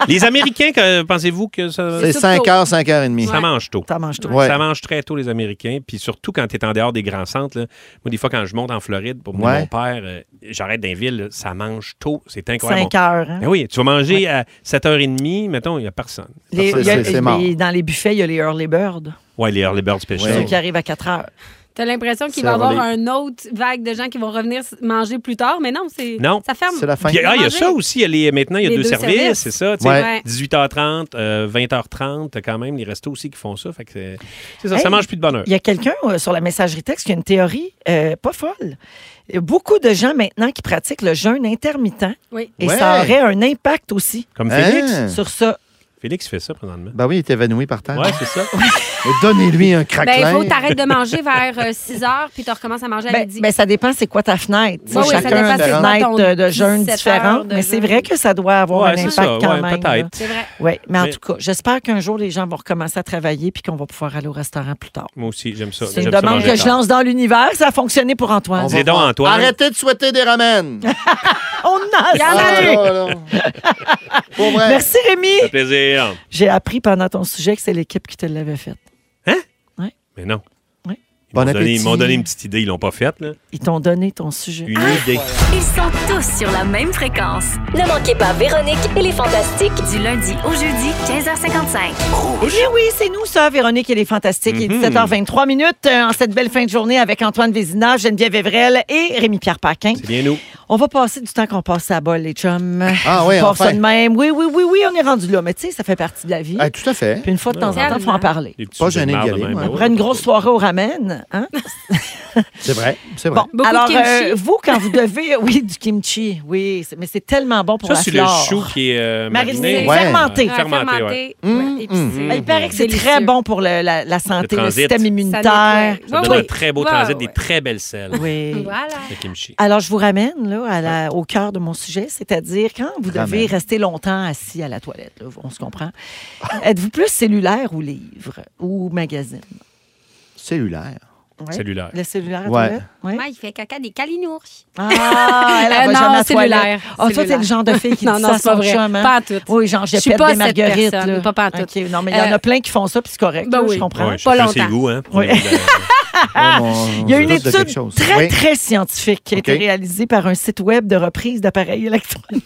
Speaker 3: Les Américains, que- pensez-vous que ça,
Speaker 2: c'est
Speaker 5: soupe
Speaker 2: 5
Speaker 5: tôt.
Speaker 2: heures, 5 heures et demie.
Speaker 3: ça mange tôt?
Speaker 1: Ça mange tout.
Speaker 2: Ouais.
Speaker 3: Ça mange très tôt, les Américains. Puis surtout quand tu es en dehors des grands centres. là. Moi, des fois, quand je monte en Floride pour mener
Speaker 2: Ouais.
Speaker 3: mon père, euh, j'arrête dans les villes, là, ça mange tôt. C'est incroyable.
Speaker 1: 5 heures. hein.
Speaker 3: Ben oui, tu vas manger à 7h30, mettons, il n'y a personne.
Speaker 1: Les-
Speaker 2: C'est-
Speaker 1: il y a-
Speaker 2: c'est- c'est mort.
Speaker 1: les- dans les buffets, il y a les early birds,
Speaker 3: Ouais, les Early Bird
Speaker 2: Ouais.
Speaker 3: Special.
Speaker 1: ceux qui arrivent à 4 heures.
Speaker 5: T'as l'impression qu'il
Speaker 2: C'est
Speaker 5: va y avoir
Speaker 2: relais.
Speaker 5: une autre vague de gens qui vont revenir s- manger plus tard, mais non, c'est
Speaker 3: Non.
Speaker 5: ça ferme.
Speaker 2: C'est la fin.
Speaker 3: Puis, ah, il y a
Speaker 5: Manger.
Speaker 3: ça aussi. il y a les- maintenant, il y a
Speaker 5: Les
Speaker 3: deux,
Speaker 5: deux
Speaker 3: services,
Speaker 5: services.
Speaker 3: c'est ça. tu sais.
Speaker 2: Ouais.
Speaker 5: Ouais.
Speaker 3: 18h30, euh, 20h30, t'as quand même les restos aussi qui font ça. Fait que c'est- c'est ça, ça
Speaker 1: Hey,
Speaker 3: mange plus de bonheur.
Speaker 1: Il y a quelqu'un euh, sur la messagerie texte qui a une théorie euh, pas folle. Il y a beaucoup de gens maintenant qui pratiquent le jeûne intermittent
Speaker 5: Oui.
Speaker 1: et
Speaker 2: Ouais.
Speaker 1: ça aurait un impact aussi
Speaker 3: Comme
Speaker 2: Hein?
Speaker 3: Félix.
Speaker 1: sur ça.
Speaker 3: Félix fait ça présentement.
Speaker 2: Ben oui, il est évanoui par terre.
Speaker 3: Ouais, c'est ça.
Speaker 2: Mais Donnez-lui un
Speaker 5: Ben, il
Speaker 2: craquelin.
Speaker 5: faut t'arrêter de manger vers 6 h puis tu recommences à manger à
Speaker 1: Ben,
Speaker 5: midi.
Speaker 1: ben, ça dépend c'est quoi ta fenêtre.
Speaker 5: Ouais,
Speaker 2: oui, ça
Speaker 1: Chacun a
Speaker 2: dépend,
Speaker 1: une
Speaker 2: c'est quoi
Speaker 1: fenêtre
Speaker 5: ton
Speaker 1: de, de jeûne
Speaker 5: 17
Speaker 1: différente,
Speaker 5: heures de
Speaker 1: mais c'est
Speaker 5: jeûne.
Speaker 1: vrai que ça doit avoir un
Speaker 3: Ouais, c'est
Speaker 1: impact
Speaker 3: ça.
Speaker 1: quand
Speaker 3: Ouais,
Speaker 1: même.
Speaker 3: peut-être.
Speaker 5: C'est vrai.
Speaker 1: Oui, mais en
Speaker 3: Mais-
Speaker 1: tout cas, j'espère qu'un jour, les gens vont recommencer à travailler puis qu'on va pouvoir aller au restaurant plus tard.
Speaker 3: Moi aussi, j'aime ça.
Speaker 1: C'est une
Speaker 3: J'aime ça
Speaker 1: demande
Speaker 3: manger
Speaker 1: que je
Speaker 3: tard.
Speaker 1: lance dans l'univers. Ça a fonctionné pour
Speaker 2: On
Speaker 1: Antoine.
Speaker 2: va
Speaker 3: Dis donc,
Speaker 2: voir.
Speaker 3: Antoine.
Speaker 2: Arrêtez de souhaiter des ramen.
Speaker 1: Ah, On en
Speaker 5: en
Speaker 1: a
Speaker 5: a
Speaker 1: eu.
Speaker 2: là, là. Pour vrai.
Speaker 1: ben Merci
Speaker 3: Ça fait
Speaker 1: Rémi.
Speaker 3: plaisir.
Speaker 1: J'ai appris pendant ton sujet que c'est l'équipe qui te l'avait fait.
Speaker 3: Mais non.
Speaker 1: Ouais.
Speaker 3: Ils m'ont
Speaker 2: Bon
Speaker 3: donné, ils m'ont
Speaker 2: appétit.
Speaker 3: donné une petite idée. Ils l'ont pas faite, là.
Speaker 1: Ils t'ont donné ton sujet.
Speaker 3: Une idée.
Speaker 4: Ils sont tous sur la même fréquence.
Speaker 6: Ne manquez pas Véronique et les Fantastiques.
Speaker 4: Du lundi au jeudi, 15h55.
Speaker 1: Oui, Eh oui, c'est nous, ça, Véronique et les Fantastiques. Il est
Speaker 3: Mhm.
Speaker 1: 17h23 minutes euh, en cette belle fin de journée avec Antoine Vézina, Geneviève Evrel et Rémi-Pierre Paquin.
Speaker 3: C'est bien nous.
Speaker 1: On va passer du temps qu'on passe à bol, les chums.
Speaker 2: Ah oui,
Speaker 1: on passe
Speaker 2: enfin.
Speaker 1: ça de même. Oui, oui, oui, oui, on est rendu là. Mais tu sais, ça fait partie de la vie.
Speaker 3: Ah,
Speaker 2: Eh, tout à fait.
Speaker 1: Puis une fois de temps en temps, il faut en parler.
Speaker 3: Des petits
Speaker 2: Pas
Speaker 3: sujets de
Speaker 2: gêné d'y
Speaker 3: marde
Speaker 2: aller,
Speaker 3: même,
Speaker 2: moi.
Speaker 3: Ah ouais.
Speaker 1: Après une grosse soirée au ramen, hein?
Speaker 2: C'est vrai. C'est vrai.
Speaker 1: Bon,
Speaker 5: Beaucoup de
Speaker 1: alors,
Speaker 5: kimchi.
Speaker 1: euh, vous, quand vous devez... Oui, du kimchi, oui. c'est- Mais c'est tellement bon pour
Speaker 3: Ça,
Speaker 1: la
Speaker 3: c'est le
Speaker 1: flore.
Speaker 3: chou qui est euh,
Speaker 1: Mariné,
Speaker 3: mariné.
Speaker 2: Ouais.
Speaker 1: fermenté.
Speaker 5: Ouais,
Speaker 3: fermenté,
Speaker 2: Mmh,
Speaker 5: ouais, épicé.
Speaker 3: mmh.
Speaker 1: Ah, Il paraît que c'est
Speaker 5: Délicieux.
Speaker 1: très bon pour le- la, la santé, le,
Speaker 3: transit.
Speaker 1: système
Speaker 3: Ça
Speaker 1: immunitaire.
Speaker 5: nettoie.
Speaker 3: Ça
Speaker 5: Ouais,
Speaker 3: donne un
Speaker 5: ouais.
Speaker 3: très beau
Speaker 5: Ouais,
Speaker 3: transit,
Speaker 5: ouais.
Speaker 3: des très belles selles.
Speaker 1: Oui. Ah,
Speaker 5: Voilà.
Speaker 3: Le kimchi.
Speaker 1: Alors, je vous ramène là, à la- au cœur de mon sujet, c'est-à-dire quand vous devez
Speaker 2: Ramène.
Speaker 1: rester longtemps assis à la toilette, là, on se comprend. Êtes-vous plus cellulaire ou livre ou magazine?
Speaker 2: Cellulaire.
Speaker 1: Ouais.
Speaker 3: Cellulaire.
Speaker 1: Le cellulaire à
Speaker 2: Ouais.
Speaker 1: toilette? Ouais.
Speaker 5: Ouais, il fait caca des calinours.
Speaker 1: Ah, elle, elle
Speaker 5: Euh,
Speaker 1: va
Speaker 5: non,
Speaker 1: jamais à la
Speaker 5: cellulaire,
Speaker 1: toilette. Ah, toi, t'es
Speaker 5: cellulaire.
Speaker 1: le genre de fille qui
Speaker 5: Non,
Speaker 1: dit
Speaker 5: non,
Speaker 1: ça à
Speaker 5: c'est pas
Speaker 1: son
Speaker 5: vrai.
Speaker 1: chum, hein?
Speaker 5: Pas en tout.
Speaker 1: Oui, genre, je
Speaker 5: Je suis
Speaker 1: pète
Speaker 5: pas
Speaker 1: des
Speaker 5: cette
Speaker 1: marguerites.
Speaker 5: personne,
Speaker 1: là.
Speaker 5: pas pas en tout.
Speaker 1: OK, Non, mais il y en a
Speaker 5: Euh,
Speaker 1: plein qui font ça, puis c'est correct.
Speaker 5: ben
Speaker 1: là,
Speaker 5: oui.
Speaker 1: Je comprends.
Speaker 3: Ouais, chacun ses
Speaker 5: longtemps.
Speaker 3: goûts, hein.
Speaker 1: Oui.
Speaker 2: On-
Speaker 1: Ah, Il y a
Speaker 2: on
Speaker 1: une
Speaker 2: doute de
Speaker 1: étude
Speaker 2: quelque chose.
Speaker 1: très,
Speaker 2: Oui.
Speaker 1: très scientifique qui a été
Speaker 2: OK.
Speaker 1: réalisée par un site web de reprise d'appareils électroniques.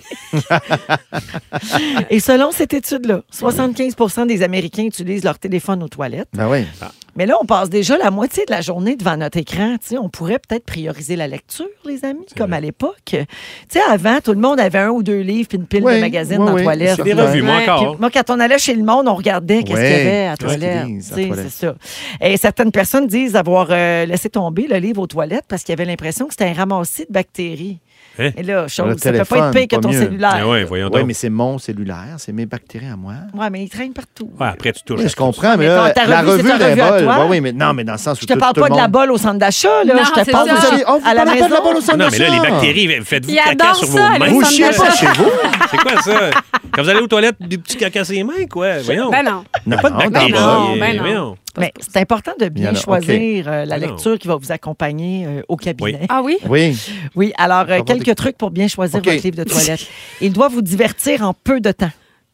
Speaker 1: Et selon cette étude-là, 75 des Américains utilisent leur téléphone aux toilettes.
Speaker 2: Ben oui.
Speaker 3: Ah,
Speaker 1: Mais là, on passe déjà la moitié de la journée devant notre écran. Tu sais, on pourrait peut-être prioriser la lecture, les amis, comme à l'époque. Tu sais, avant, tout le monde avait un ou deux livres puis une pile de
Speaker 2: Oui,
Speaker 1: magazines
Speaker 2: oui,
Speaker 1: dans la
Speaker 2: oui.
Speaker 1: toilette.
Speaker 3: C'est des
Speaker 2: Ouais.
Speaker 3: revues, moi
Speaker 5: Ouais.
Speaker 3: encore.
Speaker 1: Puis moi, quand on allait chez le monde, on regardait qu'est-ce
Speaker 2: Ouais,
Speaker 1: qu'il y avait à la
Speaker 2: qu'est-ce qu'ils
Speaker 1: toilette.
Speaker 2: lisent à
Speaker 1: Tu sais,
Speaker 2: toilette.
Speaker 1: C'est ça. Et certaines personnes disent avoir euh, laissé tomber le livre aux toilettes parce qu'ils avaient l'impression que c'était un ramassis de bactéries.
Speaker 3: Hein?
Speaker 1: Et là, chose,
Speaker 2: Eh. Le
Speaker 1: ça peut pas
Speaker 2: téléphone,
Speaker 1: être pire que
Speaker 2: pas
Speaker 1: ton
Speaker 2: mieux. Eh
Speaker 3: Ah
Speaker 1: cellulaire.
Speaker 3: ouais, voyons
Speaker 2: Oui,
Speaker 3: donc.
Speaker 2: mais c'est mon cellulaire, c'est mes bactéries à moi.
Speaker 1: Ouais, mais il traîne partout.
Speaker 3: Ouais, après, tu touches.
Speaker 2: Oui, je comprends, mais
Speaker 1: Mais
Speaker 2: là,
Speaker 1: ta- ta
Speaker 2: la
Speaker 1: revue,
Speaker 2: revue
Speaker 1: c'est ta
Speaker 2: d'un
Speaker 1: revue à
Speaker 2: bol.
Speaker 1: toi.
Speaker 2: Oui, oui, mais non, mais dans le sens où
Speaker 1: Je te
Speaker 2: tout-
Speaker 1: parle
Speaker 2: tout
Speaker 1: pas
Speaker 2: le
Speaker 1: de la
Speaker 2: monde-
Speaker 1: bolle au centre d'achat, là.
Speaker 5: Non,
Speaker 1: je te
Speaker 5: c'est
Speaker 1: parle
Speaker 5: ça.
Speaker 1: de-
Speaker 2: Vous allez- oh, vous
Speaker 1: à la
Speaker 2: parlez pas de la
Speaker 1: maison.
Speaker 2: bolle au centre
Speaker 3: Non, mais là,
Speaker 2: d'achat.
Speaker 3: les bactéries, faites-vous
Speaker 5: Ils
Speaker 3: caca
Speaker 5: adorent
Speaker 3: sur
Speaker 5: ça,
Speaker 3: vos mains.
Speaker 5: les
Speaker 2: Vous
Speaker 5: centres
Speaker 2: chiez pas
Speaker 5: d'achat.
Speaker 2: chez vous?
Speaker 3: C'est quoi ça? Quand vous allez aux toilettes, du petit caca sur les mains, quoi? Voyons.
Speaker 5: Ben non.
Speaker 2: Non,
Speaker 3: Pas de
Speaker 2: non,
Speaker 3: bactéries.
Speaker 2: dans le bol.
Speaker 5: non, ben non.
Speaker 3: voyons.
Speaker 1: Mais c'est important de bien
Speaker 2: alors,
Speaker 1: choisir euh, la
Speaker 3: Voyons.
Speaker 1: lecture qui va vous accompagner euh, au cabinet.
Speaker 5: Ah oui?
Speaker 2: Ah Oui.
Speaker 1: Oui, alors euh,
Speaker 2: Avoir
Speaker 1: quelques
Speaker 2: des-
Speaker 1: trucs pour bien choisir
Speaker 2: OK.
Speaker 1: votre livre de toilette. Il doit vous divertir en peu de temps.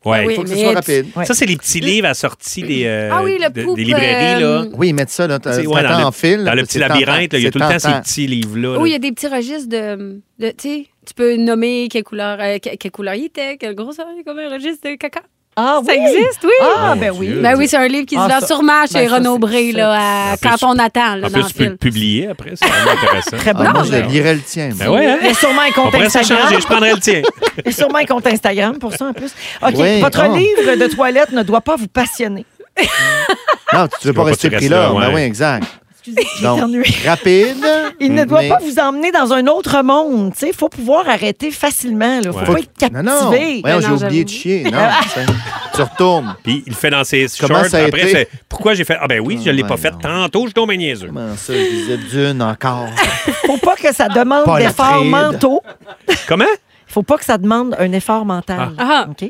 Speaker 3: Ouais.
Speaker 5: Ben Oui.
Speaker 2: faut que ce
Speaker 5: mais
Speaker 2: soit
Speaker 5: tu-
Speaker 2: rapide.
Speaker 1: Ouais.
Speaker 3: Ça, c'est les petits livres assortis des, euh,
Speaker 5: Ah oui, le
Speaker 3: de-
Speaker 5: poupe,
Speaker 3: des librairies,
Speaker 5: euh,
Speaker 3: là.
Speaker 2: Oui, mettre ça, là, t'as-
Speaker 3: C'est- ouais,
Speaker 2: t'attends
Speaker 3: dans
Speaker 2: en
Speaker 3: le,
Speaker 2: fil.
Speaker 3: dans le
Speaker 2: c'est
Speaker 3: petit labyrinthe, là, il y a tout le
Speaker 2: tentant,
Speaker 3: temps
Speaker 2: c'est
Speaker 3: ces
Speaker 2: tentant.
Speaker 3: petits livres-là. là.
Speaker 5: Oui, il y a des petits registres de. de- tu sais, tu peux nommer quelle couleur, euh, que- quelle couleur il était, quelle grosseur, comme un registre de caca.
Speaker 1: Ah
Speaker 5: Ça existe, oui.
Speaker 1: Ah,
Speaker 2: Oh, Mon
Speaker 1: ben
Speaker 2: Dieu.
Speaker 1: oui.
Speaker 5: Ben oui, c'est un livre qui
Speaker 1: Ah,
Speaker 5: se vend
Speaker 1: ça-
Speaker 5: sûrement chez
Speaker 1: ben, ça,
Speaker 5: Renaud
Speaker 1: c'est-
Speaker 5: Bré,
Speaker 1: ça,
Speaker 5: là, à-
Speaker 3: En plus,
Speaker 5: quand on attend, là,
Speaker 3: En
Speaker 5: dans
Speaker 3: plus,
Speaker 5: le
Speaker 3: tu peux le
Speaker 5: film.
Speaker 3: publier après, c'est vraiment intéressant.
Speaker 1: Très
Speaker 2: Ah,
Speaker 1: bonne
Speaker 2: moi,
Speaker 1: idée.
Speaker 2: je lirais le tien. moi.
Speaker 3: Ben ouais, hein?
Speaker 1: Il y a sûrement un
Speaker 3: On
Speaker 1: compte
Speaker 3: pourrait
Speaker 1: Instagram.
Speaker 3: s'échanger, je prendrais le tien.
Speaker 1: Il y a sûrement un compte Instagram pour ça, en plus. OK,
Speaker 2: Oui,
Speaker 1: votre
Speaker 2: non.
Speaker 1: livre de toilette ne doit pas vous passionner.
Speaker 2: Non, tu veux
Speaker 3: veux
Speaker 2: pas
Speaker 3: pas
Speaker 2: rester
Speaker 3: que tu
Speaker 2: pris
Speaker 3: restes
Speaker 2: là.
Speaker 3: là,
Speaker 2: Ben
Speaker 3: ouais.
Speaker 2: oui, exact.
Speaker 1: Excusez, j'ai
Speaker 2: Donc,
Speaker 1: éternué.
Speaker 2: Rapide.
Speaker 1: Il ne doit
Speaker 2: mais-
Speaker 1: pas vous emmener dans un autre monde. Il faut pouvoir arrêter facilement. Il ne faut
Speaker 3: Ouais.
Speaker 1: pas être
Speaker 2: Non, non.
Speaker 1: captivé.
Speaker 2: Voyons,
Speaker 5: Ben
Speaker 2: j'ai
Speaker 5: non,
Speaker 2: oublié
Speaker 5: j'avoue.
Speaker 2: de chier. Non,
Speaker 1: Ah.
Speaker 2: c'est- tu retournes.
Speaker 3: Puis il le fait dans ses
Speaker 2: Comment
Speaker 3: shorts.
Speaker 2: ça a
Speaker 3: Après,
Speaker 2: été?
Speaker 3: c'est pourquoi j'ai fait. Ah ben oui, je ne l'ai
Speaker 2: Ah,
Speaker 3: pas
Speaker 2: ben
Speaker 3: fait
Speaker 2: non.
Speaker 3: tantôt, je tombe un niaiseux.
Speaker 2: Comment ça, je disais d'une encore?
Speaker 1: faut pas que ça demande
Speaker 2: Pas la
Speaker 1: d'efforts
Speaker 2: fride.
Speaker 1: mentaux.
Speaker 3: Comment?
Speaker 2: Ah,
Speaker 1: faut pas que ça demande un effort mental.
Speaker 5: Ah.
Speaker 1: OK?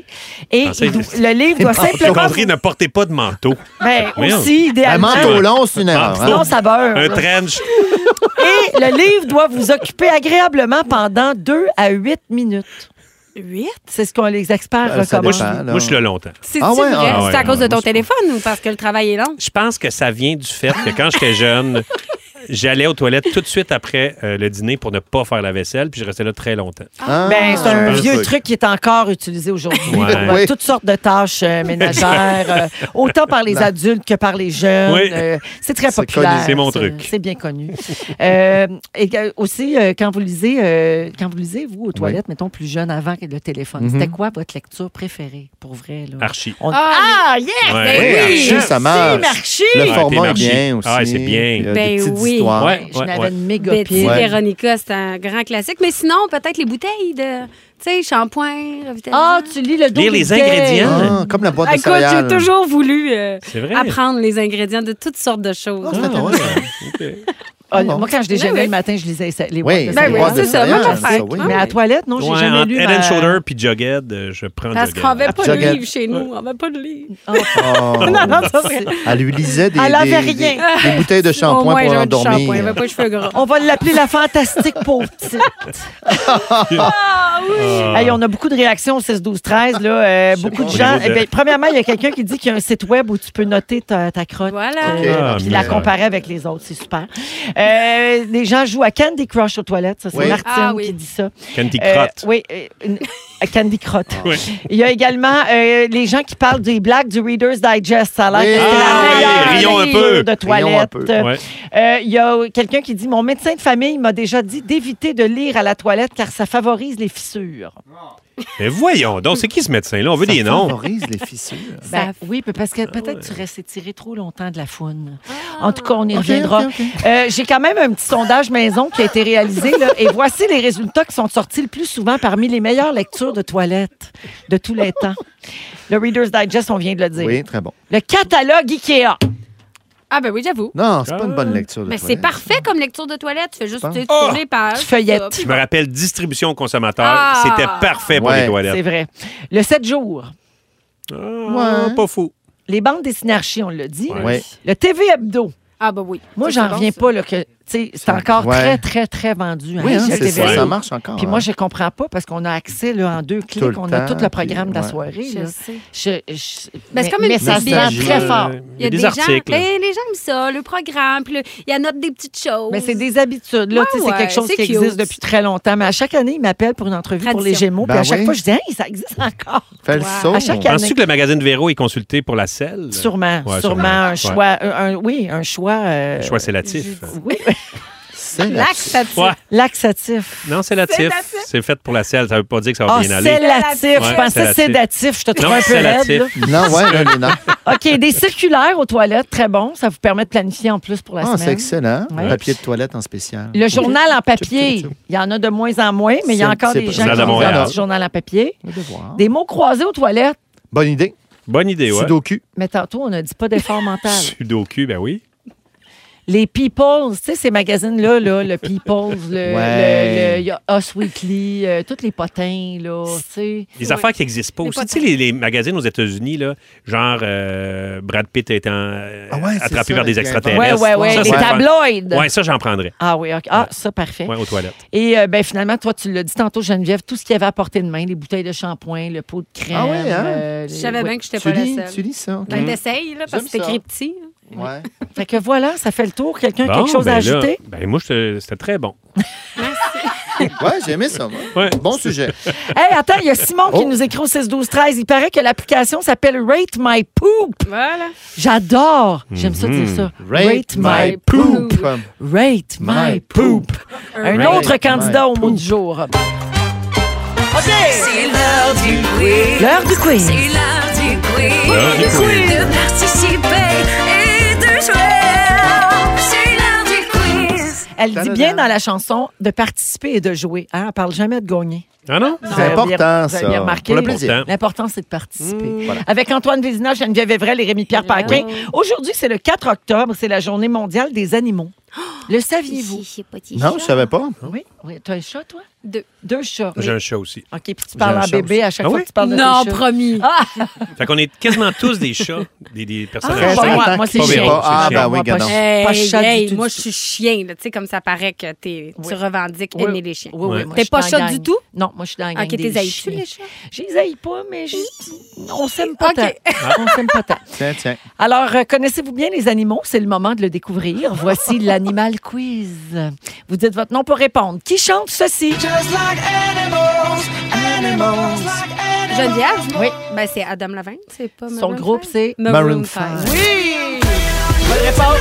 Speaker 1: Et
Speaker 3: Pensez-
Speaker 1: il doit- le livre doit
Speaker 3: J'ai
Speaker 1: simplement...
Speaker 3: compris, ne portez pas de manteau.
Speaker 1: Ben,
Speaker 3: Voyons.
Speaker 1: aussi,
Speaker 2: Un
Speaker 1: idéalement...
Speaker 2: manteau long,
Speaker 3: Ah,
Speaker 2: c'est une erreur. hein?
Speaker 1: Non, saveur.
Speaker 3: Un trench.
Speaker 1: Et le livre doit vous occuper agréablement pendant 2 à 8 minutes.
Speaker 5: Huit?
Speaker 1: C'est ce qu'on les experts
Speaker 2: Ben, ça
Speaker 3: Moi,
Speaker 1: recommandent.
Speaker 3: je,
Speaker 2: dépend. Alors.
Speaker 3: moi, je suis le longtemps.
Speaker 5: C'est
Speaker 2: Ah ouais,
Speaker 5: vrai?
Speaker 2: ah
Speaker 3: ouais,
Speaker 5: c'est à cause
Speaker 3: ouais,
Speaker 5: de ton
Speaker 3: moi, je-
Speaker 5: téléphone ou parce que le travail est long?
Speaker 3: Je pense que ça vient du fait que quand j'étais jeune, j'allais aux toilettes tout de suite après euh, le dîner pour ne pas faire la vaisselle, puis je restais là très longtemps.
Speaker 2: Ah,
Speaker 1: Ben, c'est un
Speaker 2: je
Speaker 1: vieux
Speaker 2: pense.
Speaker 1: truc qui est encore utilisé aujourd'hui
Speaker 3: Ouais.
Speaker 1: pour euh,
Speaker 2: Oui.
Speaker 1: toutes sortes de tâches euh, ménagères, euh, autant par les adultes que par les jeunes.
Speaker 3: Oui.
Speaker 1: Euh, c'est très
Speaker 2: C'est
Speaker 1: populaire.
Speaker 2: connu.
Speaker 3: C'est mon truc.
Speaker 1: C'est bien connu. Euh, et que- aussi, euh, quand vous lisez, euh, quand vous lisez, vous, aux toilettes, mettons plus jeune avant que le téléphone,
Speaker 2: Mm-hmm.
Speaker 1: c'était quoi votre lecture préférée, pour vrai? Là?
Speaker 3: Archie.
Speaker 1: On-
Speaker 5: Ah, yes!
Speaker 2: Eh,
Speaker 3: Ouais.
Speaker 2: ben Oui, Archie, ça marche.
Speaker 1: Marché!
Speaker 2: Le
Speaker 3: Ah,
Speaker 2: format est
Speaker 3: t'es
Speaker 2: bien aussi.
Speaker 3: marché. Ah, c'est bien.
Speaker 2: Il y a des
Speaker 5: Ben
Speaker 2: petites
Speaker 5: oui.
Speaker 2: histoires.
Speaker 3: Ouais,
Speaker 1: Je
Speaker 3: ouais,
Speaker 1: n'avais
Speaker 3: ouais.
Speaker 1: une méga
Speaker 5: Betty
Speaker 1: pile.
Speaker 2: Ouais.
Speaker 5: Véronica, c'est un grand classique. Mais sinon, peut-être les bouteilles de, tu sais, shampoing, revitalisant.
Speaker 1: Ah, tu lis le dos
Speaker 3: Lire
Speaker 1: du
Speaker 3: les
Speaker 1: bouquet.
Speaker 3: ingrédients.
Speaker 2: Ah, comme la boîte de
Speaker 5: Écoute, j'ai
Speaker 2: céréales.
Speaker 5: toujours voulu euh,
Speaker 3: C'est vrai.
Speaker 5: apprendre les ingrédients de toutes sortes de choses.
Speaker 2: Ah,
Speaker 3: Ah, ouais. OK.
Speaker 1: Ah,
Speaker 2: Ah bon.
Speaker 1: Moi, quand je déjeunais
Speaker 5: Ben oui.
Speaker 1: le matin, je lisais les
Speaker 2: Oui,
Speaker 1: boîtes de
Speaker 5: Ben oui,
Speaker 2: la
Speaker 1: céréales.
Speaker 2: boîte de
Speaker 5: c'est ça,
Speaker 2: céréales,
Speaker 5: même affaire.
Speaker 2: oui.
Speaker 5: Ah,
Speaker 1: Mais à la toilette, non, j'ai
Speaker 3: Ouais,
Speaker 1: jamais
Speaker 3: entre
Speaker 1: lu.
Speaker 3: Head
Speaker 1: ma-
Speaker 3: and Shoulder puis Jughead, euh, je prends
Speaker 5: Parce qu'on
Speaker 3: Jughead.
Speaker 5: n'avait pas de
Speaker 2: Jughead.
Speaker 5: livre chez nous. On n'avait pas de livre.
Speaker 2: Oh.
Speaker 1: Non, non, ça, c'est-
Speaker 2: Elle lui lisait des,
Speaker 1: Elle avait
Speaker 2: des-
Speaker 1: rien.
Speaker 2: des- des bouteilles de
Speaker 5: Au moins,
Speaker 2: shampoing pour
Speaker 5: j'avais du
Speaker 2: l'endormir.
Speaker 5: shampoing. Il avait pas de cheveux gras.
Speaker 1: On va l'appeler la fantastique pauvre petite.
Speaker 5: Ah,
Speaker 1: Hey, on a beaucoup de réactions au 6 12 13 là, euh, beaucoup de
Speaker 3: Ah. pas.
Speaker 1: gens.
Speaker 3: Au niveau de-
Speaker 1: Eh bien, premièrement, il y a quelqu'un qui dit qu'il y a un site web où tu peux noter ta, ta crotte. euh,
Speaker 5: Voilà.
Speaker 2: Ok.
Speaker 3: Ah,
Speaker 1: Puis la
Speaker 3: misère.
Speaker 1: comparer avec les autres, c'est super. Euh, les gens jouent à Candy Crush aux toilettes, ça c'est
Speaker 2: Oui.
Speaker 1: Martine
Speaker 5: Ah oui.
Speaker 1: qui dit ça.
Speaker 3: Candy
Speaker 1: Euh,
Speaker 3: Crotte.
Speaker 1: oui, euh, une- euh, Candy Crotte.
Speaker 3: Oui.
Speaker 1: Il y a également euh, les gens qui parlent des blagues du Reader's Digest. Ça a l'air
Speaker 2: Oui.
Speaker 1: que c'est
Speaker 3: Ah
Speaker 1: la
Speaker 3: oui,
Speaker 1: meilleure
Speaker 3: rions un
Speaker 1: lecture
Speaker 3: peu.
Speaker 1: de
Speaker 2: Rions un
Speaker 1: toilette.
Speaker 2: peu.
Speaker 1: Euh,
Speaker 3: Ouais.
Speaker 1: Il y a quelqu'un qui dit Mon médecin de famille m'a déjà dit d'éviter de lire à la toilette car ça favorise les fissures.
Speaker 3: Mais voyons donc, c'est qui ce médecin-là? On veut des
Speaker 2: Ça
Speaker 3: noms.
Speaker 2: favorise les fissures.
Speaker 1: Ben,
Speaker 5: Ça- Ah
Speaker 1: oui, parce que peut-être tu restes étiré trop longtemps de la foune. En tout cas, on y
Speaker 2: Ok,
Speaker 1: reviendra.
Speaker 2: ok, ok.
Speaker 1: Euh, J'ai quand même un petit sondage maison qui a été réalisé. là, et voici les résultats qui sont sortis le plus souvent parmi les meilleures lectures de toilette de tous les temps. Le Reader's Digest, on vient de le dire.
Speaker 2: Oui, très bon.
Speaker 1: Le catalogue IKEA.
Speaker 5: Ah, ben oui, j'avoue.
Speaker 2: Non, c'est pas une bonne lecture. de
Speaker 5: Mais c'est
Speaker 2: toilette.
Speaker 5: parfait comme lecture de toilette. Tu fais juste
Speaker 2: pense.
Speaker 5: tu sais, tourner
Speaker 3: Ah!
Speaker 5: les pages.
Speaker 1: Tu feuillettes.
Speaker 5: hop.
Speaker 3: Je me rappelle, distribution aux consommateurs,
Speaker 5: Ah.
Speaker 3: c'était parfait pour
Speaker 2: Ouais.
Speaker 3: les
Speaker 1: C'est
Speaker 3: toilettes.
Speaker 1: vrai. Le 7 jours.
Speaker 3: Ah,
Speaker 2: Ouais.
Speaker 3: Pas fou.
Speaker 1: Les bandes dessinées archi, on l'a dit.
Speaker 2: Ouais.
Speaker 1: Le TV Hebdo.
Speaker 5: Ah, ben oui.
Speaker 1: Moi, j'en
Speaker 5: Ça, c'est bon,
Speaker 1: reviens
Speaker 5: ça.
Speaker 1: pas là, que tu sais, c'est encore
Speaker 2: Ouais.
Speaker 1: très, très, très vendu. hein,
Speaker 2: Oui, hein,
Speaker 1: le
Speaker 2: c'est
Speaker 1: TV
Speaker 2: ça,
Speaker 3: vrai.
Speaker 1: Hebdo.
Speaker 2: ça marche encore.
Speaker 1: Puis
Speaker 2: hein.
Speaker 1: moi, je comprends pas parce qu'on a accès là, en deux clics,
Speaker 2: Tout le
Speaker 1: on a
Speaker 2: temps,
Speaker 1: tout le programme de la
Speaker 2: puis,
Speaker 1: soirée.
Speaker 5: Je
Speaker 1: là.
Speaker 5: sais.
Speaker 1: Je- je-
Speaker 5: Ben,
Speaker 1: mais-
Speaker 5: c'est comme une
Speaker 1: mais ça se
Speaker 5: petite
Speaker 1: vend
Speaker 5: bible.
Speaker 1: très fort.
Speaker 3: Il y a des
Speaker 5: gens,
Speaker 3: articles.
Speaker 5: ben, les gens aiment ça, le programme, puis le- ils annotent des petites choses.
Speaker 1: Mais Ben, c'est des habitudes. Là,
Speaker 5: Ouais,
Speaker 1: tu sais, c'est
Speaker 5: ouais,
Speaker 1: quelque chose qui
Speaker 5: c'est cute.
Speaker 1: existe depuis très longtemps. Mais à chaque année, ils m'appellent pour une entrevue pour les
Speaker 5: Tradition.
Speaker 1: Gémeaux.
Speaker 2: Ben
Speaker 1: puis à chaque
Speaker 2: oui.
Speaker 1: fois, je dis, hey, ça existe encore.
Speaker 2: Fais le
Speaker 5: Wow.
Speaker 2: saut.
Speaker 1: À chaque année.
Speaker 3: Penses-tu que le magazine de Véro est consulté pour la selle?
Speaker 1: Sûrement,
Speaker 3: Ouais,
Speaker 1: sûrement un choix. un- un- oui, un choix. euh,
Speaker 3: Choix sélatif.
Speaker 1: Oui,
Speaker 2: C'est la-
Speaker 5: Laxatif.
Speaker 3: Ouais.
Speaker 1: laxatif.
Speaker 3: Non, sélatif. C'est fait pour la selle. Ça veut pas dire que ça va
Speaker 1: Ah,
Speaker 3: bien aller.
Speaker 1: sédatif.
Speaker 3: Ouais,
Speaker 1: je pensais
Speaker 3: sédatif.
Speaker 1: sédatif. Je te trouve
Speaker 3: Non,
Speaker 1: un peu
Speaker 3: sédatif.
Speaker 1: raide. là.
Speaker 2: Non, ouais, là, les nerfs.
Speaker 1: OK, des circulaires aux toilettes, très bon. Ça vous permet de planifier en plus pour la
Speaker 2: Ah,
Speaker 1: semaine.
Speaker 2: c'est excellent.
Speaker 1: Ouais.
Speaker 2: Papier de toilette en spécial.
Speaker 1: Le journal en papier, il y en a de moins en moins, mais il y a
Speaker 2: C'est-
Speaker 1: encore
Speaker 2: c'est
Speaker 1: des
Speaker 2: pas-
Speaker 1: gens
Speaker 3: Journal
Speaker 1: qui
Speaker 3: de
Speaker 1: ont
Speaker 3: Montréal.
Speaker 1: un journal en papier.
Speaker 2: Le devoir.
Speaker 1: Des mots croisés aux toilettes,
Speaker 2: Bonne idée.
Speaker 3: Bonne idée, ouais.
Speaker 2: Sudoku.
Speaker 1: mais tantôt, on ne dit pas d'effort mental.
Speaker 3: Sudoku, ben oui.
Speaker 1: Les Peoples, tu sais, ces magazines-là, là, le Peoples, le,
Speaker 2: Ouais.
Speaker 1: le- le- il y a Us Weekly, euh, tous les potins, là, tu sais.
Speaker 3: Des affaires qui n'existent pas
Speaker 5: Mais
Speaker 3: aussi.
Speaker 5: pas
Speaker 3: Tu sais, les, les magazines aux États-unis, là, genre euh, Brad Pitt étant euh,
Speaker 2: Ah ouais, c'est
Speaker 3: attrapé
Speaker 2: ça,
Speaker 3: par des
Speaker 2: les-
Speaker 1: Ouais,
Speaker 3: extraterrestres.
Speaker 1: ouais, ouais.
Speaker 3: Ça,
Speaker 1: les
Speaker 3: c'est le fun.
Speaker 1: tabloïds.
Speaker 3: Ouais, ça, j'en prendrais.
Speaker 1: Ah oui, OK. Ah, ça, parfait.
Speaker 3: Ouais, aux toilettes.
Speaker 1: Et euh, ben, finalement, toi, tu l'as dit tantôt, Geneviève, tout ce qu'il y avait à portée de main, les bouteilles de shampoing, le pot de crème.
Speaker 2: Ah ouais, hein?
Speaker 1: euh,
Speaker 5: Je
Speaker 1: les-
Speaker 5: savais
Speaker 1: ouais.
Speaker 5: bien que j'étais
Speaker 2: Tu
Speaker 5: pas
Speaker 2: lis,
Speaker 5: la
Speaker 2: tu
Speaker 5: seule.
Speaker 2: lis ça. OK.
Speaker 1: Mm.
Speaker 5: Ben, t'essayes, là, parce que c'est
Speaker 2: J'aime ça.
Speaker 5: écrit petit.
Speaker 2: Ouais.
Speaker 1: Fait que voilà, ça fait le tour. Quelqu'un a
Speaker 3: Bon,
Speaker 1: quelque chose à
Speaker 3: ben là,
Speaker 1: ajouter?
Speaker 3: Ben moi, j'étais- c'était très bon.
Speaker 2: Ouais, j'ai aimé ça. moi.
Speaker 3: Ouais.
Speaker 2: Bon sujet.
Speaker 1: Hey, attends, il y a Simon qui
Speaker 2: Oh.
Speaker 1: nous écrit au 6 12 13 Il paraît que l'application s'appelle Rate My Poop.
Speaker 5: Voilà.
Speaker 1: J'adore. J'aime ça dire ça.
Speaker 2: Mm-hmm. Rate my poop.
Speaker 1: Rate My
Speaker 2: My
Speaker 1: Poop.
Speaker 2: poop.
Speaker 1: Un
Speaker 3: Rate
Speaker 1: autre candidat
Speaker 2: my
Speaker 1: au mot du jour.
Speaker 4: C'est l'heure du quiz.
Speaker 1: L'heure du quiz.
Speaker 4: C'est l'heure du quiz.
Speaker 3: L'heure du quiz.
Speaker 4: De participer et de jouer. C'est l'heure du quiz.
Speaker 1: Elle dit
Speaker 2: Ta-da-da.
Speaker 1: bien dans la chanson de participer et de jouer. Hein, elle parle jamais de gagner.
Speaker 3: Ah non?
Speaker 1: Vous avez bien-
Speaker 2: important,
Speaker 1: vous avez
Speaker 2: ça.
Speaker 1: bien remarqué.
Speaker 2: Pour le plaisir.
Speaker 3: Pourtant.
Speaker 1: L'important, c'est de
Speaker 2: Mm.
Speaker 1: participer. Avec Antoine Vézina, Geneviève Evrel et Rémi-Pierre Paquin. Aujourd'hui, c'est le 4 octobre. C'est la journée mondiale des animaux. Le saviez-vous?
Speaker 2: Non, je savais pas.
Speaker 1: Oui. oui. Tu as un chat, toi?
Speaker 5: Deux.
Speaker 1: Deux chats.
Speaker 3: Hein? J'ai un chat aussi.
Speaker 1: OK, puis tu parles
Speaker 3: un
Speaker 1: en
Speaker 3: chat
Speaker 1: bébé à chaque
Speaker 3: Ah
Speaker 1: fois
Speaker 3: oui?
Speaker 1: que tu parles de
Speaker 5: Non,
Speaker 1: tes chats.
Speaker 5: promis.
Speaker 3: Fait qu'on est quasiment tous des chats, des, des Ben, personnes
Speaker 1: Ah,
Speaker 2: Très
Speaker 3: âgées.
Speaker 1: bon,
Speaker 2: longtemps
Speaker 1: moi,
Speaker 2: que
Speaker 1: moi, c'est
Speaker 2: tu sais
Speaker 3: chien.
Speaker 2: pas. Ah,
Speaker 3: C'est
Speaker 2: ben
Speaker 3: chien.
Speaker 2: oui,
Speaker 1: Moi, pas
Speaker 2: ganon.
Speaker 1: chien.
Speaker 5: Hey,
Speaker 1: Pas chat
Speaker 5: hey,
Speaker 1: du tout,
Speaker 5: moi,
Speaker 1: du
Speaker 5: je suis chien. là. Tu sais, comme ça paraît que t'es- tu
Speaker 1: Oui.
Speaker 5: revendiques
Speaker 1: Oui.
Speaker 5: aimer les chiens.
Speaker 1: Oui, oui,
Speaker 3: Ouais.
Speaker 1: moi,
Speaker 5: T'es
Speaker 1: je suis
Speaker 5: pas
Speaker 1: dans la
Speaker 5: chat
Speaker 1: gang.
Speaker 5: du tout?
Speaker 1: Non, moi, je suis dans la gang
Speaker 5: Ok,
Speaker 1: des
Speaker 5: t'es haïs-tu,
Speaker 1: chiens.
Speaker 5: les chats?
Speaker 1: Je les haïs pas, mais je- on s'aime pas
Speaker 5: Ok.
Speaker 1: tant. On s'aime pas tant.
Speaker 2: Tiens, tiens.
Speaker 1: Alors, euh, connaissez-vous bien les animaux? C'est le moment de le découvrir. Voici l'animal quiz. Vous dites votre nom pour répondre. Qui chante ceci?
Speaker 5: Geneviève?
Speaker 1: Oui.
Speaker 5: Ben, c'est Adam Levine, c'est pas
Speaker 1: Son
Speaker 5: Maroon
Speaker 1: groupe,
Speaker 5: five?
Speaker 1: c'est
Speaker 2: Maroon five.
Speaker 1: Oui! Bonne réponse.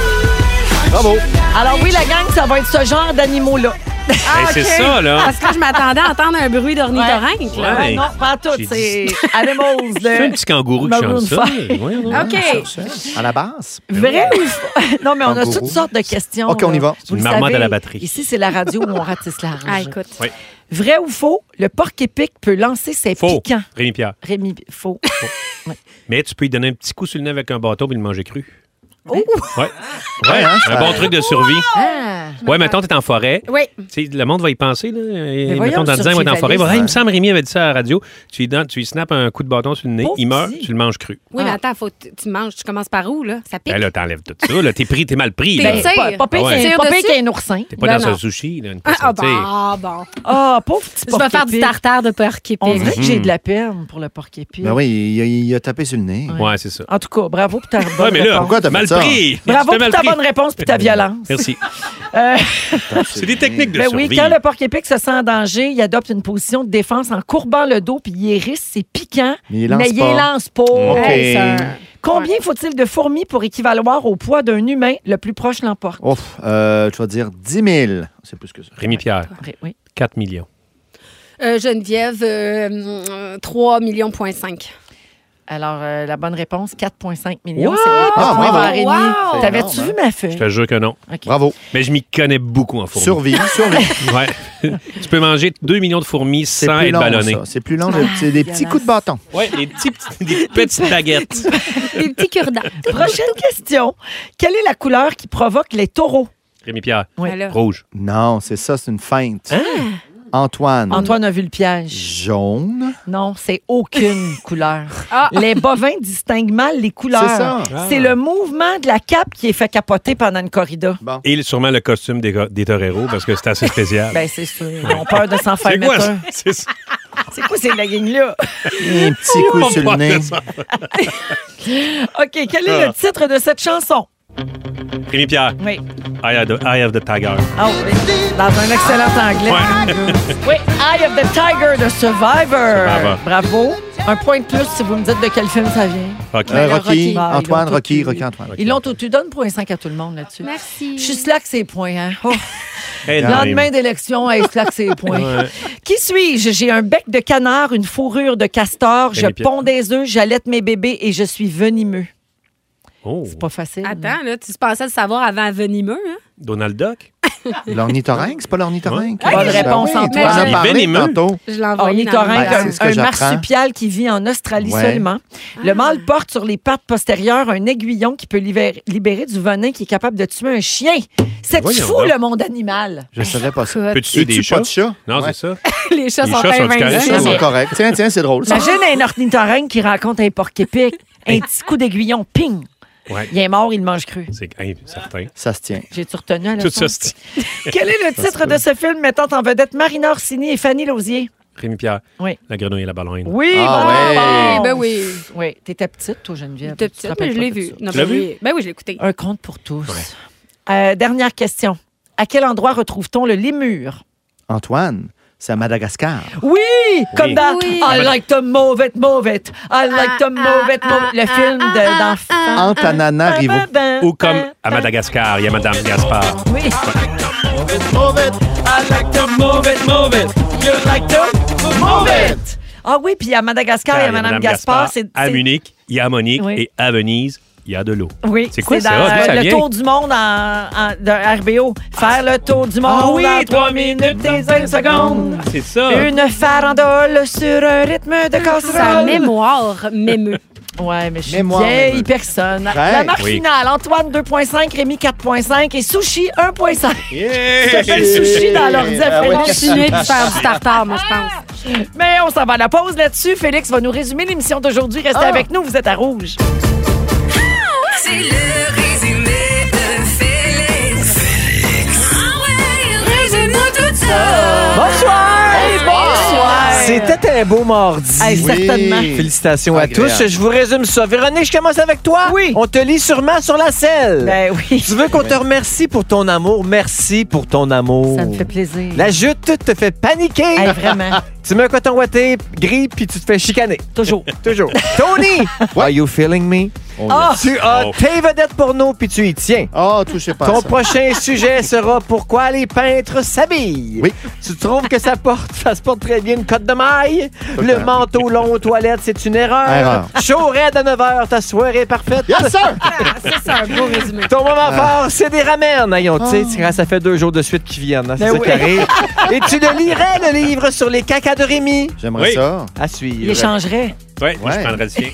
Speaker 2: Bravo.
Speaker 1: Alors oui, la gang, ça va être ce genre d'animaux-là.
Speaker 3: Hey, c'est ça, là.
Speaker 5: Parce que je m'attendais à entendre un bruit d'ornithorynque. là.
Speaker 3: Ouais.
Speaker 1: Non, pas toutes,
Speaker 3: J'ai
Speaker 1: c'est animals.
Speaker 3: C'est un
Speaker 1: le-
Speaker 3: petit kangourou qui
Speaker 1: Maroon
Speaker 3: chante ça.
Speaker 1: five.
Speaker 3: Ouais, ouais, ouais.
Speaker 5: OK.
Speaker 2: À la base.
Speaker 1: Vrai ou faux? Non, mais on a
Speaker 2: Kangourou.
Speaker 1: toutes sortes de questions.
Speaker 2: OK, on y
Speaker 1: là.
Speaker 2: va.
Speaker 1: Vous
Speaker 3: Une
Speaker 1: le
Speaker 3: marmotte
Speaker 1: savez,
Speaker 3: à la batterie.
Speaker 1: Ici, c'est la radio où on ratisse large.
Speaker 5: Ah, écoute.
Speaker 3: Ouais.
Speaker 1: Vrai ou faux, le porc-épic peut lancer ses
Speaker 3: Faux.
Speaker 1: piquants.
Speaker 3: Rémi Pierre.
Speaker 1: Rémi, faux.
Speaker 3: Mais tu peux lui donner un petit coup sur le nez avec un bâton puis le manger cru.
Speaker 1: Oh!
Speaker 3: Ouais. Ouais,
Speaker 2: hein,
Speaker 3: un
Speaker 2: ça-
Speaker 3: bon truc de survie.
Speaker 1: Ah.
Speaker 3: Ouais, mettons, t'es en forêt.
Speaker 5: Oui.
Speaker 3: Tu sais, le monde va y penser, là. Et
Speaker 1: voyons,
Speaker 3: mettons, dans
Speaker 1: sur
Speaker 3: 10 ans, il va être en forêt. Il va,
Speaker 1: Kivalis,
Speaker 3: Hey, il me semble, Rémi avait dit ça à la radio. Tu lui, donnes- tu lui snaps un coup de bâton sur le nez,
Speaker 1: Pauvre
Speaker 3: il meurt,
Speaker 1: petit.
Speaker 3: tu le manges cru.
Speaker 5: Oui, mais
Speaker 1: Ah.
Speaker 5: attends, faut que tu- tu manges. Tu commences par où, là? Ça pique.
Speaker 3: Ben là, t'enlèves tout ça. Là, t'es pris, t'es mal pris.
Speaker 5: T'es
Speaker 3: là.
Speaker 5: tu
Speaker 3: T'es
Speaker 5: sais,
Speaker 3: pas,
Speaker 1: Ben, Pas, pas pire
Speaker 3: Ah Ouais.
Speaker 1: qu'un- pas pire
Speaker 5: Tire
Speaker 1: qu'un oursin.
Speaker 5: Ben
Speaker 3: dans un
Speaker 5: non.
Speaker 3: sushi, là. Une
Speaker 5: Ah,
Speaker 3: personne,
Speaker 5: ah, bon, ah, bon.
Speaker 1: Ah, pauvre petit
Speaker 5: Tu vas faire du
Speaker 1: porc-épic.
Speaker 5: tartare de porc
Speaker 1: On dirait
Speaker 5: épic.
Speaker 1: que j'ai de la
Speaker 3: Mm.
Speaker 1: peine pour le porc-épic.
Speaker 2: Ben oui, il a, il a tapé sur le nez.
Speaker 3: tu sais. Ouais, c'est ça.
Speaker 1: En tout cas, bravo pour ta bonne
Speaker 3: Ouais, mais là,
Speaker 1: réponse.
Speaker 2: Pourquoi t'as fait
Speaker 3: mal
Speaker 2: ça?
Speaker 3: pris.
Speaker 1: Bravo
Speaker 3: J'étais
Speaker 1: pour
Speaker 3: mal
Speaker 1: ta
Speaker 3: pris.
Speaker 1: bonne réponse puis ta violence.
Speaker 3: Merci.
Speaker 1: Euh,
Speaker 3: C'est des techniques de
Speaker 1: Ben oui,
Speaker 3: survie.
Speaker 1: quand le porc-épic se sent en danger, il adopte une position de défense en courbant le dos puis il hérisse ses piquants,
Speaker 2: Mais il lance
Speaker 1: mais il
Speaker 2: pas.
Speaker 1: les lance pas.
Speaker 2: OK.
Speaker 5: Hey, ça-
Speaker 1: Combien faut-il de fourmis pour équivaloir au poids d'un humain? Le plus proche l'emporte.
Speaker 2: Ouf, euh, tu vas dire 10 000. C'est plus que ça.
Speaker 3: Rémi Pierre,
Speaker 1: Oui.
Speaker 3: 4 millions.
Speaker 5: Euh, Geneviève, euh, euh, 3 millions point 5.
Speaker 1: Alors, euh, la bonne réponse, 4,5 millions.
Speaker 3: Wow!
Speaker 1: C'est vrai, t'as
Speaker 2: Ah,
Speaker 1: trouvé,
Speaker 2: bravo!
Speaker 1: Varénie.
Speaker 5: Wow!
Speaker 1: T'avais-tu
Speaker 2: C'est énorme, hein?
Speaker 1: vu ma
Speaker 3: Je
Speaker 1: feuille?
Speaker 3: te jure que non.
Speaker 1: OK.
Speaker 2: Bravo.
Speaker 3: Mais je m'y connais beaucoup en fourmis.
Speaker 2: Survie, survie.
Speaker 3: Ouais. tu peux manger 2 millions de fourmis
Speaker 2: C'est
Speaker 3: sans
Speaker 2: plus
Speaker 3: être
Speaker 2: long,
Speaker 3: ballonné.
Speaker 2: ça. C'est plus long. le- C'est des petits coups de bâton.
Speaker 3: Ouais, des, petits, des petites baguettes.
Speaker 5: Des petits cure-dents.
Speaker 1: Prochaine question. Quelle est la couleur qui provoque les taureaux?
Speaker 3: Rémi Pierre,
Speaker 1: Oui.
Speaker 5: Alors,
Speaker 3: rouge.
Speaker 2: Non, c'est ça, c'est une feinte. Antoine.
Speaker 1: Antoine a vu le piège.
Speaker 2: Jaune.
Speaker 1: Non, c'est aucune couleur.
Speaker 5: Ah.
Speaker 1: Les bovins distinguent mal les couleurs.
Speaker 2: C'est ça.
Speaker 1: C'est
Speaker 3: Ah.
Speaker 1: le mouvement de la cape qui est fait capoter pendant une corrida.
Speaker 3: Et le- sûrement le costume des, go- des toreros, parce que c'est assez spécial.
Speaker 1: Ben, c'est sûr. Ils ont peur de s'en faire
Speaker 3: Ah. c'est quoi
Speaker 1: mettre
Speaker 3: ça?
Speaker 1: un.
Speaker 3: C'est ça.
Speaker 1: C'est quoi ces leggings-là?
Speaker 2: Un petit coup sur le nez.
Speaker 1: OK, quel
Speaker 3: Ah.
Speaker 1: est le titre de cette chanson?
Speaker 3: Rémi Pierre,
Speaker 1: Oui.
Speaker 3: I have the, I have the tiger.
Speaker 1: Ah oui. Dans un excellent anglais. Oui, Eye of the Tiger de Survivor.
Speaker 3: Survivor.
Speaker 1: Bravo. Un point de plus si vous me dites de quel film ça vient.
Speaker 3: OK.
Speaker 2: Euh,
Speaker 1: Ben, Rocky.
Speaker 2: Rocky.
Speaker 1: Ah, ils
Speaker 2: Antoine,
Speaker 1: l'ont
Speaker 2: Rocky,
Speaker 1: tout eu.
Speaker 2: Rocky, Antoine.
Speaker 1: Ils l'ont tout. Tu donnes point 5 à tout le monde là-dessus.
Speaker 5: Merci.
Speaker 1: Je suis slack, ces points. Hein? Oh.
Speaker 3: Eh,
Speaker 1: Lendemain d'élection, elle se claque ses poings.
Speaker 3: Ouais.
Speaker 1: Qui suis-je? J'ai un bec de canard, une fourrure de castor, je
Speaker 3: Rémi Pierre.
Speaker 1: ponds des œufs, j'allaite mes bébés et je suis venimeux.
Speaker 3: Oh,
Speaker 1: C'est pas facile. hein?
Speaker 5: Attends, là, tu pensais le savoir avant venimeux, hein?
Speaker 3: Donald Duck.
Speaker 2: L'ornithorynque, c'est pas l'ornithorynque?
Speaker 1: Bonne réponse,
Speaker 2: Ben oui,
Speaker 1: Antoine.
Speaker 2: On en
Speaker 3: Il est
Speaker 2: parlait
Speaker 3: venimeux.
Speaker 2: tantôt.
Speaker 5: Je l'ai
Speaker 1: Ah,
Speaker 5: envoyé dans
Speaker 1: Ornithorynque,
Speaker 2: Ben, c'est ce que
Speaker 1: un, un
Speaker 2: j'apprends.
Speaker 1: marsupial qui vit en Australie
Speaker 2: Ouais.
Speaker 1: seulement.
Speaker 5: Ah.
Speaker 1: Le mâle porte sur les pattes postérieures un aiguillon qui peut libérer, libérer du venin qui est capable de tuer un chien. C'est
Speaker 3: Voyons
Speaker 1: fou,
Speaker 3: donc.
Speaker 1: le monde animal.
Speaker 2: Je savais pas ça.
Speaker 3: Peux-tu tuer
Speaker 2: Et
Speaker 3: des
Speaker 2: tu
Speaker 3: chats?
Speaker 2: Euh, pas de chats?
Speaker 3: Non,
Speaker 2: Ouais.
Speaker 3: c'est ça.
Speaker 5: Les chats
Speaker 3: Les
Speaker 5: sont
Speaker 3: chats sont
Speaker 2: Les
Speaker 3: corrects.
Speaker 5: invaincus.
Speaker 2: chats
Speaker 3: Ouais.
Speaker 2: sont corrects. Tiens, tiens, c'est drôle. ça.
Speaker 1: Imagine un ornithorynque qui rencontre un porc-épic. Un petit coup d'aiguillon, ping!
Speaker 3: Ouais.
Speaker 1: Il est mort, il le mange cru.
Speaker 3: C'est hey, certain.
Speaker 2: Ça se tient.
Speaker 1: J'ai-tu retenu à la
Speaker 3: Tout
Speaker 1: fin?
Speaker 3: ça, c'est
Speaker 1: Quel est le titre de ce film mettant en vedette Marina Orsini et Fanny Lausier?
Speaker 3: Rémi Pierre.
Speaker 1: Oui.
Speaker 3: La grenouille et la baleine.
Speaker 1: Oui,
Speaker 2: Ah
Speaker 5: Ben oui.
Speaker 1: Oui, t'étais petite, toi, Geneviève.
Speaker 5: T'es
Speaker 1: Tu Ah, te
Speaker 5: petite,
Speaker 1: rappelles
Speaker 5: mais je
Speaker 1: pas
Speaker 5: l'ai
Speaker 1: de
Speaker 5: vu.
Speaker 1: ça.
Speaker 5: Non,
Speaker 3: Tu l'as
Speaker 5: mais
Speaker 3: vu?
Speaker 5: oui. Ben oui, je l'ai écouté.
Speaker 1: Un compte pour tous. Euh, dernière question. À quel endroit retrouve-t-on le lémur?
Speaker 2: Antoine, c'est à Madagascar.
Speaker 1: Oui, comme dans
Speaker 5: Oui. Ah,
Speaker 1: I like to move it, move it. I like to move it, move it. Le film de- d'enfant. ah,
Speaker 2: Antananarivo.
Speaker 3: Ou comme à Madagascar, il y a Madame Gaspard.
Speaker 1: Oui. Ah oui, puis à Madagascar, il y a Mme Gaspard. c'est-
Speaker 3: À
Speaker 1: c'est-
Speaker 3: Munich, il y a Monique.
Speaker 1: Oui.
Speaker 3: Et à Venise, il y a de l'eau.
Speaker 1: Oui,
Speaker 3: C'est quoi
Speaker 1: dans
Speaker 3: ça? D'où
Speaker 1: euh,
Speaker 3: ça
Speaker 1: le
Speaker 3: vient?
Speaker 1: tour du monde en, en- de RBO. Faire le tour du monde
Speaker 3: Ah oui,
Speaker 1: en
Speaker 3: trois
Speaker 1: 3 minutes et 5 secondes.
Speaker 3: Ah, c'est ça.
Speaker 1: Une farandole sur un rythme de casserole.
Speaker 5: Sa mémoire m'émeut.
Speaker 1: Ouais, mais je suis
Speaker 2: Mémoire,
Speaker 1: vieille
Speaker 2: mémoire.
Speaker 1: personne.
Speaker 2: Ouais.
Speaker 1: La marque
Speaker 3: Oui.
Speaker 1: finale, Antoine 2.5, Rémi 4.5 et Sushi 1.5.
Speaker 2: Yeah!
Speaker 1: s'appelle sushi dans l'ordi à
Speaker 2: Ah ouais.
Speaker 1: Félix.
Speaker 5: Continuer de faire du tartare, moi, je pense.
Speaker 1: Mais on s'en va à la pause là-dessus. Félix va nous résumer l'émission d'aujourd'hui. Restez avec nous, vous êtes à rouge.
Speaker 7: C'est le résumé de Félix. Félix. Ah ouais, résume-nous tout ça.
Speaker 1: Bonsoir! bonsoir!
Speaker 8: C'était un beau mardi.
Speaker 1: Hey, Certainement.
Speaker 8: Félicitations à
Speaker 2: Agréable.
Speaker 8: tous. Je vous résume ça. Véronique, je commence avec toi.
Speaker 1: Oui.
Speaker 8: On te lit sûrement sur la selle.
Speaker 1: Ben oui.
Speaker 8: tu veux qu'on te remercie pour ton amour? Merci pour ton amour.
Speaker 1: Ça me fait plaisir.
Speaker 8: La jute te fait paniquer.
Speaker 1: Hey, vraiment,
Speaker 8: Tu mets un coton ouaté gris puis tu te fais chicaner.
Speaker 1: toujours.
Speaker 8: Toujours. Tony, are you feeling me?
Speaker 1: Ah!
Speaker 8: Tu as
Speaker 3: Oh.
Speaker 8: tes vedettes porno puis tu y tiens.
Speaker 2: Oh, touchez pas à
Speaker 8: Ton
Speaker 2: ça.
Speaker 8: prochain sujet sera pourquoi les peintres s'habillent.
Speaker 2: Oui.
Speaker 8: Tu trouves que ça porte, ça se porte très bien une cote de maille. Le
Speaker 2: temps.
Speaker 8: manteau long aux toilettes, c'est une erreur.
Speaker 2: Erreur.
Speaker 8: Chaud raide à 9 h, ta soirée est parfaite.
Speaker 2: Yes, sir! Ah.
Speaker 5: Ça, c'est un beau résumé.
Speaker 8: Ton moment fort, c'est des ramen. Ayons, tu sais, c'est quand ça fait deux jours de suite qu'ils viennent. hein, c'est
Speaker 1: Ben
Speaker 8: ça qui arrive. Et tu le lirais, le livre sur les cacas de Rémi.
Speaker 2: J'aimerais
Speaker 3: Oui.
Speaker 2: ça.
Speaker 8: À suivre.
Speaker 1: Il échangerait.
Speaker 3: Ouais, moi, je
Speaker 2: Ouais.
Speaker 3: prendrais le sien.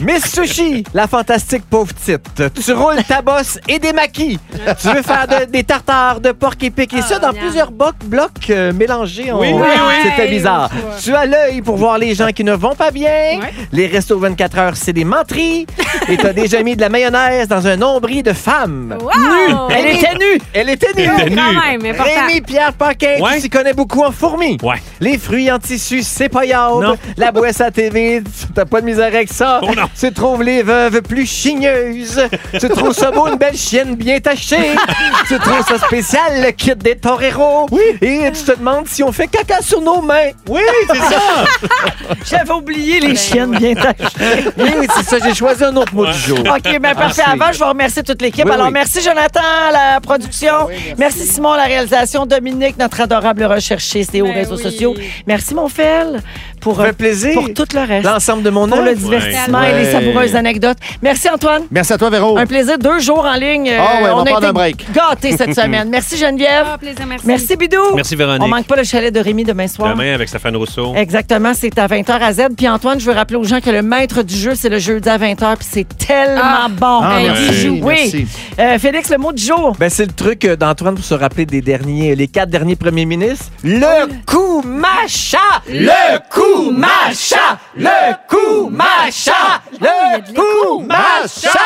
Speaker 8: Miss Sushi, la fantastique pauvre petite. Tu roules ta bosse et des maquis. Tu veux faire de- des tartares de porc et pique. Et ça, dans
Speaker 5: miam.
Speaker 8: plusieurs bo- blocs euh, mélangés. en-
Speaker 3: Oui, oui, oui.
Speaker 8: C'était bizarre. Tu as l'œil pour voir les gens qui ne vont pas bien.
Speaker 5: Ouais.
Speaker 8: Les restos 24 heures, c'est des menteries. Et t'as déjà mis de la mayonnaise dans un nombril de femme.
Speaker 5: Wow!
Speaker 8: Elle était nue. Elle était nue.
Speaker 3: Elle était nue.
Speaker 5: Quand même, important.
Speaker 8: Rémi Pierre Paquin,
Speaker 3: Ouais.
Speaker 8: tu t'y connais beaucoup en fourmis.
Speaker 3: Ouais.
Speaker 8: Les fruits en tissu, c'est pas
Speaker 3: Non.
Speaker 8: yaourt. La boisse à TV, t'as pas de misère avec ça.
Speaker 3: Oh non.
Speaker 8: tu trouves les veuves plus chigneuses. tu trouves ça beau, une belle chienne bien tachée. tu trouves ça spécial, le kit des toreros. Oui. Et tu te demandes si on fait caca sur nos mains. Oui, c'est ça.
Speaker 1: J'avais oublié les chiennes bien tachées.
Speaker 8: oui, oui, c'est ça. J'ai choisi un autre mot du jour.
Speaker 1: OK, bien parfait.
Speaker 8: Ah, c'est-
Speaker 1: Avant, je vais remercier toute l'équipe.
Speaker 8: Oui,
Speaker 1: Alors,
Speaker 8: oui.
Speaker 1: merci Jonathan, à la production. merci. Simon, à la réalisation. Dominique, notre adorable recherchiste et aux
Speaker 5: Ben
Speaker 1: réseaux
Speaker 5: oui.
Speaker 1: sociaux. Merci, mon Fel, pour,
Speaker 8: Ça
Speaker 1: euh,
Speaker 8: fait plaisir.
Speaker 1: pour tout le reste.
Speaker 8: L'ensemble de mon
Speaker 1: Pour le
Speaker 8: œuvre.
Speaker 1: divertissement
Speaker 2: Ouais.
Speaker 1: et les savoureuses anecdotes. Merci, Antoine.
Speaker 2: Merci à toi, Véro.
Speaker 1: Un plaisir. Deux jours en ligne. Euh,
Speaker 2: Ah ouais, on
Speaker 1: a
Speaker 2: part
Speaker 1: été
Speaker 2: d'un break.
Speaker 1: gâtés cette semaine. Merci, Geneviève.
Speaker 5: Ah, plaisir, merci.
Speaker 1: Merci, Bidou.
Speaker 3: Merci,
Speaker 1: Oh. On
Speaker 3: Véronique.
Speaker 1: manque pas le chalet de Rémi demain soir.
Speaker 3: Demain, avec Stéphane Rousseau.
Speaker 1: Exactement, c'est à 20h à Z. Puis Antoine, je veux rappeler aux gens que le maître du jeu, c'est le jeudi à 20h, puis c'est tellement
Speaker 5: Ah.
Speaker 1: bon.
Speaker 2: Ah,
Speaker 5: Hey,
Speaker 2: merci.
Speaker 3: bijou.
Speaker 2: Merci.
Speaker 1: Oui. Euh, Félix, le mot du jour.
Speaker 8: Ben, c'est le truc euh, d'Antoine pour se rappeler des derniers, les quatre derniers premiers ministres. Le coup macha! Le coup macha! Le coup macha! Le coup macha!